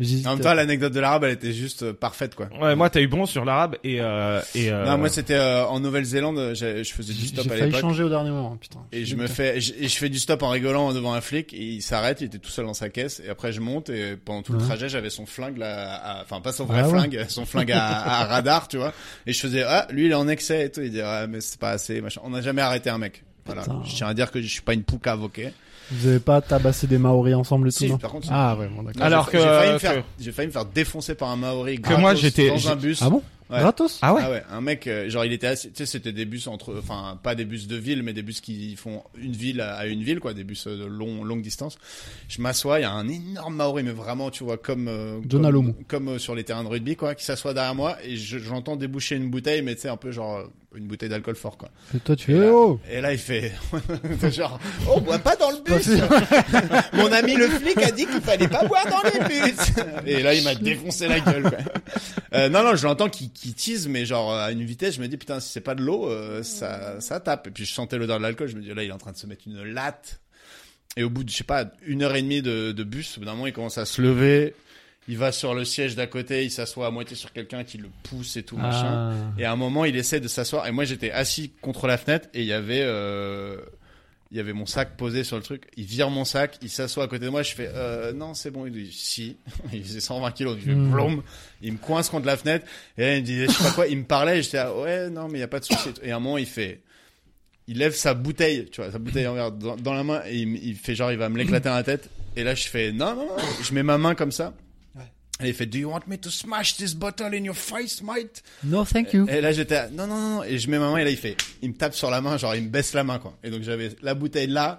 J'hésite.
Mmh. En même temps, l'anecdote de l'arabe, elle était juste euh, parfaite, quoi.
Ouais, moi, t'as eu bon sur l'arabe et euh, et. euh,
Non, moi, c'était euh, en Nouvelle-Zélande. j'ai- Je faisais du
J'ai
stop à
failli
l'époque.
changer au dernier moment, putain.
Et je me fais, je, et je fais du stop en rigolant devant un flic. Et il s'arrête, il était tout seul dans sa caisse. Et après, je monte et pendant tout le
Ouais.
trajet, j'avais son flingue là, à- enfin pas son vrai
Ah ouais.
flingue, son flingue à, à radar, tu vois. Et je faisais, ah, lui il est en excès et tout. Il dit, ah, mais c'est pas assez, machin. On n'a jamais arrêté un mec. Voilà.
Putain.
Je tiens à dire que je suis pas une pouca avoquée.
Vous avez pas tabassé des Maoris ensemble et tout
Si,
non
par contre, si.
Ah ouais, bon d'accord.
Alors
j'ai,
que- euh,
j'ai failli me
que-
faire, j'ai failli me faire défoncer par un Maori.
Que moi,
gratos
j'étais-
dans un
j'ai-
bus.
Ah bon
Ouais.
Gratos
Ah ouais.
Ah ouais, un mec, euh, genre il était assez, tu sais, c'était des bus entre, enfin pas des bus de ville, mais des bus qui font une ville à, à une ville, quoi, des bus euh, de long, longue distance. Je m'assois, il y a un énorme Maori, mais vraiment, tu vois, comme euh,
John
comme,
Alomu.
comme, euh, sur les terrains de rugby, quoi, qui s'assoit derrière moi et je- j'entends déboucher une bouteille, mais tu sais, un peu genre euh, une bouteille d'alcool fort, quoi.
Et toi, tu
Et
fais
là-
oh
Et là, il fait genre, on boit pas dans le bus. Mon ami le flic a dit qu'il fallait pas boire dans les bus. Et là, il m'a défoncé la gueule. quoi. Euh, non, non, je l'entends qui qui tease, mais genre à une vitesse, je me dis putain, si c'est pas de l'eau, euh, ça ça tape. Et puis je sentais l'odeur de l'alcool, je me dis là, il est en train de se mettre une latte. Et au bout de je sais pas une heure et demie de, de bus, au bout d'un moment, il commence à se lever. Il va sur le siège d'à côté, il s'assoit à moitié sur quelqu'un qui le pousse et tout machin. Et à un moment, il essaie de s'asseoir. Et moi, j'étais assis contre la fenêtre et il y avait, euh, il y avait mon sac posé sur le truc. Il vire mon sac, il s'assoit à côté de moi. Je fais, euh, non, c'est bon. Il dit, si. Il faisait 120 kilos. Il fait,
Mm.
blom. Il me coince contre la fenêtre. Et là, il me disait, je sais pas quoi. Il me parlait. et J'étais, ah, ouais, non, mais il y a pas de souci. Et à un moment, il fait, il lève sa bouteille, tu vois, sa bouteille en verre dans, dans la main et il, me- il fait genre, il va me l'éclater dans la tête. Et là, je fais, non, non, non. Je mets ma main comme ça. Et il fait, do you want me to smash this bottle in your face, mate?
No, thank you.
Et là, j'étais, à- non, non, non, non. et je mets ma main, et là, il fait, il me tape sur la main, genre, il me baisse la main, quoi. Et donc, j'avais la bouteille là,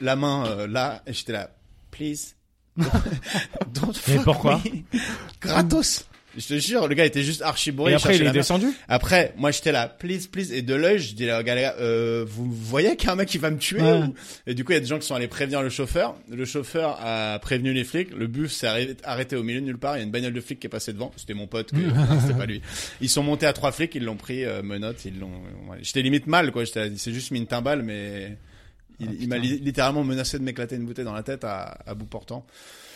la main euh, là, et j'étais là, please. Don't
Mais
fuck
pourquoi
me. Gratos. Je te jure, le gars était juste archi bourré.
Et après,
cherchait
il est
la merde.
descendu.
Après, moi j'étais là, please, please, et de l'œil, je dis là, gars, les gars, euh, vous voyez qu'il y a un mec qui va me tuer
Ouais.
ou- Et du coup, il y a des gens qui sont allés prévenir le chauffeur. Le chauffeur a prévenu les flics. Le bus s'est arrêté, arrêté au milieu de nulle part. Il y a une bagnole de flic qui est passée devant. C'était mon pote, que- non, c'était pas lui. Ils sont montés à trois flics, ils l'ont pris euh, menottes, ils l'ont. ouais. J'étais limite mal, quoi. J'étais, il s'est juste mis une timbale, mais il,
Ah,
il m'a
putain.
li- littéralement menacé de m'éclater une bouteille dans la tête à, à bout portant.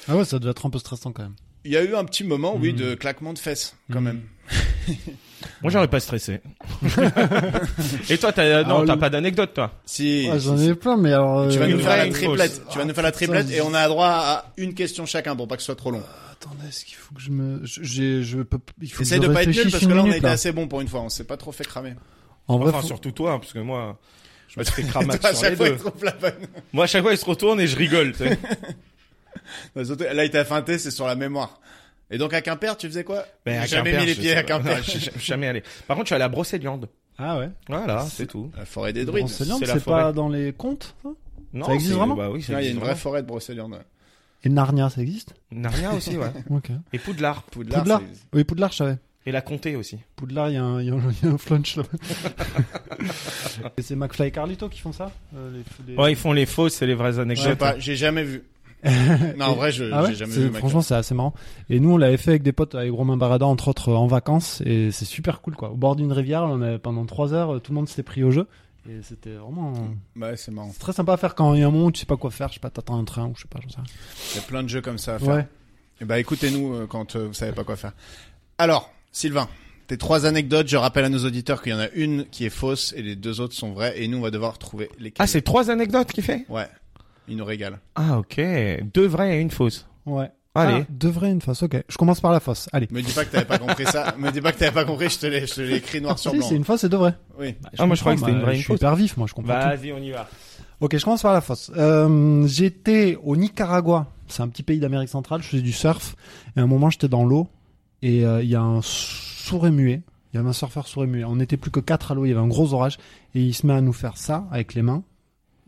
Ah ouais, ça doit être un peu stressant quand même.
Il y a eu un petit moment, oui,
Mhm.
de claquement de fesses, quand
Mhm.
même.
Moi, j'aurais pas stressé. Et toi, t'as, non,
Ah,
t'as
le-
pas d'anecdote, toi.
Si.
Ah,
si,
J'en
si.
ai plein, mais alors.
Tu vas
euh,
nous
Une
faire la
vraie, une
triplette.
fausse.
Tu vas nous
Ah,
faire la triplette
putain,
et on a droit à une question chacun pour pas que ce soit trop long.
Attendez, est-ce qu'il faut que je me. je- J'ai, je peux. Il faut que
Essaye
je
de pas être nul
réfléchisse
parce
une
que là on a
minute,
été assez bon pour une fois. On s'est pas trop fait cramer.
En vrai,
Enfin,
faut-
surtout toi, hein, parce que moi, je me fais cramer
Toi, à
sur les
chaque fois, il
deux.
trouve la bonne.
Moi, à chaque fois, il se retourne et je rigole. tu sais.
Mais Bah, surtout, Là, il t'a feinté, c'est sur la mémoire. Et donc, à Quimper, tu faisais quoi
Ben, à
J'ai jamais
Quimper,
mis les
je
pieds
sais
à
pas.
Quimper.
Non, je suis jamais allé. Par contre, je suis allé à Brocéliande.
Ah ouais.
Voilà, c'est tout.
La forêt des druides.
Brocéliande,
c'est la
c'est
forêt.
pas dans les contes ça
Non,
Ça existe
c'est-
vraiment
bah oui, ça
Ouais, Ah, Il y a
existe
une vraie
vraiment.
forêt de Brocéliande.
Et Narnia, ça existe
Narnia aussi, ouais.
Ok.
Et Poudlard.
Poudlard.
Poudlard.
c'est-
Oui, Poudlard, je savais.
Et la Comté aussi.
Poudlard, il y a un, il y a un, il y a un flunch là-bas. et c'est McFly et Carlito qui font ça euh, les- les-
Ouais, ils font les fausses et les vraies
Je sais
anecdotes.
pas, j'ai jamais vu. Non, en vrai, je
Ah
Euh,
ouais
j'ai jamais
C'est-
vu. mec. hein.
Franchement, c'est assez marrant. Et nous, on l'avait fait avec des potes, avec Romain Barada, entre autres, euh, en vacances. Et c'est super cool, quoi. Au bord d'une rivière, on avait, pendant trois heures, euh, tout le monde s'est pris au jeu. Et c'était vraiment
Bah, Ouais, c'est marrant.
c'est très sympa à faire quand il y a un moment où tu sais pas quoi faire. Je sais pas, t'attends un train ou je sais pas, j'en sais rien.
Il y a plein de jeux comme ça à faire.
Ouais.
Eh ben, écoutez-nous euh, quand euh, vous savez pas quoi faire. Alors, Sylvain, tes trois anecdotes, je rappelle à nos auditeurs qu'il y en a une qui est fausse et les deux autres sont vraies et nous on va devoir trouver lesquelles.
Ah, c'est trois anecdotes qu'il fait
Ouais. Il nous régale.
Ah, ok. Deux vraies et une fausse.
Ouais.
Allez.
Ah, de vrai, une fausse, ok. Je commence par la fausse. Allez.
Me dis pas que t'avais pas compris ça. Me dis pas que t'avais pas compris, je te l'ai, je te l'ai écrit noir sur
Ah, Si,
blanc.
c'est une fausse et de vrai.
Oui.
Ah, moi, je croyais
crois
que c'était une vraie et une
Je suis
fausse.
hyper vif, moi, je
Bah,
comprends.
Ah.
tout.
on y va.
Ok, je commence par la fausse. Euh, j'étais au Nicaragua. C'est un petit pays d'Amérique centrale. Je faisais du surf. Et à un moment, j'étais dans l'eau. Et euh, il y a un sourd et muet. Il y avait un surfeur sourd et muet. On n'était plus que quatre à l'eau. Il y avait un gros orage. Et il se met à nous faire ça avec les mains.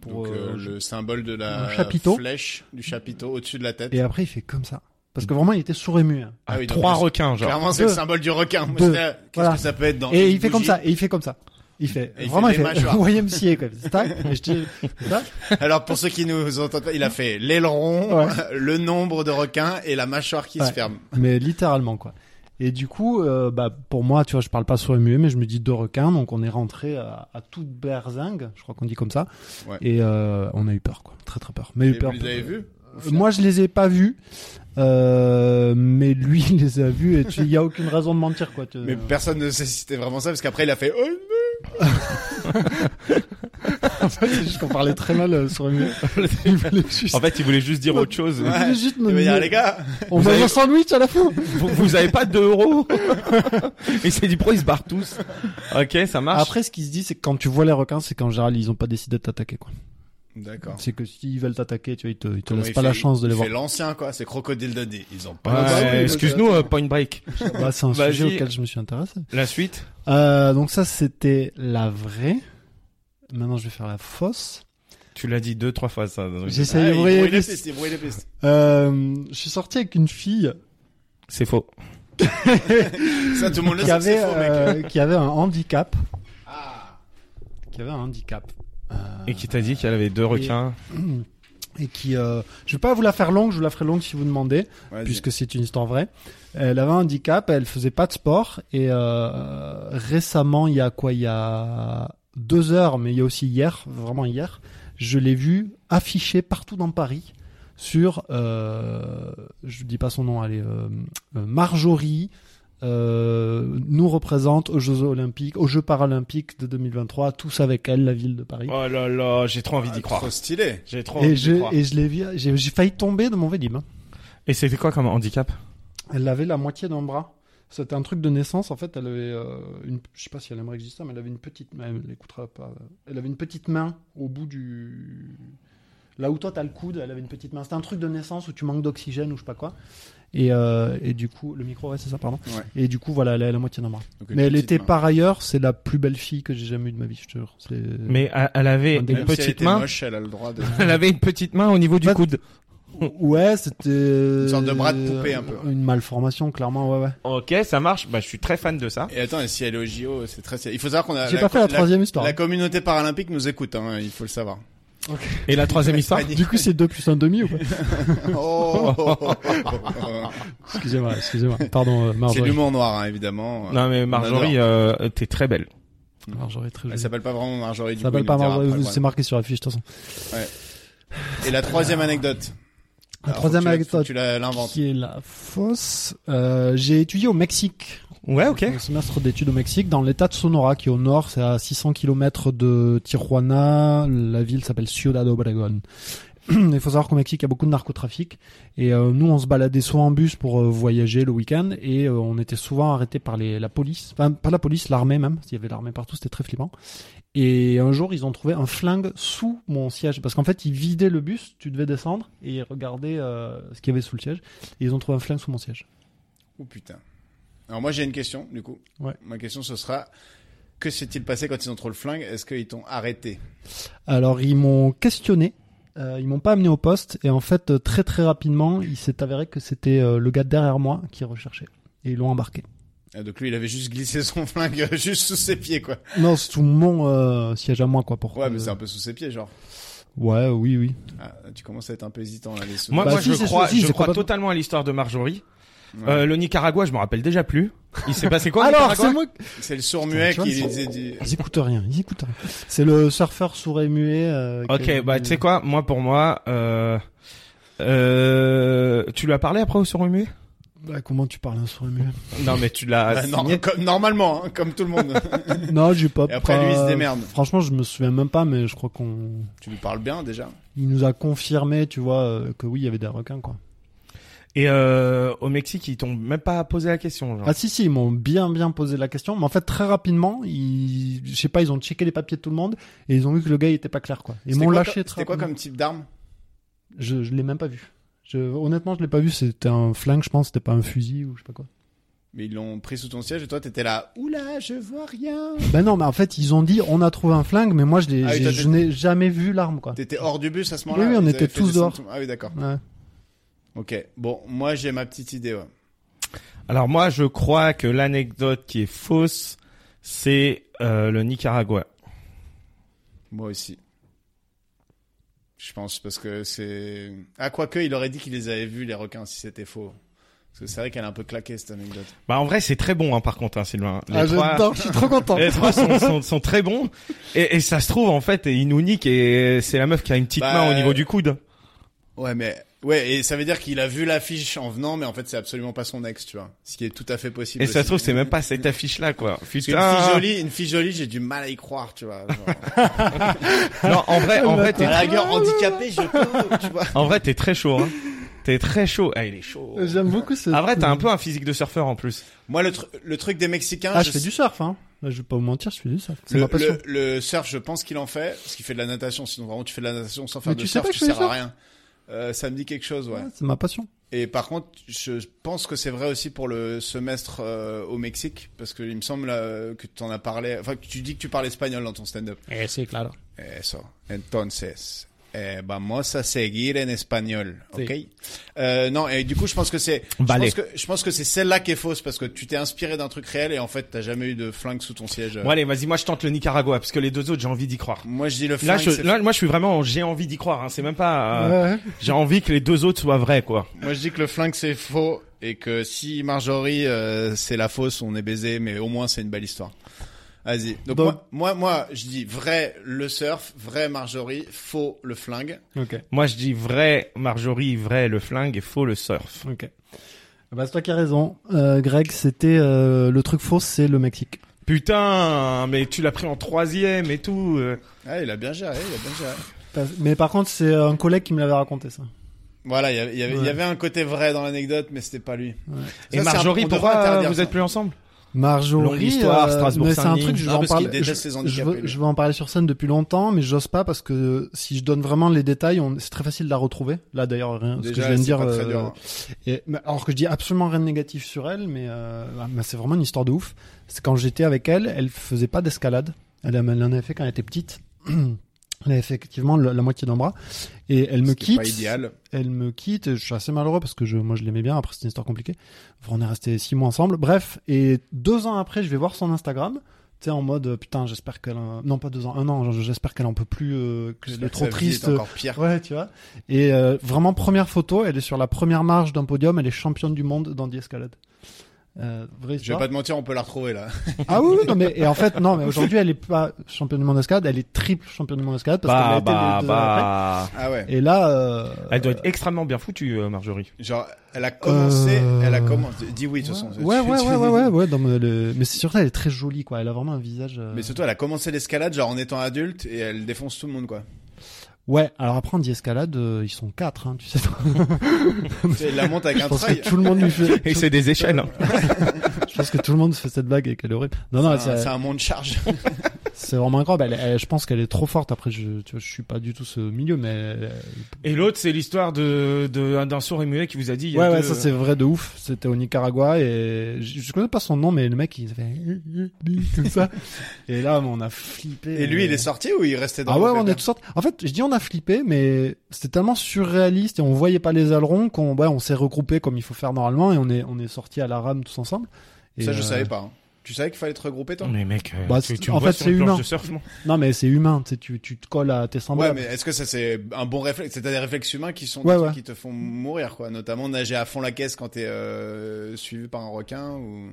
Pour,
Donc, euh,
euh,
le symbole de la
un chapiteau.
flèche du chapiteau au-dessus de la tête.
Et euh, après, il fait comme ça. Parce que vraiment, il était sourd et muet. hein.
Ah oui, donc
trois
plus-
requins, genre.
Clairement, c'est
Deux.
le symbole du requin. Moi,
Deux.
j'étais là, Qu'est-ce
Voilà.
que ça peut être dans
Et
une
il fait comme
bougie
ça. Et il fait comme ça. Il fait
Et il
vraiment,
fait des
il fait
mâchoires.
YMCA comme ça. Tac, et je dis- ça.
Alors, pour ceux qui nous entendent pas, il a fait l'aileron,
Ouais.
le nombre de requins et la mâchoire qui
Ouais.
se ferme.
mais littéralement quoi. Et du coup, euh, bah pour moi, tu vois, je parle pas sur muet mais je me dis deux requins, donc on est rentré à, à toute berzingue, je crois qu'on dit comme ça,
Ouais.
et euh, on a eu peur quoi, très très peur. Mais eu
Et
peur.
vous les avez vus? au
Euh,
final
Moi, je les ai pas vus, euh, mais lui, il les a vus, et tu- il y a aucune raison de mentir quoi. tu-
Mais personne ne sait si c'était vraiment ça, parce qu'après il a fait oh, non.
c'est juste qu'on parlait très mal euh, sur muet Il voulait juste,
En fait, il voulait juste dire autre chose.
il voulait juste me
Il va dire,
dire,
les gars,
on
vous
mange
avez-
un sandwich à la fin.
vous, vous avez pas 2 euros Il s'est dit, pro, ils se barrent tous. Ok, ça marche.
Après, ce qui se dit, c'est que quand tu vois les requins, c'est qu'en général, ils ont pas décidé de t'attaquer quoi.
D'accord.
C'est que s'ils veulent t'attaquer, tu vois, ils te, ils te
Comment
laissent
il
pas
fait
la chance de les
Il
voir.
fait l'ancien quoi, c'est Crocodile Dundee. Ils ont
Ouais,
pas.
bah oui,
Excuse-nous, euh, Point Break.
Bah, c'est un
Vas-y.
sujet auquel je me suis intéressé.
La suite
Euh, donc ça, c'était la vraie. Maintenant, je vais faire la fausse.
Tu l'as dit deux, trois fois, ça. donc-
J'essaie
Ah,
de
il brouille
brouiller les
les
pistes.
pistes, il brouille les pistes.
Euh, je suis sorti avec une fille
C'est faux.
Ça tout le monde le sait,
qui
que
avait,
c'est faux mec.
euh, qui avait un handicap.
Ah.
Qui avait un handicap. Euh,
Et qui t'a dit qu'elle avait deux requins
et qui, euh, je vais pas vous la faire longue, je vous la ferai longue si vous demandez,
Vas-y.
puisque c'est une histoire vraie. Elle avait un handicap, elle faisait pas de sport, et euh, récemment, il y a quoi, il y a deux heures, mais il y a aussi hier, vraiment hier, je l'ai vue affichée partout dans Paris sur, euh, je dis pas son nom, allez, euh, euh, Marjorie euh, nous représente aux Jeux Olympiques, aux Jeux Paralympiques de 2023, tous avec elle, la ville de Paris.
Oh là là, j'ai trop envie d'y
Ah,
croire.
Trop stylé.
J'ai trop
Et
envie
je,
d'y croire.
et je l'ai vu, j'ai j'ai failli tomber de mon vélib. hein.
Et c'était quoi comme handicap
Elle avait la moitié d'un bras. C'était un truc de naissance. En fait, elle avait euh, une. Je sais pas si elle aimerait que je dise ça, mais elle avait une petite. Elle l'écoutera pas. euh, Elle avait une petite main au bout du. Là où toi t'as le coude, elle avait une petite main. C'était un truc de naissance où tu manques d'oxygène ou je sais pas quoi. Et, euh, et du coup, le micro, ouais, c'est ça, pardon.
Ouais.
Et du coup, voilà, elle avait la moitié d'un bras.
Donc, une
Mais elle
petite
était
main.
par ailleurs, c'est la plus belle fille que j'ai jamais eue de ma vie, je te jure. C'est-
Mais elle elle avait
Un
une
délire.
Même si elle
petite
était
main.
moche, elle a le droit de.
Elle avait une petite main au niveau du
Bah-
coude.
Ouais, c'était une
sorte de bras de poupée, un peu.
une malformation clairement. Ouais, ouais.
Ok, ça marche. Bah, je suis très fan de ça.
Et attends, et si elle est au JO, c'est très. Il faut savoir qu'on a.
J'ai pas fait la troisième histoire.
Ah, La communauté paralympique nous écoute, hein, il faut le savoir.
Et la troisième histoire
Panique.
Du coup, c'est deux plus un demi ou pas
Oh, oh, oh, oh,
Ah,
oh.
Excusez-moi, excusez-moi. Pardon, euh,
C'est de
Marjorie.
l'humour noir, hein, évidemment.
Non, mais Marjorie, euh, t'es très belle.
Marjorie, très
Elle
jolie.
s'appelle pas vraiment Marjorie. du
Ça s'appelle
coup,
pas
il nous dira
Marjorie.
après,
C'est marqué sur la fiche de toute façon.
voilà. Et la troisième anecdote.
La
Alors,
troisième
faut que tu la- faut que
anecdote
Tu la- l'inventes.
qui est la fausse. Euh, J'ai étudié au Mexique.
Ouais, ok.
Un semestre d'études au Mexique, dans l'état de Sonora, qui est au nord, c'est à 600 km de Tijuana. La ville s'appelle Ciudad Obregón. Il faut savoir qu'au Mexique, il y a beaucoup de narcotrafic. Et euh, nous, on se baladait soit en bus pour euh, voyager le week-end, et euh, on était souvent arrêtés par les, la police. Enfin, pas la police, l'armée même. Il y avait l'armée partout, c'était très flippant. Et un jour, ils ont trouvé un flingue sous mon siège. Parce qu'en fait, ils vidaient le bus, tu devais descendre, et regarder euh, ce qu'il y avait sous le siège. Et ils ont trouvé un flingue sous mon siège.
Oh putain. Alors moi j'ai une question du coup.
Ouais.
Ma question ce sera que s'est-il passé quand ils ont trouvé le flingue Est-ce qu'ils t'ont arrêté
Alors ils m'ont questionné, euh, ils m'ont pas amené au poste et en fait euh, très très rapidement il s'est avéré que c'était euh, le gars derrière moi qui recherchait et ils l'ont embarqué.
Ah, Donc lui il avait juste glissé son flingue euh, juste sous ses pieds quoi.
Non c'est tout mon euh, siège à moi quoi pour.
Ouais mais
euh,
c'est un peu sous ses pieds genre.
Ouais oui oui.
Ah, tu commences à être un peu hésitant là les sous.
Moi,
Bah,
moi,
si,
je
c'est
crois,
si,
je
c'est
crois
complètement-
totalement à l'histoire de Marjorie.
Ouais.
Euh, le Nicaragua, je me rappelle déjà plus. Il s'est passé quoi au
Alors
Nicaragua
c'est moi.
C'est le sourd muet
Putain,
qui
tu vois,
disait du...
Ils écoutent rien, ils écoutent rien. C'est le surfeur sourd et muet. euh, qui-
Ok, bah tu sais quoi, moi pour moi, euh, euh, tu lui as parlé après au sur muet
Bah, comment tu parles un sourd et muet
Non, mais tu l'as.
Ah,
Bah, non,
signé.
comme- normalement hein, comme tout le monde.
Non j'ai pas.
Et après, lui, il
euh,
se démerde.
Franchement je me souviens même pas mais je crois qu'on.
tu lui parles bien déjà.
Il nous a confirmé tu vois euh, que oui il y avait des requins quoi.
Et euh, au Mexique, ils t'ont même pas posé la question. Genre.
Ah si si, ils m'ont bien bien posé la question, mais en fait très rapidement, ils, je sais pas, ils ont checké les papiers de tout le monde et ils ont vu que le gars il était pas clair quoi. Ils
C'était
m'ont
quoi
lâché.
comme-
très
C'était quoi
rapidement.
comme type d'arme
Je je l'ai même pas vu. Je, honnêtement, je l'ai pas vu. C'était un flingue, je pense. C'était pas un fusil ou je sais pas quoi.
Mais ils l'ont pris sous ton siège et toi t'étais là. Oula je vois rien.
Ben non, mais en fait ils ont dit on a trouvé un flingue, mais moi je l'ai,
Ah oui,
j'ai-
toi,
je
t'es-
n'ai jamais vu l'arme quoi.
T'étais hors du bus à ce moment-là.
Oui, oui, on
Ils
était
avaient fait
tous
descendre tout-
dehors.
Ah oui d'accord.
Ouais.
Ok bon moi j'ai ma petite idée ouais.
Alors moi, je crois que l'anecdote qui est fausse, c'est euh, le Nicaragua.
Moi aussi. Je pense, parce que c'est... Ah, quoique, il aurait dit qu'il les avait vus, les requins, si c'était faux. Parce que c'est vrai qu'elle a un peu claqué, cette anecdote.
Bah en vrai, c'est très bon hein, par contre, hein, Sylvain. Les
Ah,
trois,
j'adore, je suis trop content.
les trois sont, sont, sont très bons. Et, et ça se trouve en fait, et ils nous niquent. Et c'est la meuf qui a une petite
Bah,
main au niveau
euh,
du coude.
Ouais, mais... Ouais, et ça veut dire qu'il a vu l'affiche en venant, mais en fait, c'est absolument pas son ex, tu vois. Ce qui est tout à fait possible.
Et ça
aussi.
se trouve, c'est même pas cette affiche-là, quoi.
Parce qu'une
Putain.
fille jolie, une fille jolie, j'ai du mal à y croire, tu vois. genre.
Non, en vrai, en vrai,
à
t'es,
la rigueur, handicapée, je peux, tu vois.
en vrai, t'es très chaud. Hein. T'es très chaud. Ah, il est chaud.
J'aime beaucoup ce.
En vrai, t'as un peu un physique de surfeur en plus.
Moi, le, tru- le truc des Mexicains...
Ah, je
je
fais
sais-
du surf, hein. Là, je vais pas vous mentir, je fais du surf. C'est
Le,
ma passion.
le, le surf, je pense qu'il en fait, parce qu'il fait de la natation. Sinon, vraiment, tu fais de la natation sans faire
Mais
de
tu sais
surf,
pas que
tu
je fais
sers
du
à
surf
rien. Euh, ça me dit quelque chose, ouais.
Ouais, c'est ma passion.
Et par contre, je pense que c'est vrai aussi pour le semestre euh, au Mexique, parce que il me semble euh, que tu en as parlé. Enfin, que tu dis que tu parles espagnol dans ton stand-up.
Eh, c'est clair.
Eso. Entonces, eh, vamos a seguir en espagnol, ok?
Sí.
Euh, non, et du coup, je pense que c'est, je
Vale.
pense que, je pense que c'est celle-là qui est fausse, parce que tu t'es inspiré d'un truc réel et en fait, t'as jamais eu de flingue sous ton siège.
Bon, allez, vas-y, moi, je tente le Nicaragua parce que les deux autres, j'ai envie d'y croire.
Moi, je dis le
Là,
flingue.
je,
c'est-
là, moi, je suis vraiment, j'ai envie d'y croire. Hein. C'est même
Ah.
pas, euh,
Ouais.
j'ai envie que les deux autres soient vrais, quoi.
Moi, je dis que le flingue, c'est faux et que si Marjorie, euh, c'est la fausse, on est baisé, mais au moins, c'est une belle histoire. Vas-y. Donc,
Bon.
moi, moi, moi, je dis vrai le surf, vrai Marjorie, faux le flingue.
Ok.
Moi, je dis vrai, Marjorie, vrai le flingue et faux le surf.
Ok. Bah, c'est toi qui as raison. Euh, Greg, c'était euh, le truc faux, c'est le Mexique.
Putain, mais tu l'as pris en troisième et tout. euh.
Ah, il a bien géré, il a bien géré.
Parce- Mais par contre, c'est un collègue qui me l'avait raconté ça.
Voilà, il y avait, il y avait- il y
Ouais.
avait un côté vrai dans l'anecdote, mais c'était pas lui.
Ouais.
Et
Ça, c'est un-
Marjorie,
on devrait
pourquoi euh,
interdire
vous
ça.
êtes plus ensemble
Marjorie,
Longue histoire,
euh,
Strasbourg,
mais c'est un
Saint-Denis.
truc je vais
Non,
en
Ah, parce
parler.
qu'il déteste
je,
les handicapés,
je veux,
lui.
je veux en parler sur scène depuis longtemps, mais j'ose pas parce que si je donne vraiment les détails, on- c'est très facile de la retrouver. Là d'ailleurs, rien. ce que je
Déjà,
viens de
c'est
dire.
pas très
euh,
dur. hein.
Et- mais alors que je dis absolument rien de négatif sur elle, mais euh, bah, bah, c'est vraiment une histoire de ouf. C'est quand j'étais avec elle, elle faisait pas d'escalade. Elle, en- elle en avait fait quand elle était petite. Elle a effectivement le- la moitié d'un bras. Et elle me
C'était
quitte.
Pas idéal.
Elle me quitte. et Je suis assez malheureux parce que je, moi, je l'aimais bien. Après, c'est une histoire compliquée. Enfin, on est resté six mois ensemble. Bref. Et deux ans après, je vais voir son Instagram. Tu sais, en mode, euh, putain, j'espère qu'elle, en- non, pas deux ans, un an, genre, j'espère qu'elle en peut plus, euh, qu'elle est trop
Sa vie
triste.
encore pire.
Ouais, tu vois. Et euh, vraiment, première photo, elle est sur la première marche d'un podium, elle est championne du monde dans escalade Euh, vraie
Je vais
histoire.
pas te mentir, on peut la retrouver là.
Ah oui, oui, non, mais et en fait, non, mais aujourd'hui, elle est pas championne du monde d'escalade, elle est triple championne du monde d'escalade parce qu'elle
Bah,
a été les
bah,
deux années après.
bah.
Ah ouais.
Et là, euh,
Elle doit être extrêmement bien foutue, euh, Marjorie.
Genre, elle a commencé,
Euh,
elle a commencé. Dis oui, de toute façon.
ouais, ouais,
Tu-
ouais,
tu-
ouais, ouais, ouais, ouais, non, mais, le- mais c'est surtout, elle est très jolie, quoi. Elle a vraiment un visage. euh,
Mais surtout, elle a commencé l'escalade genre en étant adulte et elle défonce tout le monde quoi.
Ouais. Alors après, en escalade, ils sont quatre, hein, tu sais.
Tu sais, Elle la monte avec
Je
un
pense que
treuil.
tout le monde lui fait.
Et c'est des échelles. hein.
Je pense que tout le monde fait cette blague et qu'elle est horrible. Non, non,
C'est
c'est-
un- c'est un monde charge.
C'est vraiment incroyable. Elle- elle- je pense qu'elle est trop forte. Après, je, tu vois, je suis pas du tout ce milieu, mais elle-
Et l'autre, c'est l'histoire de, de, d'un sourd et muet qui vous a dit. il y a
ouais, ouais,
deux-
ça c'est vrai de ouf. C'était au Nicaragua et je, je connais pas son nom, mais le mec il fait comme ça. Et là, on a flippé.
Et lui, il est sorti ou il restait dans
Ah
le
ouais,
groupe
on est
avec
tous sortis. En fait, je dis on a flippé, mais c'était tellement surréaliste et on voyait pas les ailerons qu'on, ouais, on s'est regroupés comme il faut faire normalement et on est, on est sortis à la rame tous ensemble. Et
Ça, je
euh,
savais pas. hein. Tu savais qu'il fallait te regrouper toi
Non, mais mec, euh,
Bah,
tu, tu
en
me vois
fait,
sur
c'est
une planche
humain.
de surf, moi.
Non, mais c'est humain. Tu, sais, tu, tu te colles à tes
Ouais,
semblables.
mais est-ce que ça c'est un bon réflexe C'est à des réflexes humains qui sont des
Ouais,
trucs
ouais.
qui te font mourir quoi, notamment nager à fond la caisse quand t'es euh, suivi par un requin ou.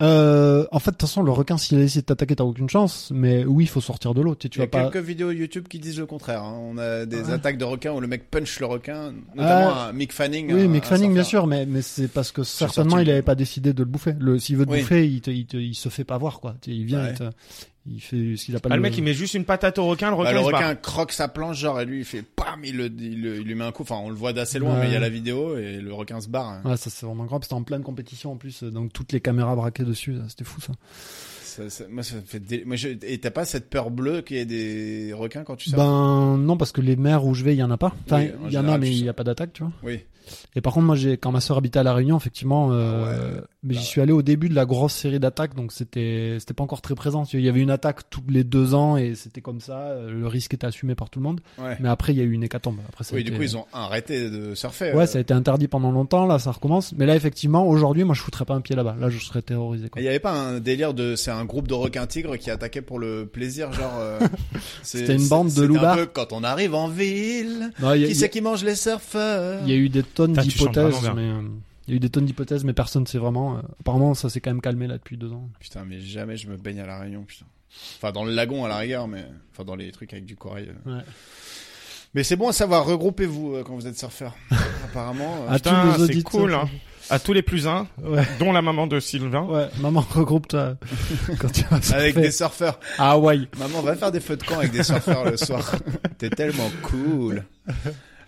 Euh, en fait, de toute façon, le requin, s'il a essayé de t'attaquer, t'as aucune chance. Mais oui, il faut sortir de l'eau. Tu, sais, tu
Il y a
vas pas.
quelques vidéos YouTube qui disent le contraire. hein. On a des
Ouais.
attaques de requins où le mec punch le requin, notamment un Mick Fanning.
Oui,
un-
Mick
un
Fanning, bien
surfeur.
sûr, mais, mais c'est parce que
euh, Sur
certainement,
Sortie.
il avait pas décidé de le bouffer. Le, s'il veut te
Oui.
bouffer, il, te, il, te- il se fait pas voir, quoi. Tu sais, Il vient,
Ouais.
il, te- il fait ce qu'il appelle.
Ah, le mec, il met juste une patate au requin, le
Bah,
requin,
le
il se barre.
requin croque sa planche genre et lui il fait pam, il, le, il, le- il lui met un coup. Enfin, on le voit d'assez loin,
Ouais.
mais il y a la vidéo et le requin se barre. hein.
Ouais, ça c'est vraiment grand, c'était en pleine compétition en plus, euh, donc toutes les caméras braquées dessus, ça, c'était fou ça.
Ça- ça- moi, ça me fait dé- moi, je- et t'as pas cette peur bleue qu'il y ait des requins quand tu sors
Ben non, parce que les mers où je vais, il y en a pas. Enfin,
Oui, en
il y en a,
général,
mais
tu
il n'y
sais.
a pas d'attaque, tu vois.
Oui.
Et par contre, moi, j'ai quand ma sœur habitait à la Réunion, effectivement,
Ah
euh, mais
bah
j'y suis allé au début de la grosse série d'attaques, donc c'était c'était pas encore très présent. Il y avait une attaque tous les deux ans et c'était comme ça, euh, le risque était assumé par tout le monde.
Ouais.
Mais après, il y a eu une hécatombe. Après, ça a
Oui, du
été-
coup, ils ont arrêté de surfer.
Ouais,
euh.
ça a été interdit pendant longtemps, là ça recommence. Mais là effectivement, aujourd'hui, moi je foutrais pas un pied là-bas. Là, je serais terrorisé.
Et
quoi.
Il y avait pas un délire de c'est un groupe de requins tigres qui attaquait pour le plaisir genre euh, c'est-
C'était une
c'est-
bande de
c'était
loupards.
un peu quand on arrive en ville
Non, il y a-
qui c'est qui mange les surfeurs
Il y a eu des tonnes
Putain, tu chantes
d'hypothèses,
vraiment
mais euh, il y a eu des tonnes d'hypothèses, mais personne sait vraiment. euh, apparemment, ça s'est quand même calmé là depuis deux ans.
Putain mais jamais je me baigne à la Réunion putain. Enfin dans le lagon à la rigueur mais enfin dans les trucs avec du corail. euh.
Ouais.
Mais c'est bon à savoir regroupez-vous euh, quand vous êtes surfeur. Apparemment euh,
À tous
Putain,
nos
c'est
auditeurs.
cool, hein. À tous les plus uns,
Ouais,
dont la maman de Sylvain.
ouais. Maman, regroupe-toi quand tu vas
avec
surfer
des surfeurs.
à Hawaï.
Maman va faire des feux de camp avec des surfeurs le soir. T'es tellement cool.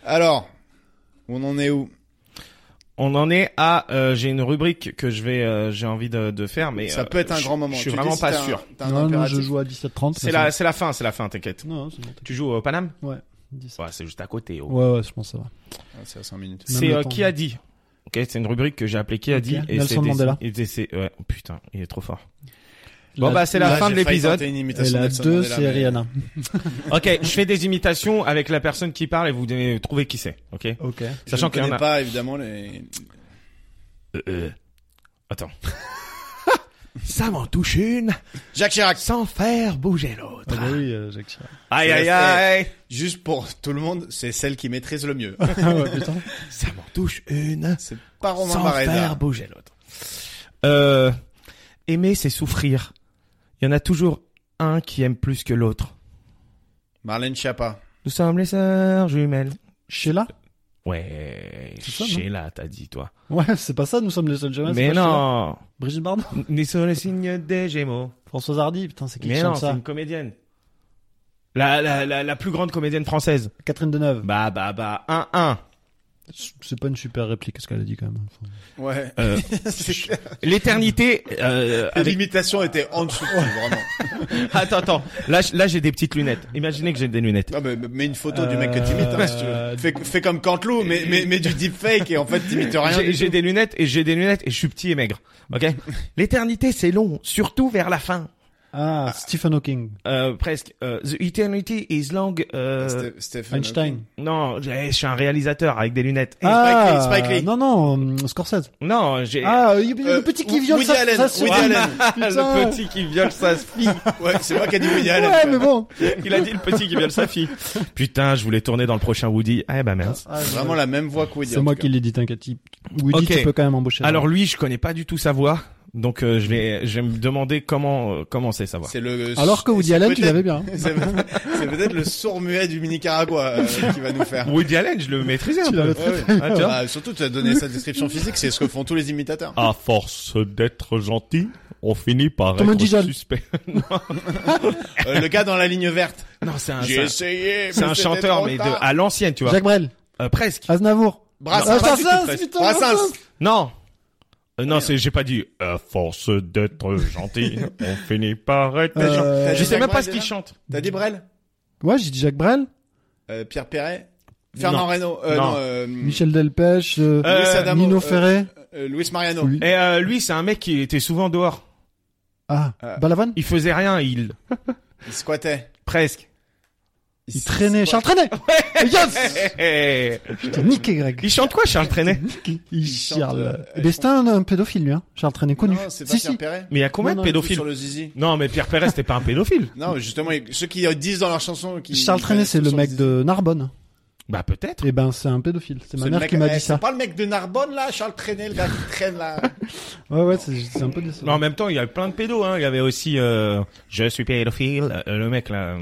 Alors on en est où
On en est à euh, j'ai une rubrique que je vais euh, j'ai envie de, de faire mais
Ça
euh,
peut être un
je-
grand moment.
Je suis
Tu
vraiment
dis si
pas
t'as un-
sûr.
t'as un
Non, non, je
impératif.
joue à 17h30.
C'est
mais
la
ça-
c'est la fin, c'est la fin, t'inquiète.
Non, non, c'est bon. t'inquiète.
Tu joues au Paname
Ouais, 17.
Ouais, c'est juste à côté. oh.
Ouais, ouais, je pense que ça va.
Ah, c'est à 5 minutes.
Même
C'est
le
euh,
temps.
qui a dit OK, c'est une rubrique que j'ai appelée qui a
Ok.
dit
Nelson
c'est des-
Mandela.
et des- c'est ouais, oh, putain, il est trop fort. Bon bah c'est
C'est
la fin de l'épisode.
Une
Et
imitation
la
d'Elson
2,
Mandela,
c'est
mais-
Rihanna.
OK, je fais des imitations avec la personne qui parle et vous devez trouver qui c'est. OK
Ok. Ah
Je
Sachant
ne
qu'il y en
connais
a-
pas évidemment les.
Euh, euh. Attends. Ça m'en touche une
Jacques Chirac.
sans faire bouger l'autre.
Ah bah oui, euh, Jacques Chirac.
Aïe aïe
C'est-
aïe.
Juste pour tout le monde, c'est celle qui maîtrise le mieux.
Ah ouais, putain.
Ça m'en touche une
C'est pas Romain
sans
Barreda.
faire bouger l'autre. Euh, aimer, c'est souffrir. Il y en a toujours un qui aime plus que l'autre.
Marlène Schiappa.
Nous sommes les sœurs jumelles.
Sheila
Ouais,
C'est ça, non
Sheila, t'as dit toi.
Ouais, c'est pas ça, nous sommes les seuls jamais.
Mais
c'est pas Sheila.
non,
Brigitte Bardot
ni sur le signe des Gémeaux.
Françoise Hardy, putain, c'est qui qui
Mais non,
chante
c'est
ça
une comédienne. La, la, la, la plus grande comédienne française.
Catherine Deneuve.
Bah, bah, bah, 1-1.
C'est pas une super réplique, ce qu'elle a dit quand même. Enfin,
Ouais.
Euh,
C'est clair.
L'éternité, euh, avec
Ah, L'imitation était en dessous, vraiment.
Attends, attends. Là, je- là, j'ai des petites lunettes. Imaginez que j'ai des lunettes.
Non, Ah, mais, mais mets une photo du mec que t'imites,
Euh,
hein, si tu veux. Fais, fais comme Cantelou, mais, mais, mais du deepfake et en fait, t'imites rien.
J'ai
du
j'ai
tout.
des lunettes et j'ai des lunettes et je suis petit et maigre. Ok. L'éternité, c'est long, surtout vers la fin.
Ah, Stephen Hawking.
Euh, presque. Euh, The Eternity is Long. euh,
Ste- Stephen
Einstein.
non, j'ai- je suis un réalisateur avec des lunettes.
Hawking. Et Spike
ah,
Lee, Spike Lee.
non, non, hum, Scorsese.
Non, j'ai
Ah, il y a
Euh,
le petit
Wo-
qui viole
Woody
ça,
Allen,
ça se
Woody
fait.
Allen.
putain.
le petit qui viole sa fille.
Ouais, c'est moi qui ai dit Woody Allen.
Ouais, mais bon.
Il a dit le petit qui viole sa fille. Putain, je voulais tourner dans le prochain Woody. Eh ben mince.
Ah, je-
Vraiment la même voix que Woody.
C'est
en
moi
tout
qui l'ai dit, t'inquiète. il- Woody,
Ok.
tu peux quand même embaucher.
Alors lui, je connais pas du tout sa voix, donc euh, je vais je vais me demander comment euh, comment c'est sa
cas.
voix.
C'est le.
Alors que Woody
c'est
Allen, tu
peut-être-
l'avais bien.
C'est c'est peut-être le sourd muet du Nicaragua euh, qui va nous faire.
Woody Allen, je le maîtrisais un
Tu l'avais
peu.
très
Ouais, ouais.
Ah, tu vois
Bah, surtout, tu as donné sa description physique, c'est ce que font tous les imitateurs.
À force d'être gentil, on finit par
Thomas
être
Dijon.
suspect.
Euh, le gars dans la ligne verte.
Non, c'est un,
J'ai
c'est un-
essayé.
Ah, c'est
mais
un
c'était
chanteur,
trop
mais de,
tard.
à l'ancienne, tu vois.
Jacques Brel,
Euh, presque.
Aznavour.
Brassens,
Ah,
pas du tout,
Brassens,
presque.
putain,
Brassens.
Brassens.
Non. Euh, non, c'est j'ai pas dit. À force d'être gentil, on finit par être.
Euh,
méchant.
T'as dit
Je sais
Jacques
même pas
Brel
ce qu'il
déjà
chante.
T'as dit Brel
Ouais, j'ai dit Jacques Brel,
Euh, Pierre Perret Fernand
Non.
Reynaud euh,
Non.
non, euh,
Michel Delpech, euh,
Euh,
Luis Adamo,
Nino
euh,
Ferré.
euh, Luis Mariano.
Oui.
Et euh, lui, c'est un mec qui était souvent dehors.
Ah,
euh,
Balavoine
Il faisait rien, il
Il squattait.
presque.
Il traînait, Charles
squattait.
traînait Yes
Eh,
Putain, niqué Greg.
Il chante quoi, Charles Trainet
Il
chante, euh,
Charles.
elle
Mais c'était un, un pédophile, lui, hein. Charles traînait connu.
Non, c'est pas
si,
Pierre
si.
Perret.
Mais il y a combien
Non,
de
non,
Tout
pédophiles
Sur le zizi.
Non, mais Pierre Perret, c'était pas un pédophile.
Non, justement, ils- ceux qui euh, disent dans leur chanson qui
Charles Trenet, c'est le mec de Narbonne.
Bah peut-être.
Eh ben, c'est un pédophile.
C'est
C'est ma
le
mère
mec-
qui m'a
eh,
dit ça. Ah
C'est pas le mec de Narbonne là, Charles Trenet, le gars qui traîne là.
Ouais, ouais, c'est c'est un peu
Mais
décevant.
en même temps, il y avait plein de pédos. Hein. Il y avait aussi euh, je suis pédophile, euh, le mec là. euh,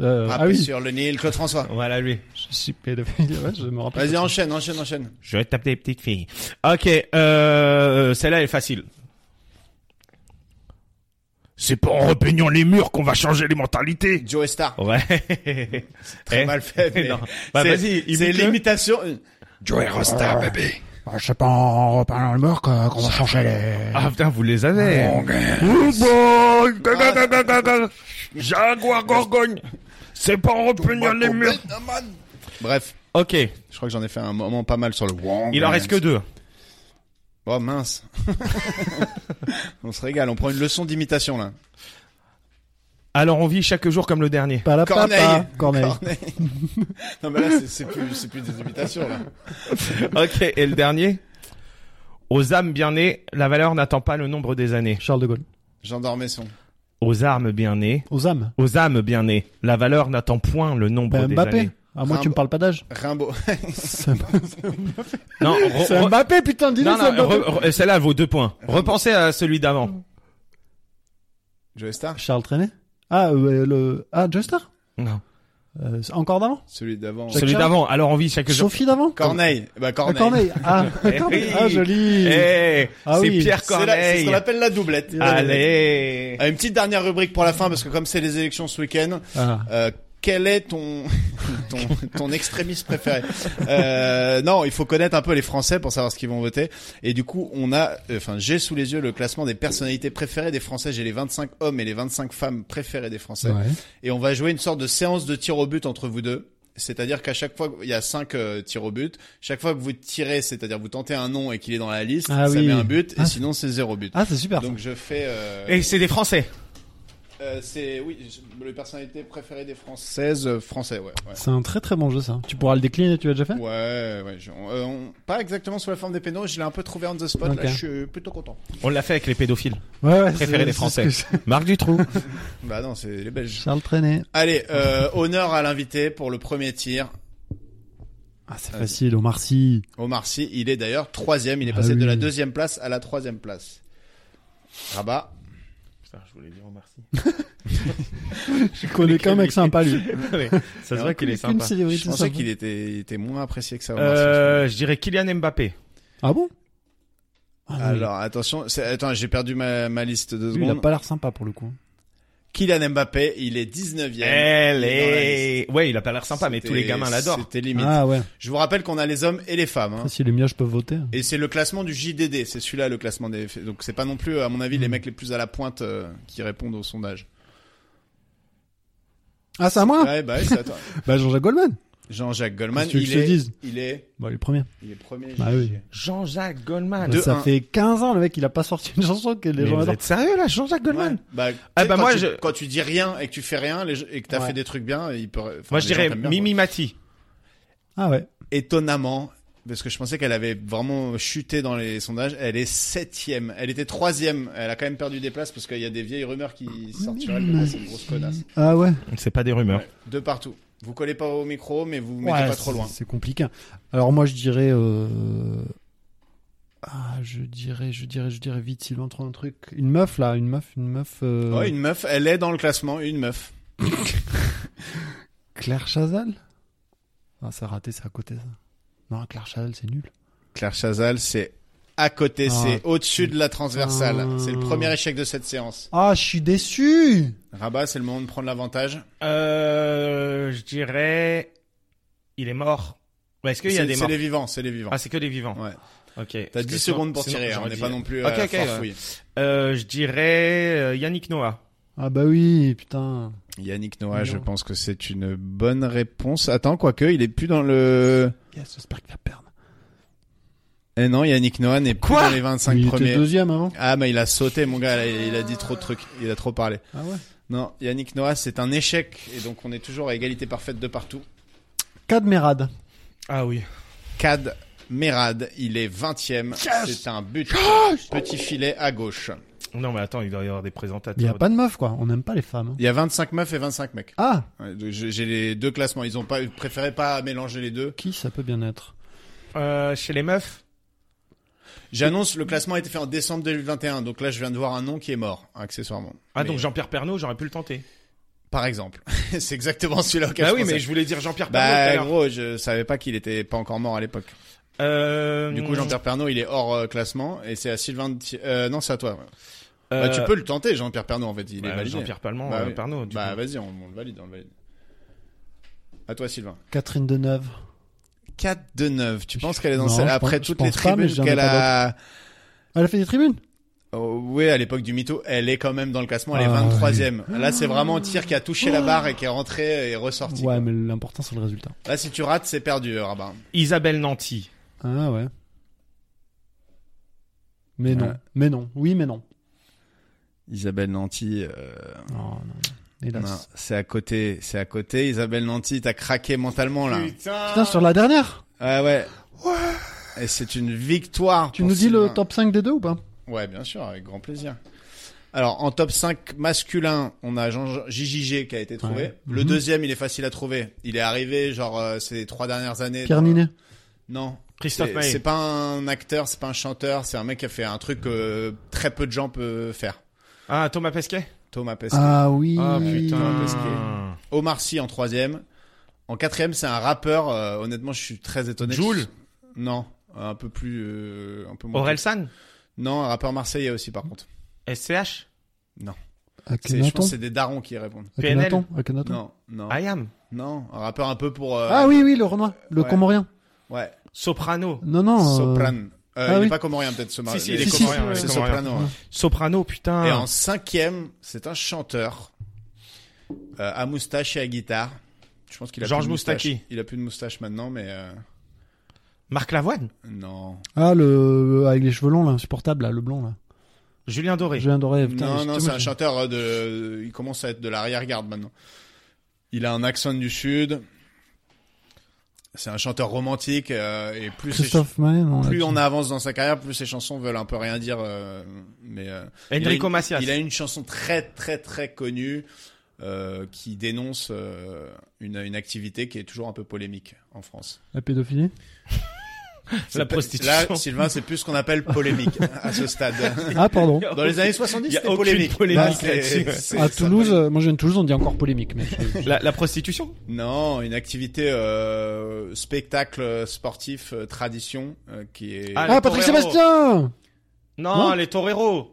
Euh, ah
Rappé
oui,
sur le Nil, Claude François.
voilà lui.
je suis pédophile. Ouais, je me rappelle.
Vas-y, enchaîne, enchaîne, enchaîne.
Je tape des petites filles. Ok, euh, celle-là elle est facile. C'est pas en repeignant les murs qu'on va changer les mentalités.
Joe Star.
Ouais.
Très
Eh
mal fait. mais
Non. Bah,
c'est-
vas-y,
C'est
imite-le.
l'imitation.
Joey Rosta, bébé.
Je sais Euh, pas, en reparlant le mort qu'on va changer les...
Ah putain, vous les avez.
Jaguar Gorgogne. C'est pas en repeignant les murs.
Bref,
Ok,
je crois que j'en ai fait un moment pas mal sur le Wang.
il en reste que deux.
Oh mince. on se régale, on prend une leçon d'imitation là.
Alors on vit chaque jour comme le dernier.
Pas la
Corneille.
papa, Corneille.
non mais là c'est- c'est plus c'est plus des imitations là.
Ok, et le dernier Aux âmes bien nées, la valeur n'attend pas le nombre des années.
Charles de Gaulle.
Jean Dormesson.
Aux armes bien nées,
Aux âmes.
aux âmes bien nées, la valeur n'attend point le nombre
Ben,
des
Mbappé.
années.
Ah, moi,
Rimbaud.
tu me parles pas d'âge.
Rimbaud.
C'est Oh,
Non, re-
c'est
re-
Mbappé, putain, dis-le,
non,
c'est
non,
Mbappé. Bah,
re- re- celle-là vaut deux points. Repensez à celui d'avant.
Joe Star.
Charles Trenet. Ah, euh, le, ah, Juster?
Non.
Euh, c'est encore d'avant?
Celui d'avant.
Jacques
Celui
Chirac
d'avant. Alors on vit chaque jour.
Sophie d'avant?
Corneille. Bah
Ah,
Corneille.
Corneille. Ah,
Eh
Corneille.
oui.
Ah, joli.
Eh,
Ah
c'est
oui.
Pierre
C'est la- c'est ce
Corneille.
qu'on appelle la doublette.
Allez.
Euh, Une petite dernière rubrique pour la fin parce que comme c'est les élections ce week-end,
Ah.
euh, quel est ton ton, ton extrémiste préféré euh, Non, il faut connaître un peu les Français pour savoir ce qu'ils vont voter. Et du coup, on a, euh, enfin, j'ai sous les yeux le classement des personnalités préférées des Français. J'ai les 25 hommes et les 25 femmes préférées des Français.
Ouais.
Et on va jouer une sorte de séance de tir au but entre vous deux. C'est-à-dire qu'à chaque fois, que- il y a cinq euh, tirs au but. Chaque fois que vous tirez, c'est-à-dire vous tentez un nom et qu'il est dans la liste,
Ah
ça
oui.
met un but. Et
Ah.
sinon, c'est zéro but.
Ah, c'est super.
Donc je fais. euh,
Et c'est des Français.
euh, c'est oui, je- le personnalité préférée des Françaises, euh, français, ouais. ouais.
C'est un très très bon jeu ça. Tu pourras le décliner, tu l'as déjà fait
Ouais, ouais, je- on- euh, on- pas exactement sous la forme des pénaux, je l'ai un peu trouvé on the spot,
Ok.
là, je suis plutôt content.
On l'a fait avec les pédophiles.
Ouais, ouais.
Préféré
c'est-
des
c'est
Français.
ce que
Marc Dutroux.
Bah non, c'est les
je-
Belges.
Charles Trenet.
Allez, euh, honneur à l'invité pour le premier tir.
Ah, c'est
Vas-y.
facile, Omar Sy.
Omar Sy, il est d'ailleurs troisième, il est
Ah
passé de
oui.
la deuxième place à la troisième place. Rabat.
Putain, je voulais dire merci.
Je connais qu'un mec sympa lui.
Ça se voit qu'il est
Qu'une
sympa.
célébrité
Je pensais
sympa.
qu'il était, il était moins apprécié que ça. Omar Sy.
Euh, je dirais Kylian Mbappé.
Ah bon Ah non,
Alors attention, c'est- attends, j'ai perdu ma, ma liste de
lui, lui, il a
secondes.
pas l'air sympa pour le coup.
Kylian Mbappé, il est 19e.
Elle
Il est dans la
est... Ouais, il a pas l'air Eh, sympa, mais tous les
C'était-
gamins l'adorent.
C'était limite.
Ah ouais.
Je vous rappelle qu'on a les hommes et les femmes. hein.
Ah, si les miens je peux voter.
Et c'est le classement du JDD, c'est celui-là le classement des. Donc c'est pas non plus, à mon avis, les mecs les plus à la pointe euh, qui répondent au sondage.
Ah c'est à moi Ah,
Ouais, bah ouais, c'est à toi.
Bah Jean-Jacques Goldman.
Jean-Jacques Goldman,
Qu'est-ce que
il
tu veux que je te
est,
dise
il est,
Bah, les premiers.
il est premier.
Bah oui.
Jean-Jacques Goldman.
De
ça
Ah, un.
fait 15 ans, le mec, il a pas sorti une chanson que les
Mais
gens
vous
adorent.
êtes sérieux là, Jean-Jacques Goldman
Ouais. Bah,
Ah,
tu sais,
bah,
quand
moi,
tu-
je-
quand tu dis rien et que tu fais rien les, et que t'as
Ouais.
fait des trucs bien, il peut. enfin,
Moi, je
les gens
dirais
t'aiment bien,
Mimi Mati.
Ah ouais.
quoi. Étonnamment, parce que je pensais qu'elle avait vraiment chuté dans les sondages, elle est septième. Elle était troisième. Elle a quand même perdu des places parce qu'il y a des vieilles rumeurs qui sortent sur elle. comme quoi C'est une grosse connasse.
Ah ouais.
C'est pas des rumeurs.
Ouais. De partout. Vous collez pas au micro, mais vous vous
Ouais,
mettez pas
c'est-
trop loin.
C'est compliqué. Alors moi je dirais euh... ah je dirais je dirais je dirais vite Sylvain trouve un truc une meuf là une meuf une meuf euh...
Ouais, une meuf, elle est dans le classement, une meuf.
Claire Chazal. Ah ça a raté c'est à côté ça. Non Claire Chazal c'est nul.
Claire Chazal, c'est à côté,
Ah,
c'est au-dessus de la transversale.
Ah.
putain.
C'est le premier échec de cette séance.
Ah je suis déçu.
Rabat, c'est le moment de prendre l'avantage.
Euh, je dirais, il est mort. Ouais, Est-ce qu'il y a
C'est
des
c'est
morts
les vivants, c'est les vivants.
Ah, c'est que des vivants.
Ouais.
Ok.
T'as 10 secondes pour tirer, hein, on n'est pas non plus
Ok,
euh,
ok,
farfouillé.
Euh, je dirais euh, Yannick Noah.
Ah bah oui putain.
Yannick Noah, je
Non.
pense que c'est une bonne réponse. Attends, quoique, il est plus dans le...
Yes j'espère qu'il va perdre.
Eh non, Yannick Noah n'est plus
Quoi
dans les 25
il
premiers.
était deuxième avant.
Ah, mais il a sauté, mon gars, là, il a dit trop de trucs, il a trop parlé.
Ah ouais.
Non, Yannick Noah, c'est un échec. Et donc, on est toujours à égalité parfaite de partout.
Cadmerade.
Ah oui.
Cad Merad, il est 20ème. c'est un but. Petit filet à gauche.
Non, mais attends, il doit y avoir des présentateurs.
Il y a pas de meuf quoi. On n'aime pas les femmes. hein.
Il y a 25 meufs et 25 mecs.
Ah
Ouais, donc J'ai j'ai les deux classements. Ils ont pas, ils préféraient pas mélanger les deux.
qui ça peut bien être.
Euh, chez les meufs.
J'annonce, le classement a été fait en décembre 2021. Donc là, je viens de voir un nom qui est mort, accessoirement.
Ah
Mais-
donc Jean-Pierre Pernaud, j'aurais pu le tenter.
Par exemple. c'est exactement celui-là auquel
Ah
je
oui, mais
pensais.
je voulais dire Jean-Pierre Pernaud. tout à
Bah,
l'heure.
gros, je savais pas qu'il était pas encore mort à l'époque.
Euh,
Du coup, Jean-Pierre Pernaud, il est hors euh, classement et c'est à Sylvain. Thi- Euh, non, c'est à toi. ouais.
euh,
Bah, tu peux le tenter, Jean-Pierre Pernaud, en fait. Il est
bah,
validé.
Jean-Pierre Palmand,
Bah
euh,
oui.
Pernaud. du
bah,
coup.
vas-y, on, on le valide, on le valide. À toi, Sylvain.
Catherine Deneuve.
4 de 9. Tu penses qu'elle est dans
Non,
celle
je
après
pense-
toutes
je
les
pense pas, mais
tribunes
j'en ai
qu'elle
pas
a.
Elle a fait des tribunes.
Oh, oui, à l'époque du mytho, elle est quand même dans le classement, elle est
Ah,
23ème. Là, c'est vraiment un tir qui a touché la barre et qui est rentré et ressorti.
Ouais
quoi.
mais l'important c'est le résultat.
Là, si tu rates, c'est perdu, euh, Rabat.
Isabelle Nanty.
Ah ouais. Mais non,
Ouais.
mais non, oui, mais non.
Isabelle Nanty, euh,
Oh, non, non. Hélas.
c'est à côté, c'est à côté. Isabelle Nanty, t'as craqué mentalement, là.
Putain, sur la dernière,
Ouais, ouais. Et c'est une victoire.
tu
pour
nous dis le
Sylvain.
top 5 des deux ou pas
Ouais, bien sûr, avec grand plaisir. Alors, en top 5 masculin, on a Jean JJG qui a été trouvé.
Ouais.
Le
Mhm.
deuxième, il est facile à trouver. Il est arrivé, genre, euh, ces trois dernières années.
Pierre
dans-
Ninet.
Non.
Christophe
C'est
Maé.
c'est pas un acteur, c'est pas un chanteur, c'est un mec qui a fait un truc que très peu de gens peuvent faire.
Ah Thomas Pesquet.
Thomas Pesquet.
Ah oui.
Ah
Thomas
putain.
Pesquet. Omar Sy en troisième. En quatrième, c'est un rappeur. euh, honnêtement, je suis très étonné.
Jul.
Non. Un peu plus, euh, un peu moins.
Orelsan.
Non, un rappeur marseillais aussi, par contre.
SCH.
C'est- Je pense
Akhenaton.
que c'est des darons qui répondent.
Akhenaton. Akhenaton.
Non, non.
Ayam.
Non, un rappeur un peu pour. euh,
Ah oui, oui, le Renoir, le
Ouais.
Comorien.
Ouais.
Soprano.
Non, non. euh,
Sopran. Euh, il
oui.
est pas comorien peut-être ce mari.
Si, si, il est
Mais-
comorien, ouais,
C'est
comorien.
soprano. ouais.
Soprano
Ah.
putain.
Et en cinquième, c'est un chanteur euh, à moustache et à guitare. Je pense qu'il a
Georges
plus de moustache.
Moustaki.
Il a plus de moustache maintenant, mais euh,
Marc Lavoine.
non.
Ah, le, avec les cheveux longs, là, insupportable, là, le blond, là.
Julien Doré.
J'ai adoré. Ah, Putain,
Non,
mais
non,
justement,
c'est un
j'ai-
chanteur euh, de. Il commence à être de l'arrière-garde maintenant. Il a un accent du sud. C'est un chanteur romantique euh, et plus ses
Christophe Maé, non.
plus
là,
on avance dans sa carrière, plus ses chansons veulent un peu rien dire. euh, mais euh,
Enrico
il a une-
Macias.
Il a une chanson très très très connue euh, qui dénonce euh, une, une activité qui est toujours un peu polémique en France.
La pédophilie.
La
C'est-
prostitution.
Là, Sylvain, c'est plus ce qu'on appelle polémique à ce stade.
Ah, pardon.
Dans les années 70,
Il y a
c'était
aucune
polémique.
polémique
Là, c'est-
là-dessus.
c'est-
À
ça-
Toulouse, euh, moi je viens de Toulouse, on dit encore polémique, mais.
La, la prostitution
Non, une activité euh, spectacle sportif euh, tradition euh, qui est.
Ah,
Ah, Patrick
Torero.
Sébastien!
Non,
Non.
les toreros.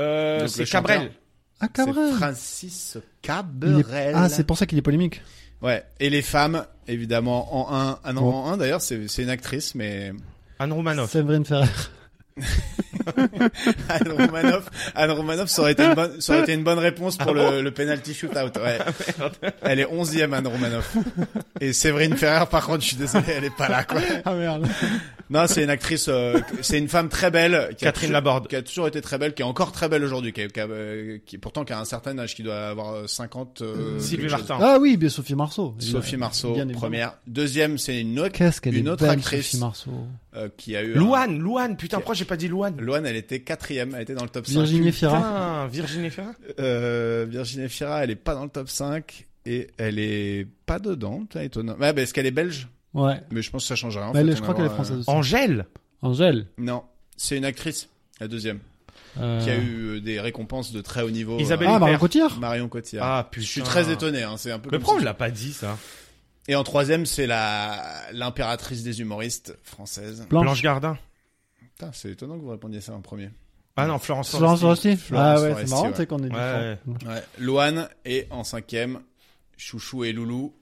Euh,
Donc,
c'est
le chanteur,
Cabrel.
Ah,
c'est
Cabrel!
Francis
Il
Cabrel.
est- Ah, c'est pour ça qu'il est polémique.
Ouais, et les femmes, évidemment, en un. Ah non,
Bon.
en un d'ailleurs, c'est c'est une actrice, mais.
Anne Roumanoff.
Séverine Ferrer.
Anne Romanoff, Anne Romanoff, ça aurait été une bonne, ça aurait été une bonne réponse
Ah
pour le, le penalty shootout. Ouais. Elle est onzième Anne Romanoff. Et Séverine Ferrer, par contre, je suis désolé, elle est pas là quoi.
Ah merde.
Non, c'est une actrice, euh, c'est une femme très belle. Qui a
Catherine
toujours-
Laborde.
Qui a toujours été très belle, qui est encore très belle aujourd'hui, qui, est- qui, a- euh, qui est- pourtant qui a un certain âge, qui doit avoir euh, 50. euh,
Sylvie
quelque chose.
Martin.
Ah oui, bien Sophie Marceau.
Sophie Marceau,
Bien évidemment.
première. Deuxième, c'est une autre,
Qu'est-ce qu'elle
une
est
autre
belle,
actrice.
Sophie Marceau.
euh, qui a eu. un-
Louane, Louane, putain, pourquoi j'ai pas dit Louane
Loane, elle était quatrième, elle était dans le top 5.
Virginie Fira.
Putain, Virginie Ferra
Euh, Virginie Fira, elle est pas dans le top 5 et elle est pas dedans, c'est étonnant. Ouais, bah, est-ce qu'elle est belge
Ouais. Bah,
Mais je pense que ça change rien. en
Elle
fait,
est- je
on
crois
va
qu'elle est
voir,
française aussi.
Angèle
Angèle.
euh, Non, c'est une actrice, la deuxième, qui a eu euh, des récompenses de très haut niveau.
Isabelle
euh,
Ah, Marion
Huppert.
Cotillard.
Marion Cotillard.
Ah, putain.
je suis très étonné, hein, c'est un peu
Mais
comme
pourquoi on
si-
l'a pas dit, ça
Et en troisième, c'est la l'impératrice des humoristes française.
Blanche.
Blanche Gardin.
Putain, c'est étonnant que vous répondiez ça en premier.
Ah non, Florence
Florence
Foresti.
Foresti.
Florence
Ah ouais, c'est
Foresti,
marrant,
ouais.
tu sais qu'on est
Ouais.
différents.
Ouais. Loane et en cinquième, Chouchou et Loulou.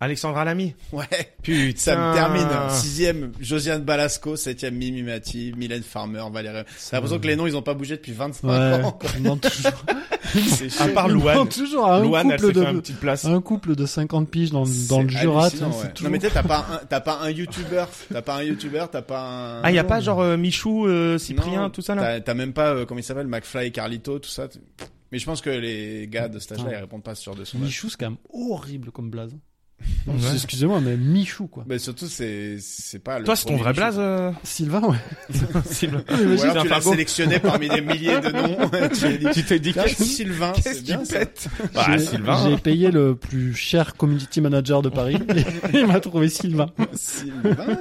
Alexandra Lamy.
Ouais.
Putain. Ah,
Ça me termine. Sixième, Josiane Balasco. Septième, Mimi Mati. Mylène Farmer, Valérie. J'ai l'impression que les noms, ils ont pas bougé depuis 25
Ouais.
ans. quoi.
On demande toujours.
C'est
À
chaud.
part
on
Louane.
demande toujours à un
Louane, elle
couple
s'est fait
de
une petite place.
un couple de 50 piges dans, dans le
C'est
Jura. tu sais,
hallucinant, ouais.
c'est
Non,
toujours-
mais tu sais, t'as pas un, t'as pas un youtubeur. T'as pas un youtubeur, t'as pas un...
Ah, y a pas genre euh, Michou, euh, Cyprien,
Non,
tout ça là
T'as, t'as même pas, euh, comment il s'appelle, McFly, Carlito, tout ça. Mais je pense que les gars de stage là, ils répondent pas sur de son
Michou, c'est quand même horrible comme blaze.
Ouais.
Excusez-moi, mais Michou, quoi.
Mais surtout, c'est, c'est pas le
Toi, c'est ton
premier
vrai
Michou.
blaze euh,
Sylvain, ouais.
Sylvain
Ou
C'est
alors
un
tu l'as
Fargo.
sélectionné parmi des milliers de noms. tu as dit,
Tu t'es dit
tiens,
qu'est-ce
Sylvain,
qu'est-ce
c'est
qu'il
bien ça.
pète Bah,
J'ai-
Sylvain.
J'ai
hein.
payé le plus cher community manager de Paris. et il m'a trouvé Sylvain.
Sylvain.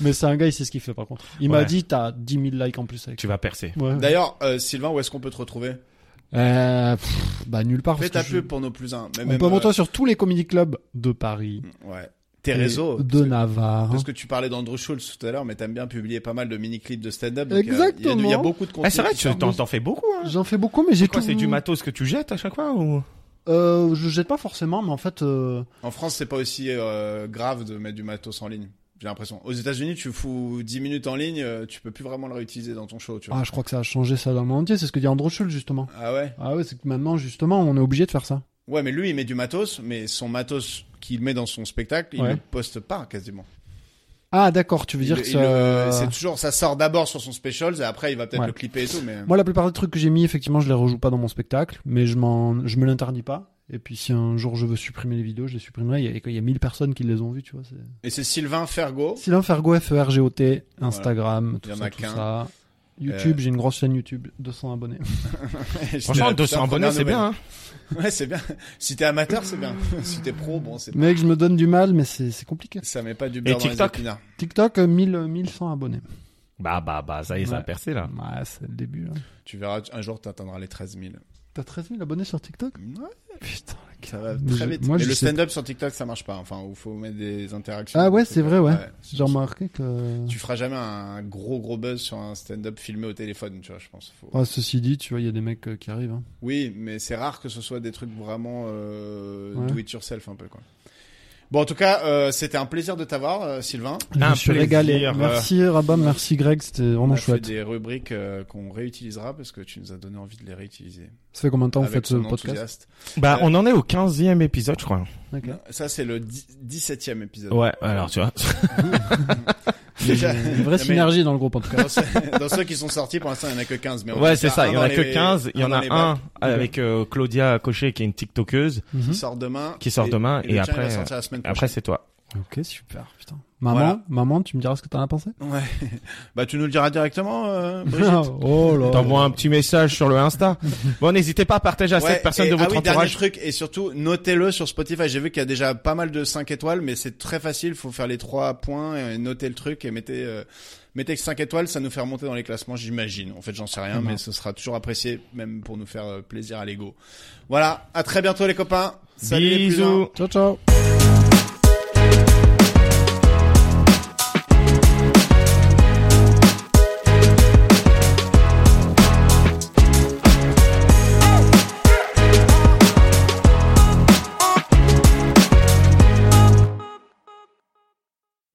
Mais c'est un gars, il sait ce qu'il fait, par contre. Il m'a
Ouais.
dit, t'as 10 000 likes en plus avec
Tu vas percer.
Ouais.
D'ailleurs, euh, Sylvain, où est-ce qu'on peut te retrouver
Euh, pff, bah, nulle part.
Fais
parce
ta
que je-
pub pour nos plus uns. Mais
On
même,
peut
euh, mm,
monter sur tous les comedy clubs de Paris.
Ouais. Tes
et hein.
réseaux.
De
parce que-
Navarre.
Parce que tu parlais d'Andrew Schultz tout à l'heure, mais t'aimes bien publier pas mal de mini-clips de stand-up. donc, euh, il y a- Il y, a
Exactement.
beaucoup de contenu.
Ah, c'est vrai,
qui
tu
sort.
t'en t'en fais beaucoup, hein
J'en fais beaucoup, mais j'ai
Quoi,
tout.
c'est du matos que tu jettes à chaque fois ou
Euh, je jette pas forcément, mais en fait, euh,
En France, c'est pas aussi euh, grave de mettre du matos en ligne. J'ai l'impression. Aux États-Unis, tu fous 10 minutes en ligne, euh, tu peux plus vraiment le réutiliser dans ton show, tu vois.
ah, je crois que ça a changé ça dans le monde entier. C'est ce que dit Andrew Schulz, justement.
Ah ouais.
Ah ouais, c'est que maintenant, justement, on est obligé de faire ça.
Ouais, mais lui, il met du matos, mais son matos qu'il met dans son spectacle, il
Ouais.
ne poste pas quasiment.
Ah, d'accord, tu veux dire
Il-
que
il
ça-
le- c'est toujours, ça sort d'abord sur son specials et après il va peut-être
Ouais.
le clipper et tout, mais.
Moi, la plupart des trucs que j'ai mis, effectivement, je les rejoue pas dans mon spectacle, mais je m'en, je me l'interdis pas. Et puis, si un jour je veux supprimer les vidéos, je les supprimerai. Il y a, il y a 1000 personnes qui les ont vues, tu vois. c'est-
Et c'est Sylvain Fergo.
Sylvain Fergo, E F-E-R-G-O-T, Instagram,
Il y en
tout ça,
a
tout
qu'un. Euh.
ça. YouTube, j'ai une grosse chaîne YouTube, 200 abonnés.
Franchement, 200 abonnés, c'est bien, hein
Ouais, c'est bien. Si t'es amateur, c'est bien. si t'es pro, bon, c'est.
Mec, je me donne du mal, mais c'est, c'est compliqué.
Ça met pas du beurre dans les
TikTok
épinards.
TikTok, euh, 1000, euh, 1100 abonnés.
Bah, bah, bah, ça y est, ça a
Ouais.
percé, là.
Ah,
Ouais, c'est le début, là.
Tu verras, un jour t'atteindras les 13 000.
T'as 13 000 abonnés sur TikTok?
Ouais,
Putain, la gueule.
ça va
Mais
très
je-
vite.
moi,
Mais
je
le
sais-
stand-up sur TikTok, ça marche pas. Enfin, il faut mettre des interactions.
Ah ouais, c'est vrai, ouais. J'ai
Genre
remarqué que.
Tu feras jamais un gros gros buzz sur un stand-up filmé au téléphone, tu vois, je pense. Faut-
Ah, ceci dit, tu vois, il y a des mecs euh, qui arrivent. hein.
Oui, mais c'est rare que ce soit des trucs vraiment euh,
Ouais.
do it yourself un peu quoi. Bon, en tout cas, euh, c'était un plaisir de t'avoir, euh, Sylvain.
Je
Un
me suis
plaisir,
régalé.
euh,
Merci Rabam, merci Greg, c'était
On
vraiment
a
chouette.
fait des rubriques euh, qu'on réutilisera parce que tu nous as donné envie de les réutiliser.
Ça fait combien de temps vous
Avec
faites ce
ton
podcast
enthousiaste.
Bah, on en est au 15e épisode, je crois.
Ok.
Ça, c'est le dix- 17e épisode.
Ouais, alors, tu vois.
Il y
Déjà-
a Une
Non, mais
vraie synergie dans le groupe en tout cas.
Dans, ceux- dans ceux qui sont sortis, pour l'instant, il n'y en a que 15. Mais on
Ouais,
va
c'est
faire
ça.
un
Il y en
dans
a que
les-
15. Il y en
dans
a
les
un
bacs
avec euh, Claudia Cochet, qui est une TikTokeuse,
Mhm.
qui sort demain.
qui sort
et-
demain.
le
Et
tien, il va
après,
sortir la semaine
après, c'est toi.
Ok, super, putain. Maman,
Voilà.
maman, tu me diras ce que t'en as pensé
Ouais. Bah, tu nous le diras directement, euh, Brigitte.
Oh là.
T'envoies un petit message sur le Insta. Bon, n'hésitez pas à partager à
Ouais,
cette personne
et-
de
ah
votre
oui, dernier
entourage.
truc et surtout notez-le sur Spotify. J'ai vu qu'il y a déjà pas mal de 5 étoiles, mais c'est très facile. Faut faire les trois points, et noter le truc et mettez euh, mettez que 5 étoiles, ça nous fait remonter dans les classements, j'imagine. En fait, j'en sais
Mm-hmm.
rien, mais ce sera toujours apprécié, même pour nous faire euh, plaisir à l'ego. Voilà, à très bientôt les copains. Salut les plus uns.
Bisous.
Ciao, ciao.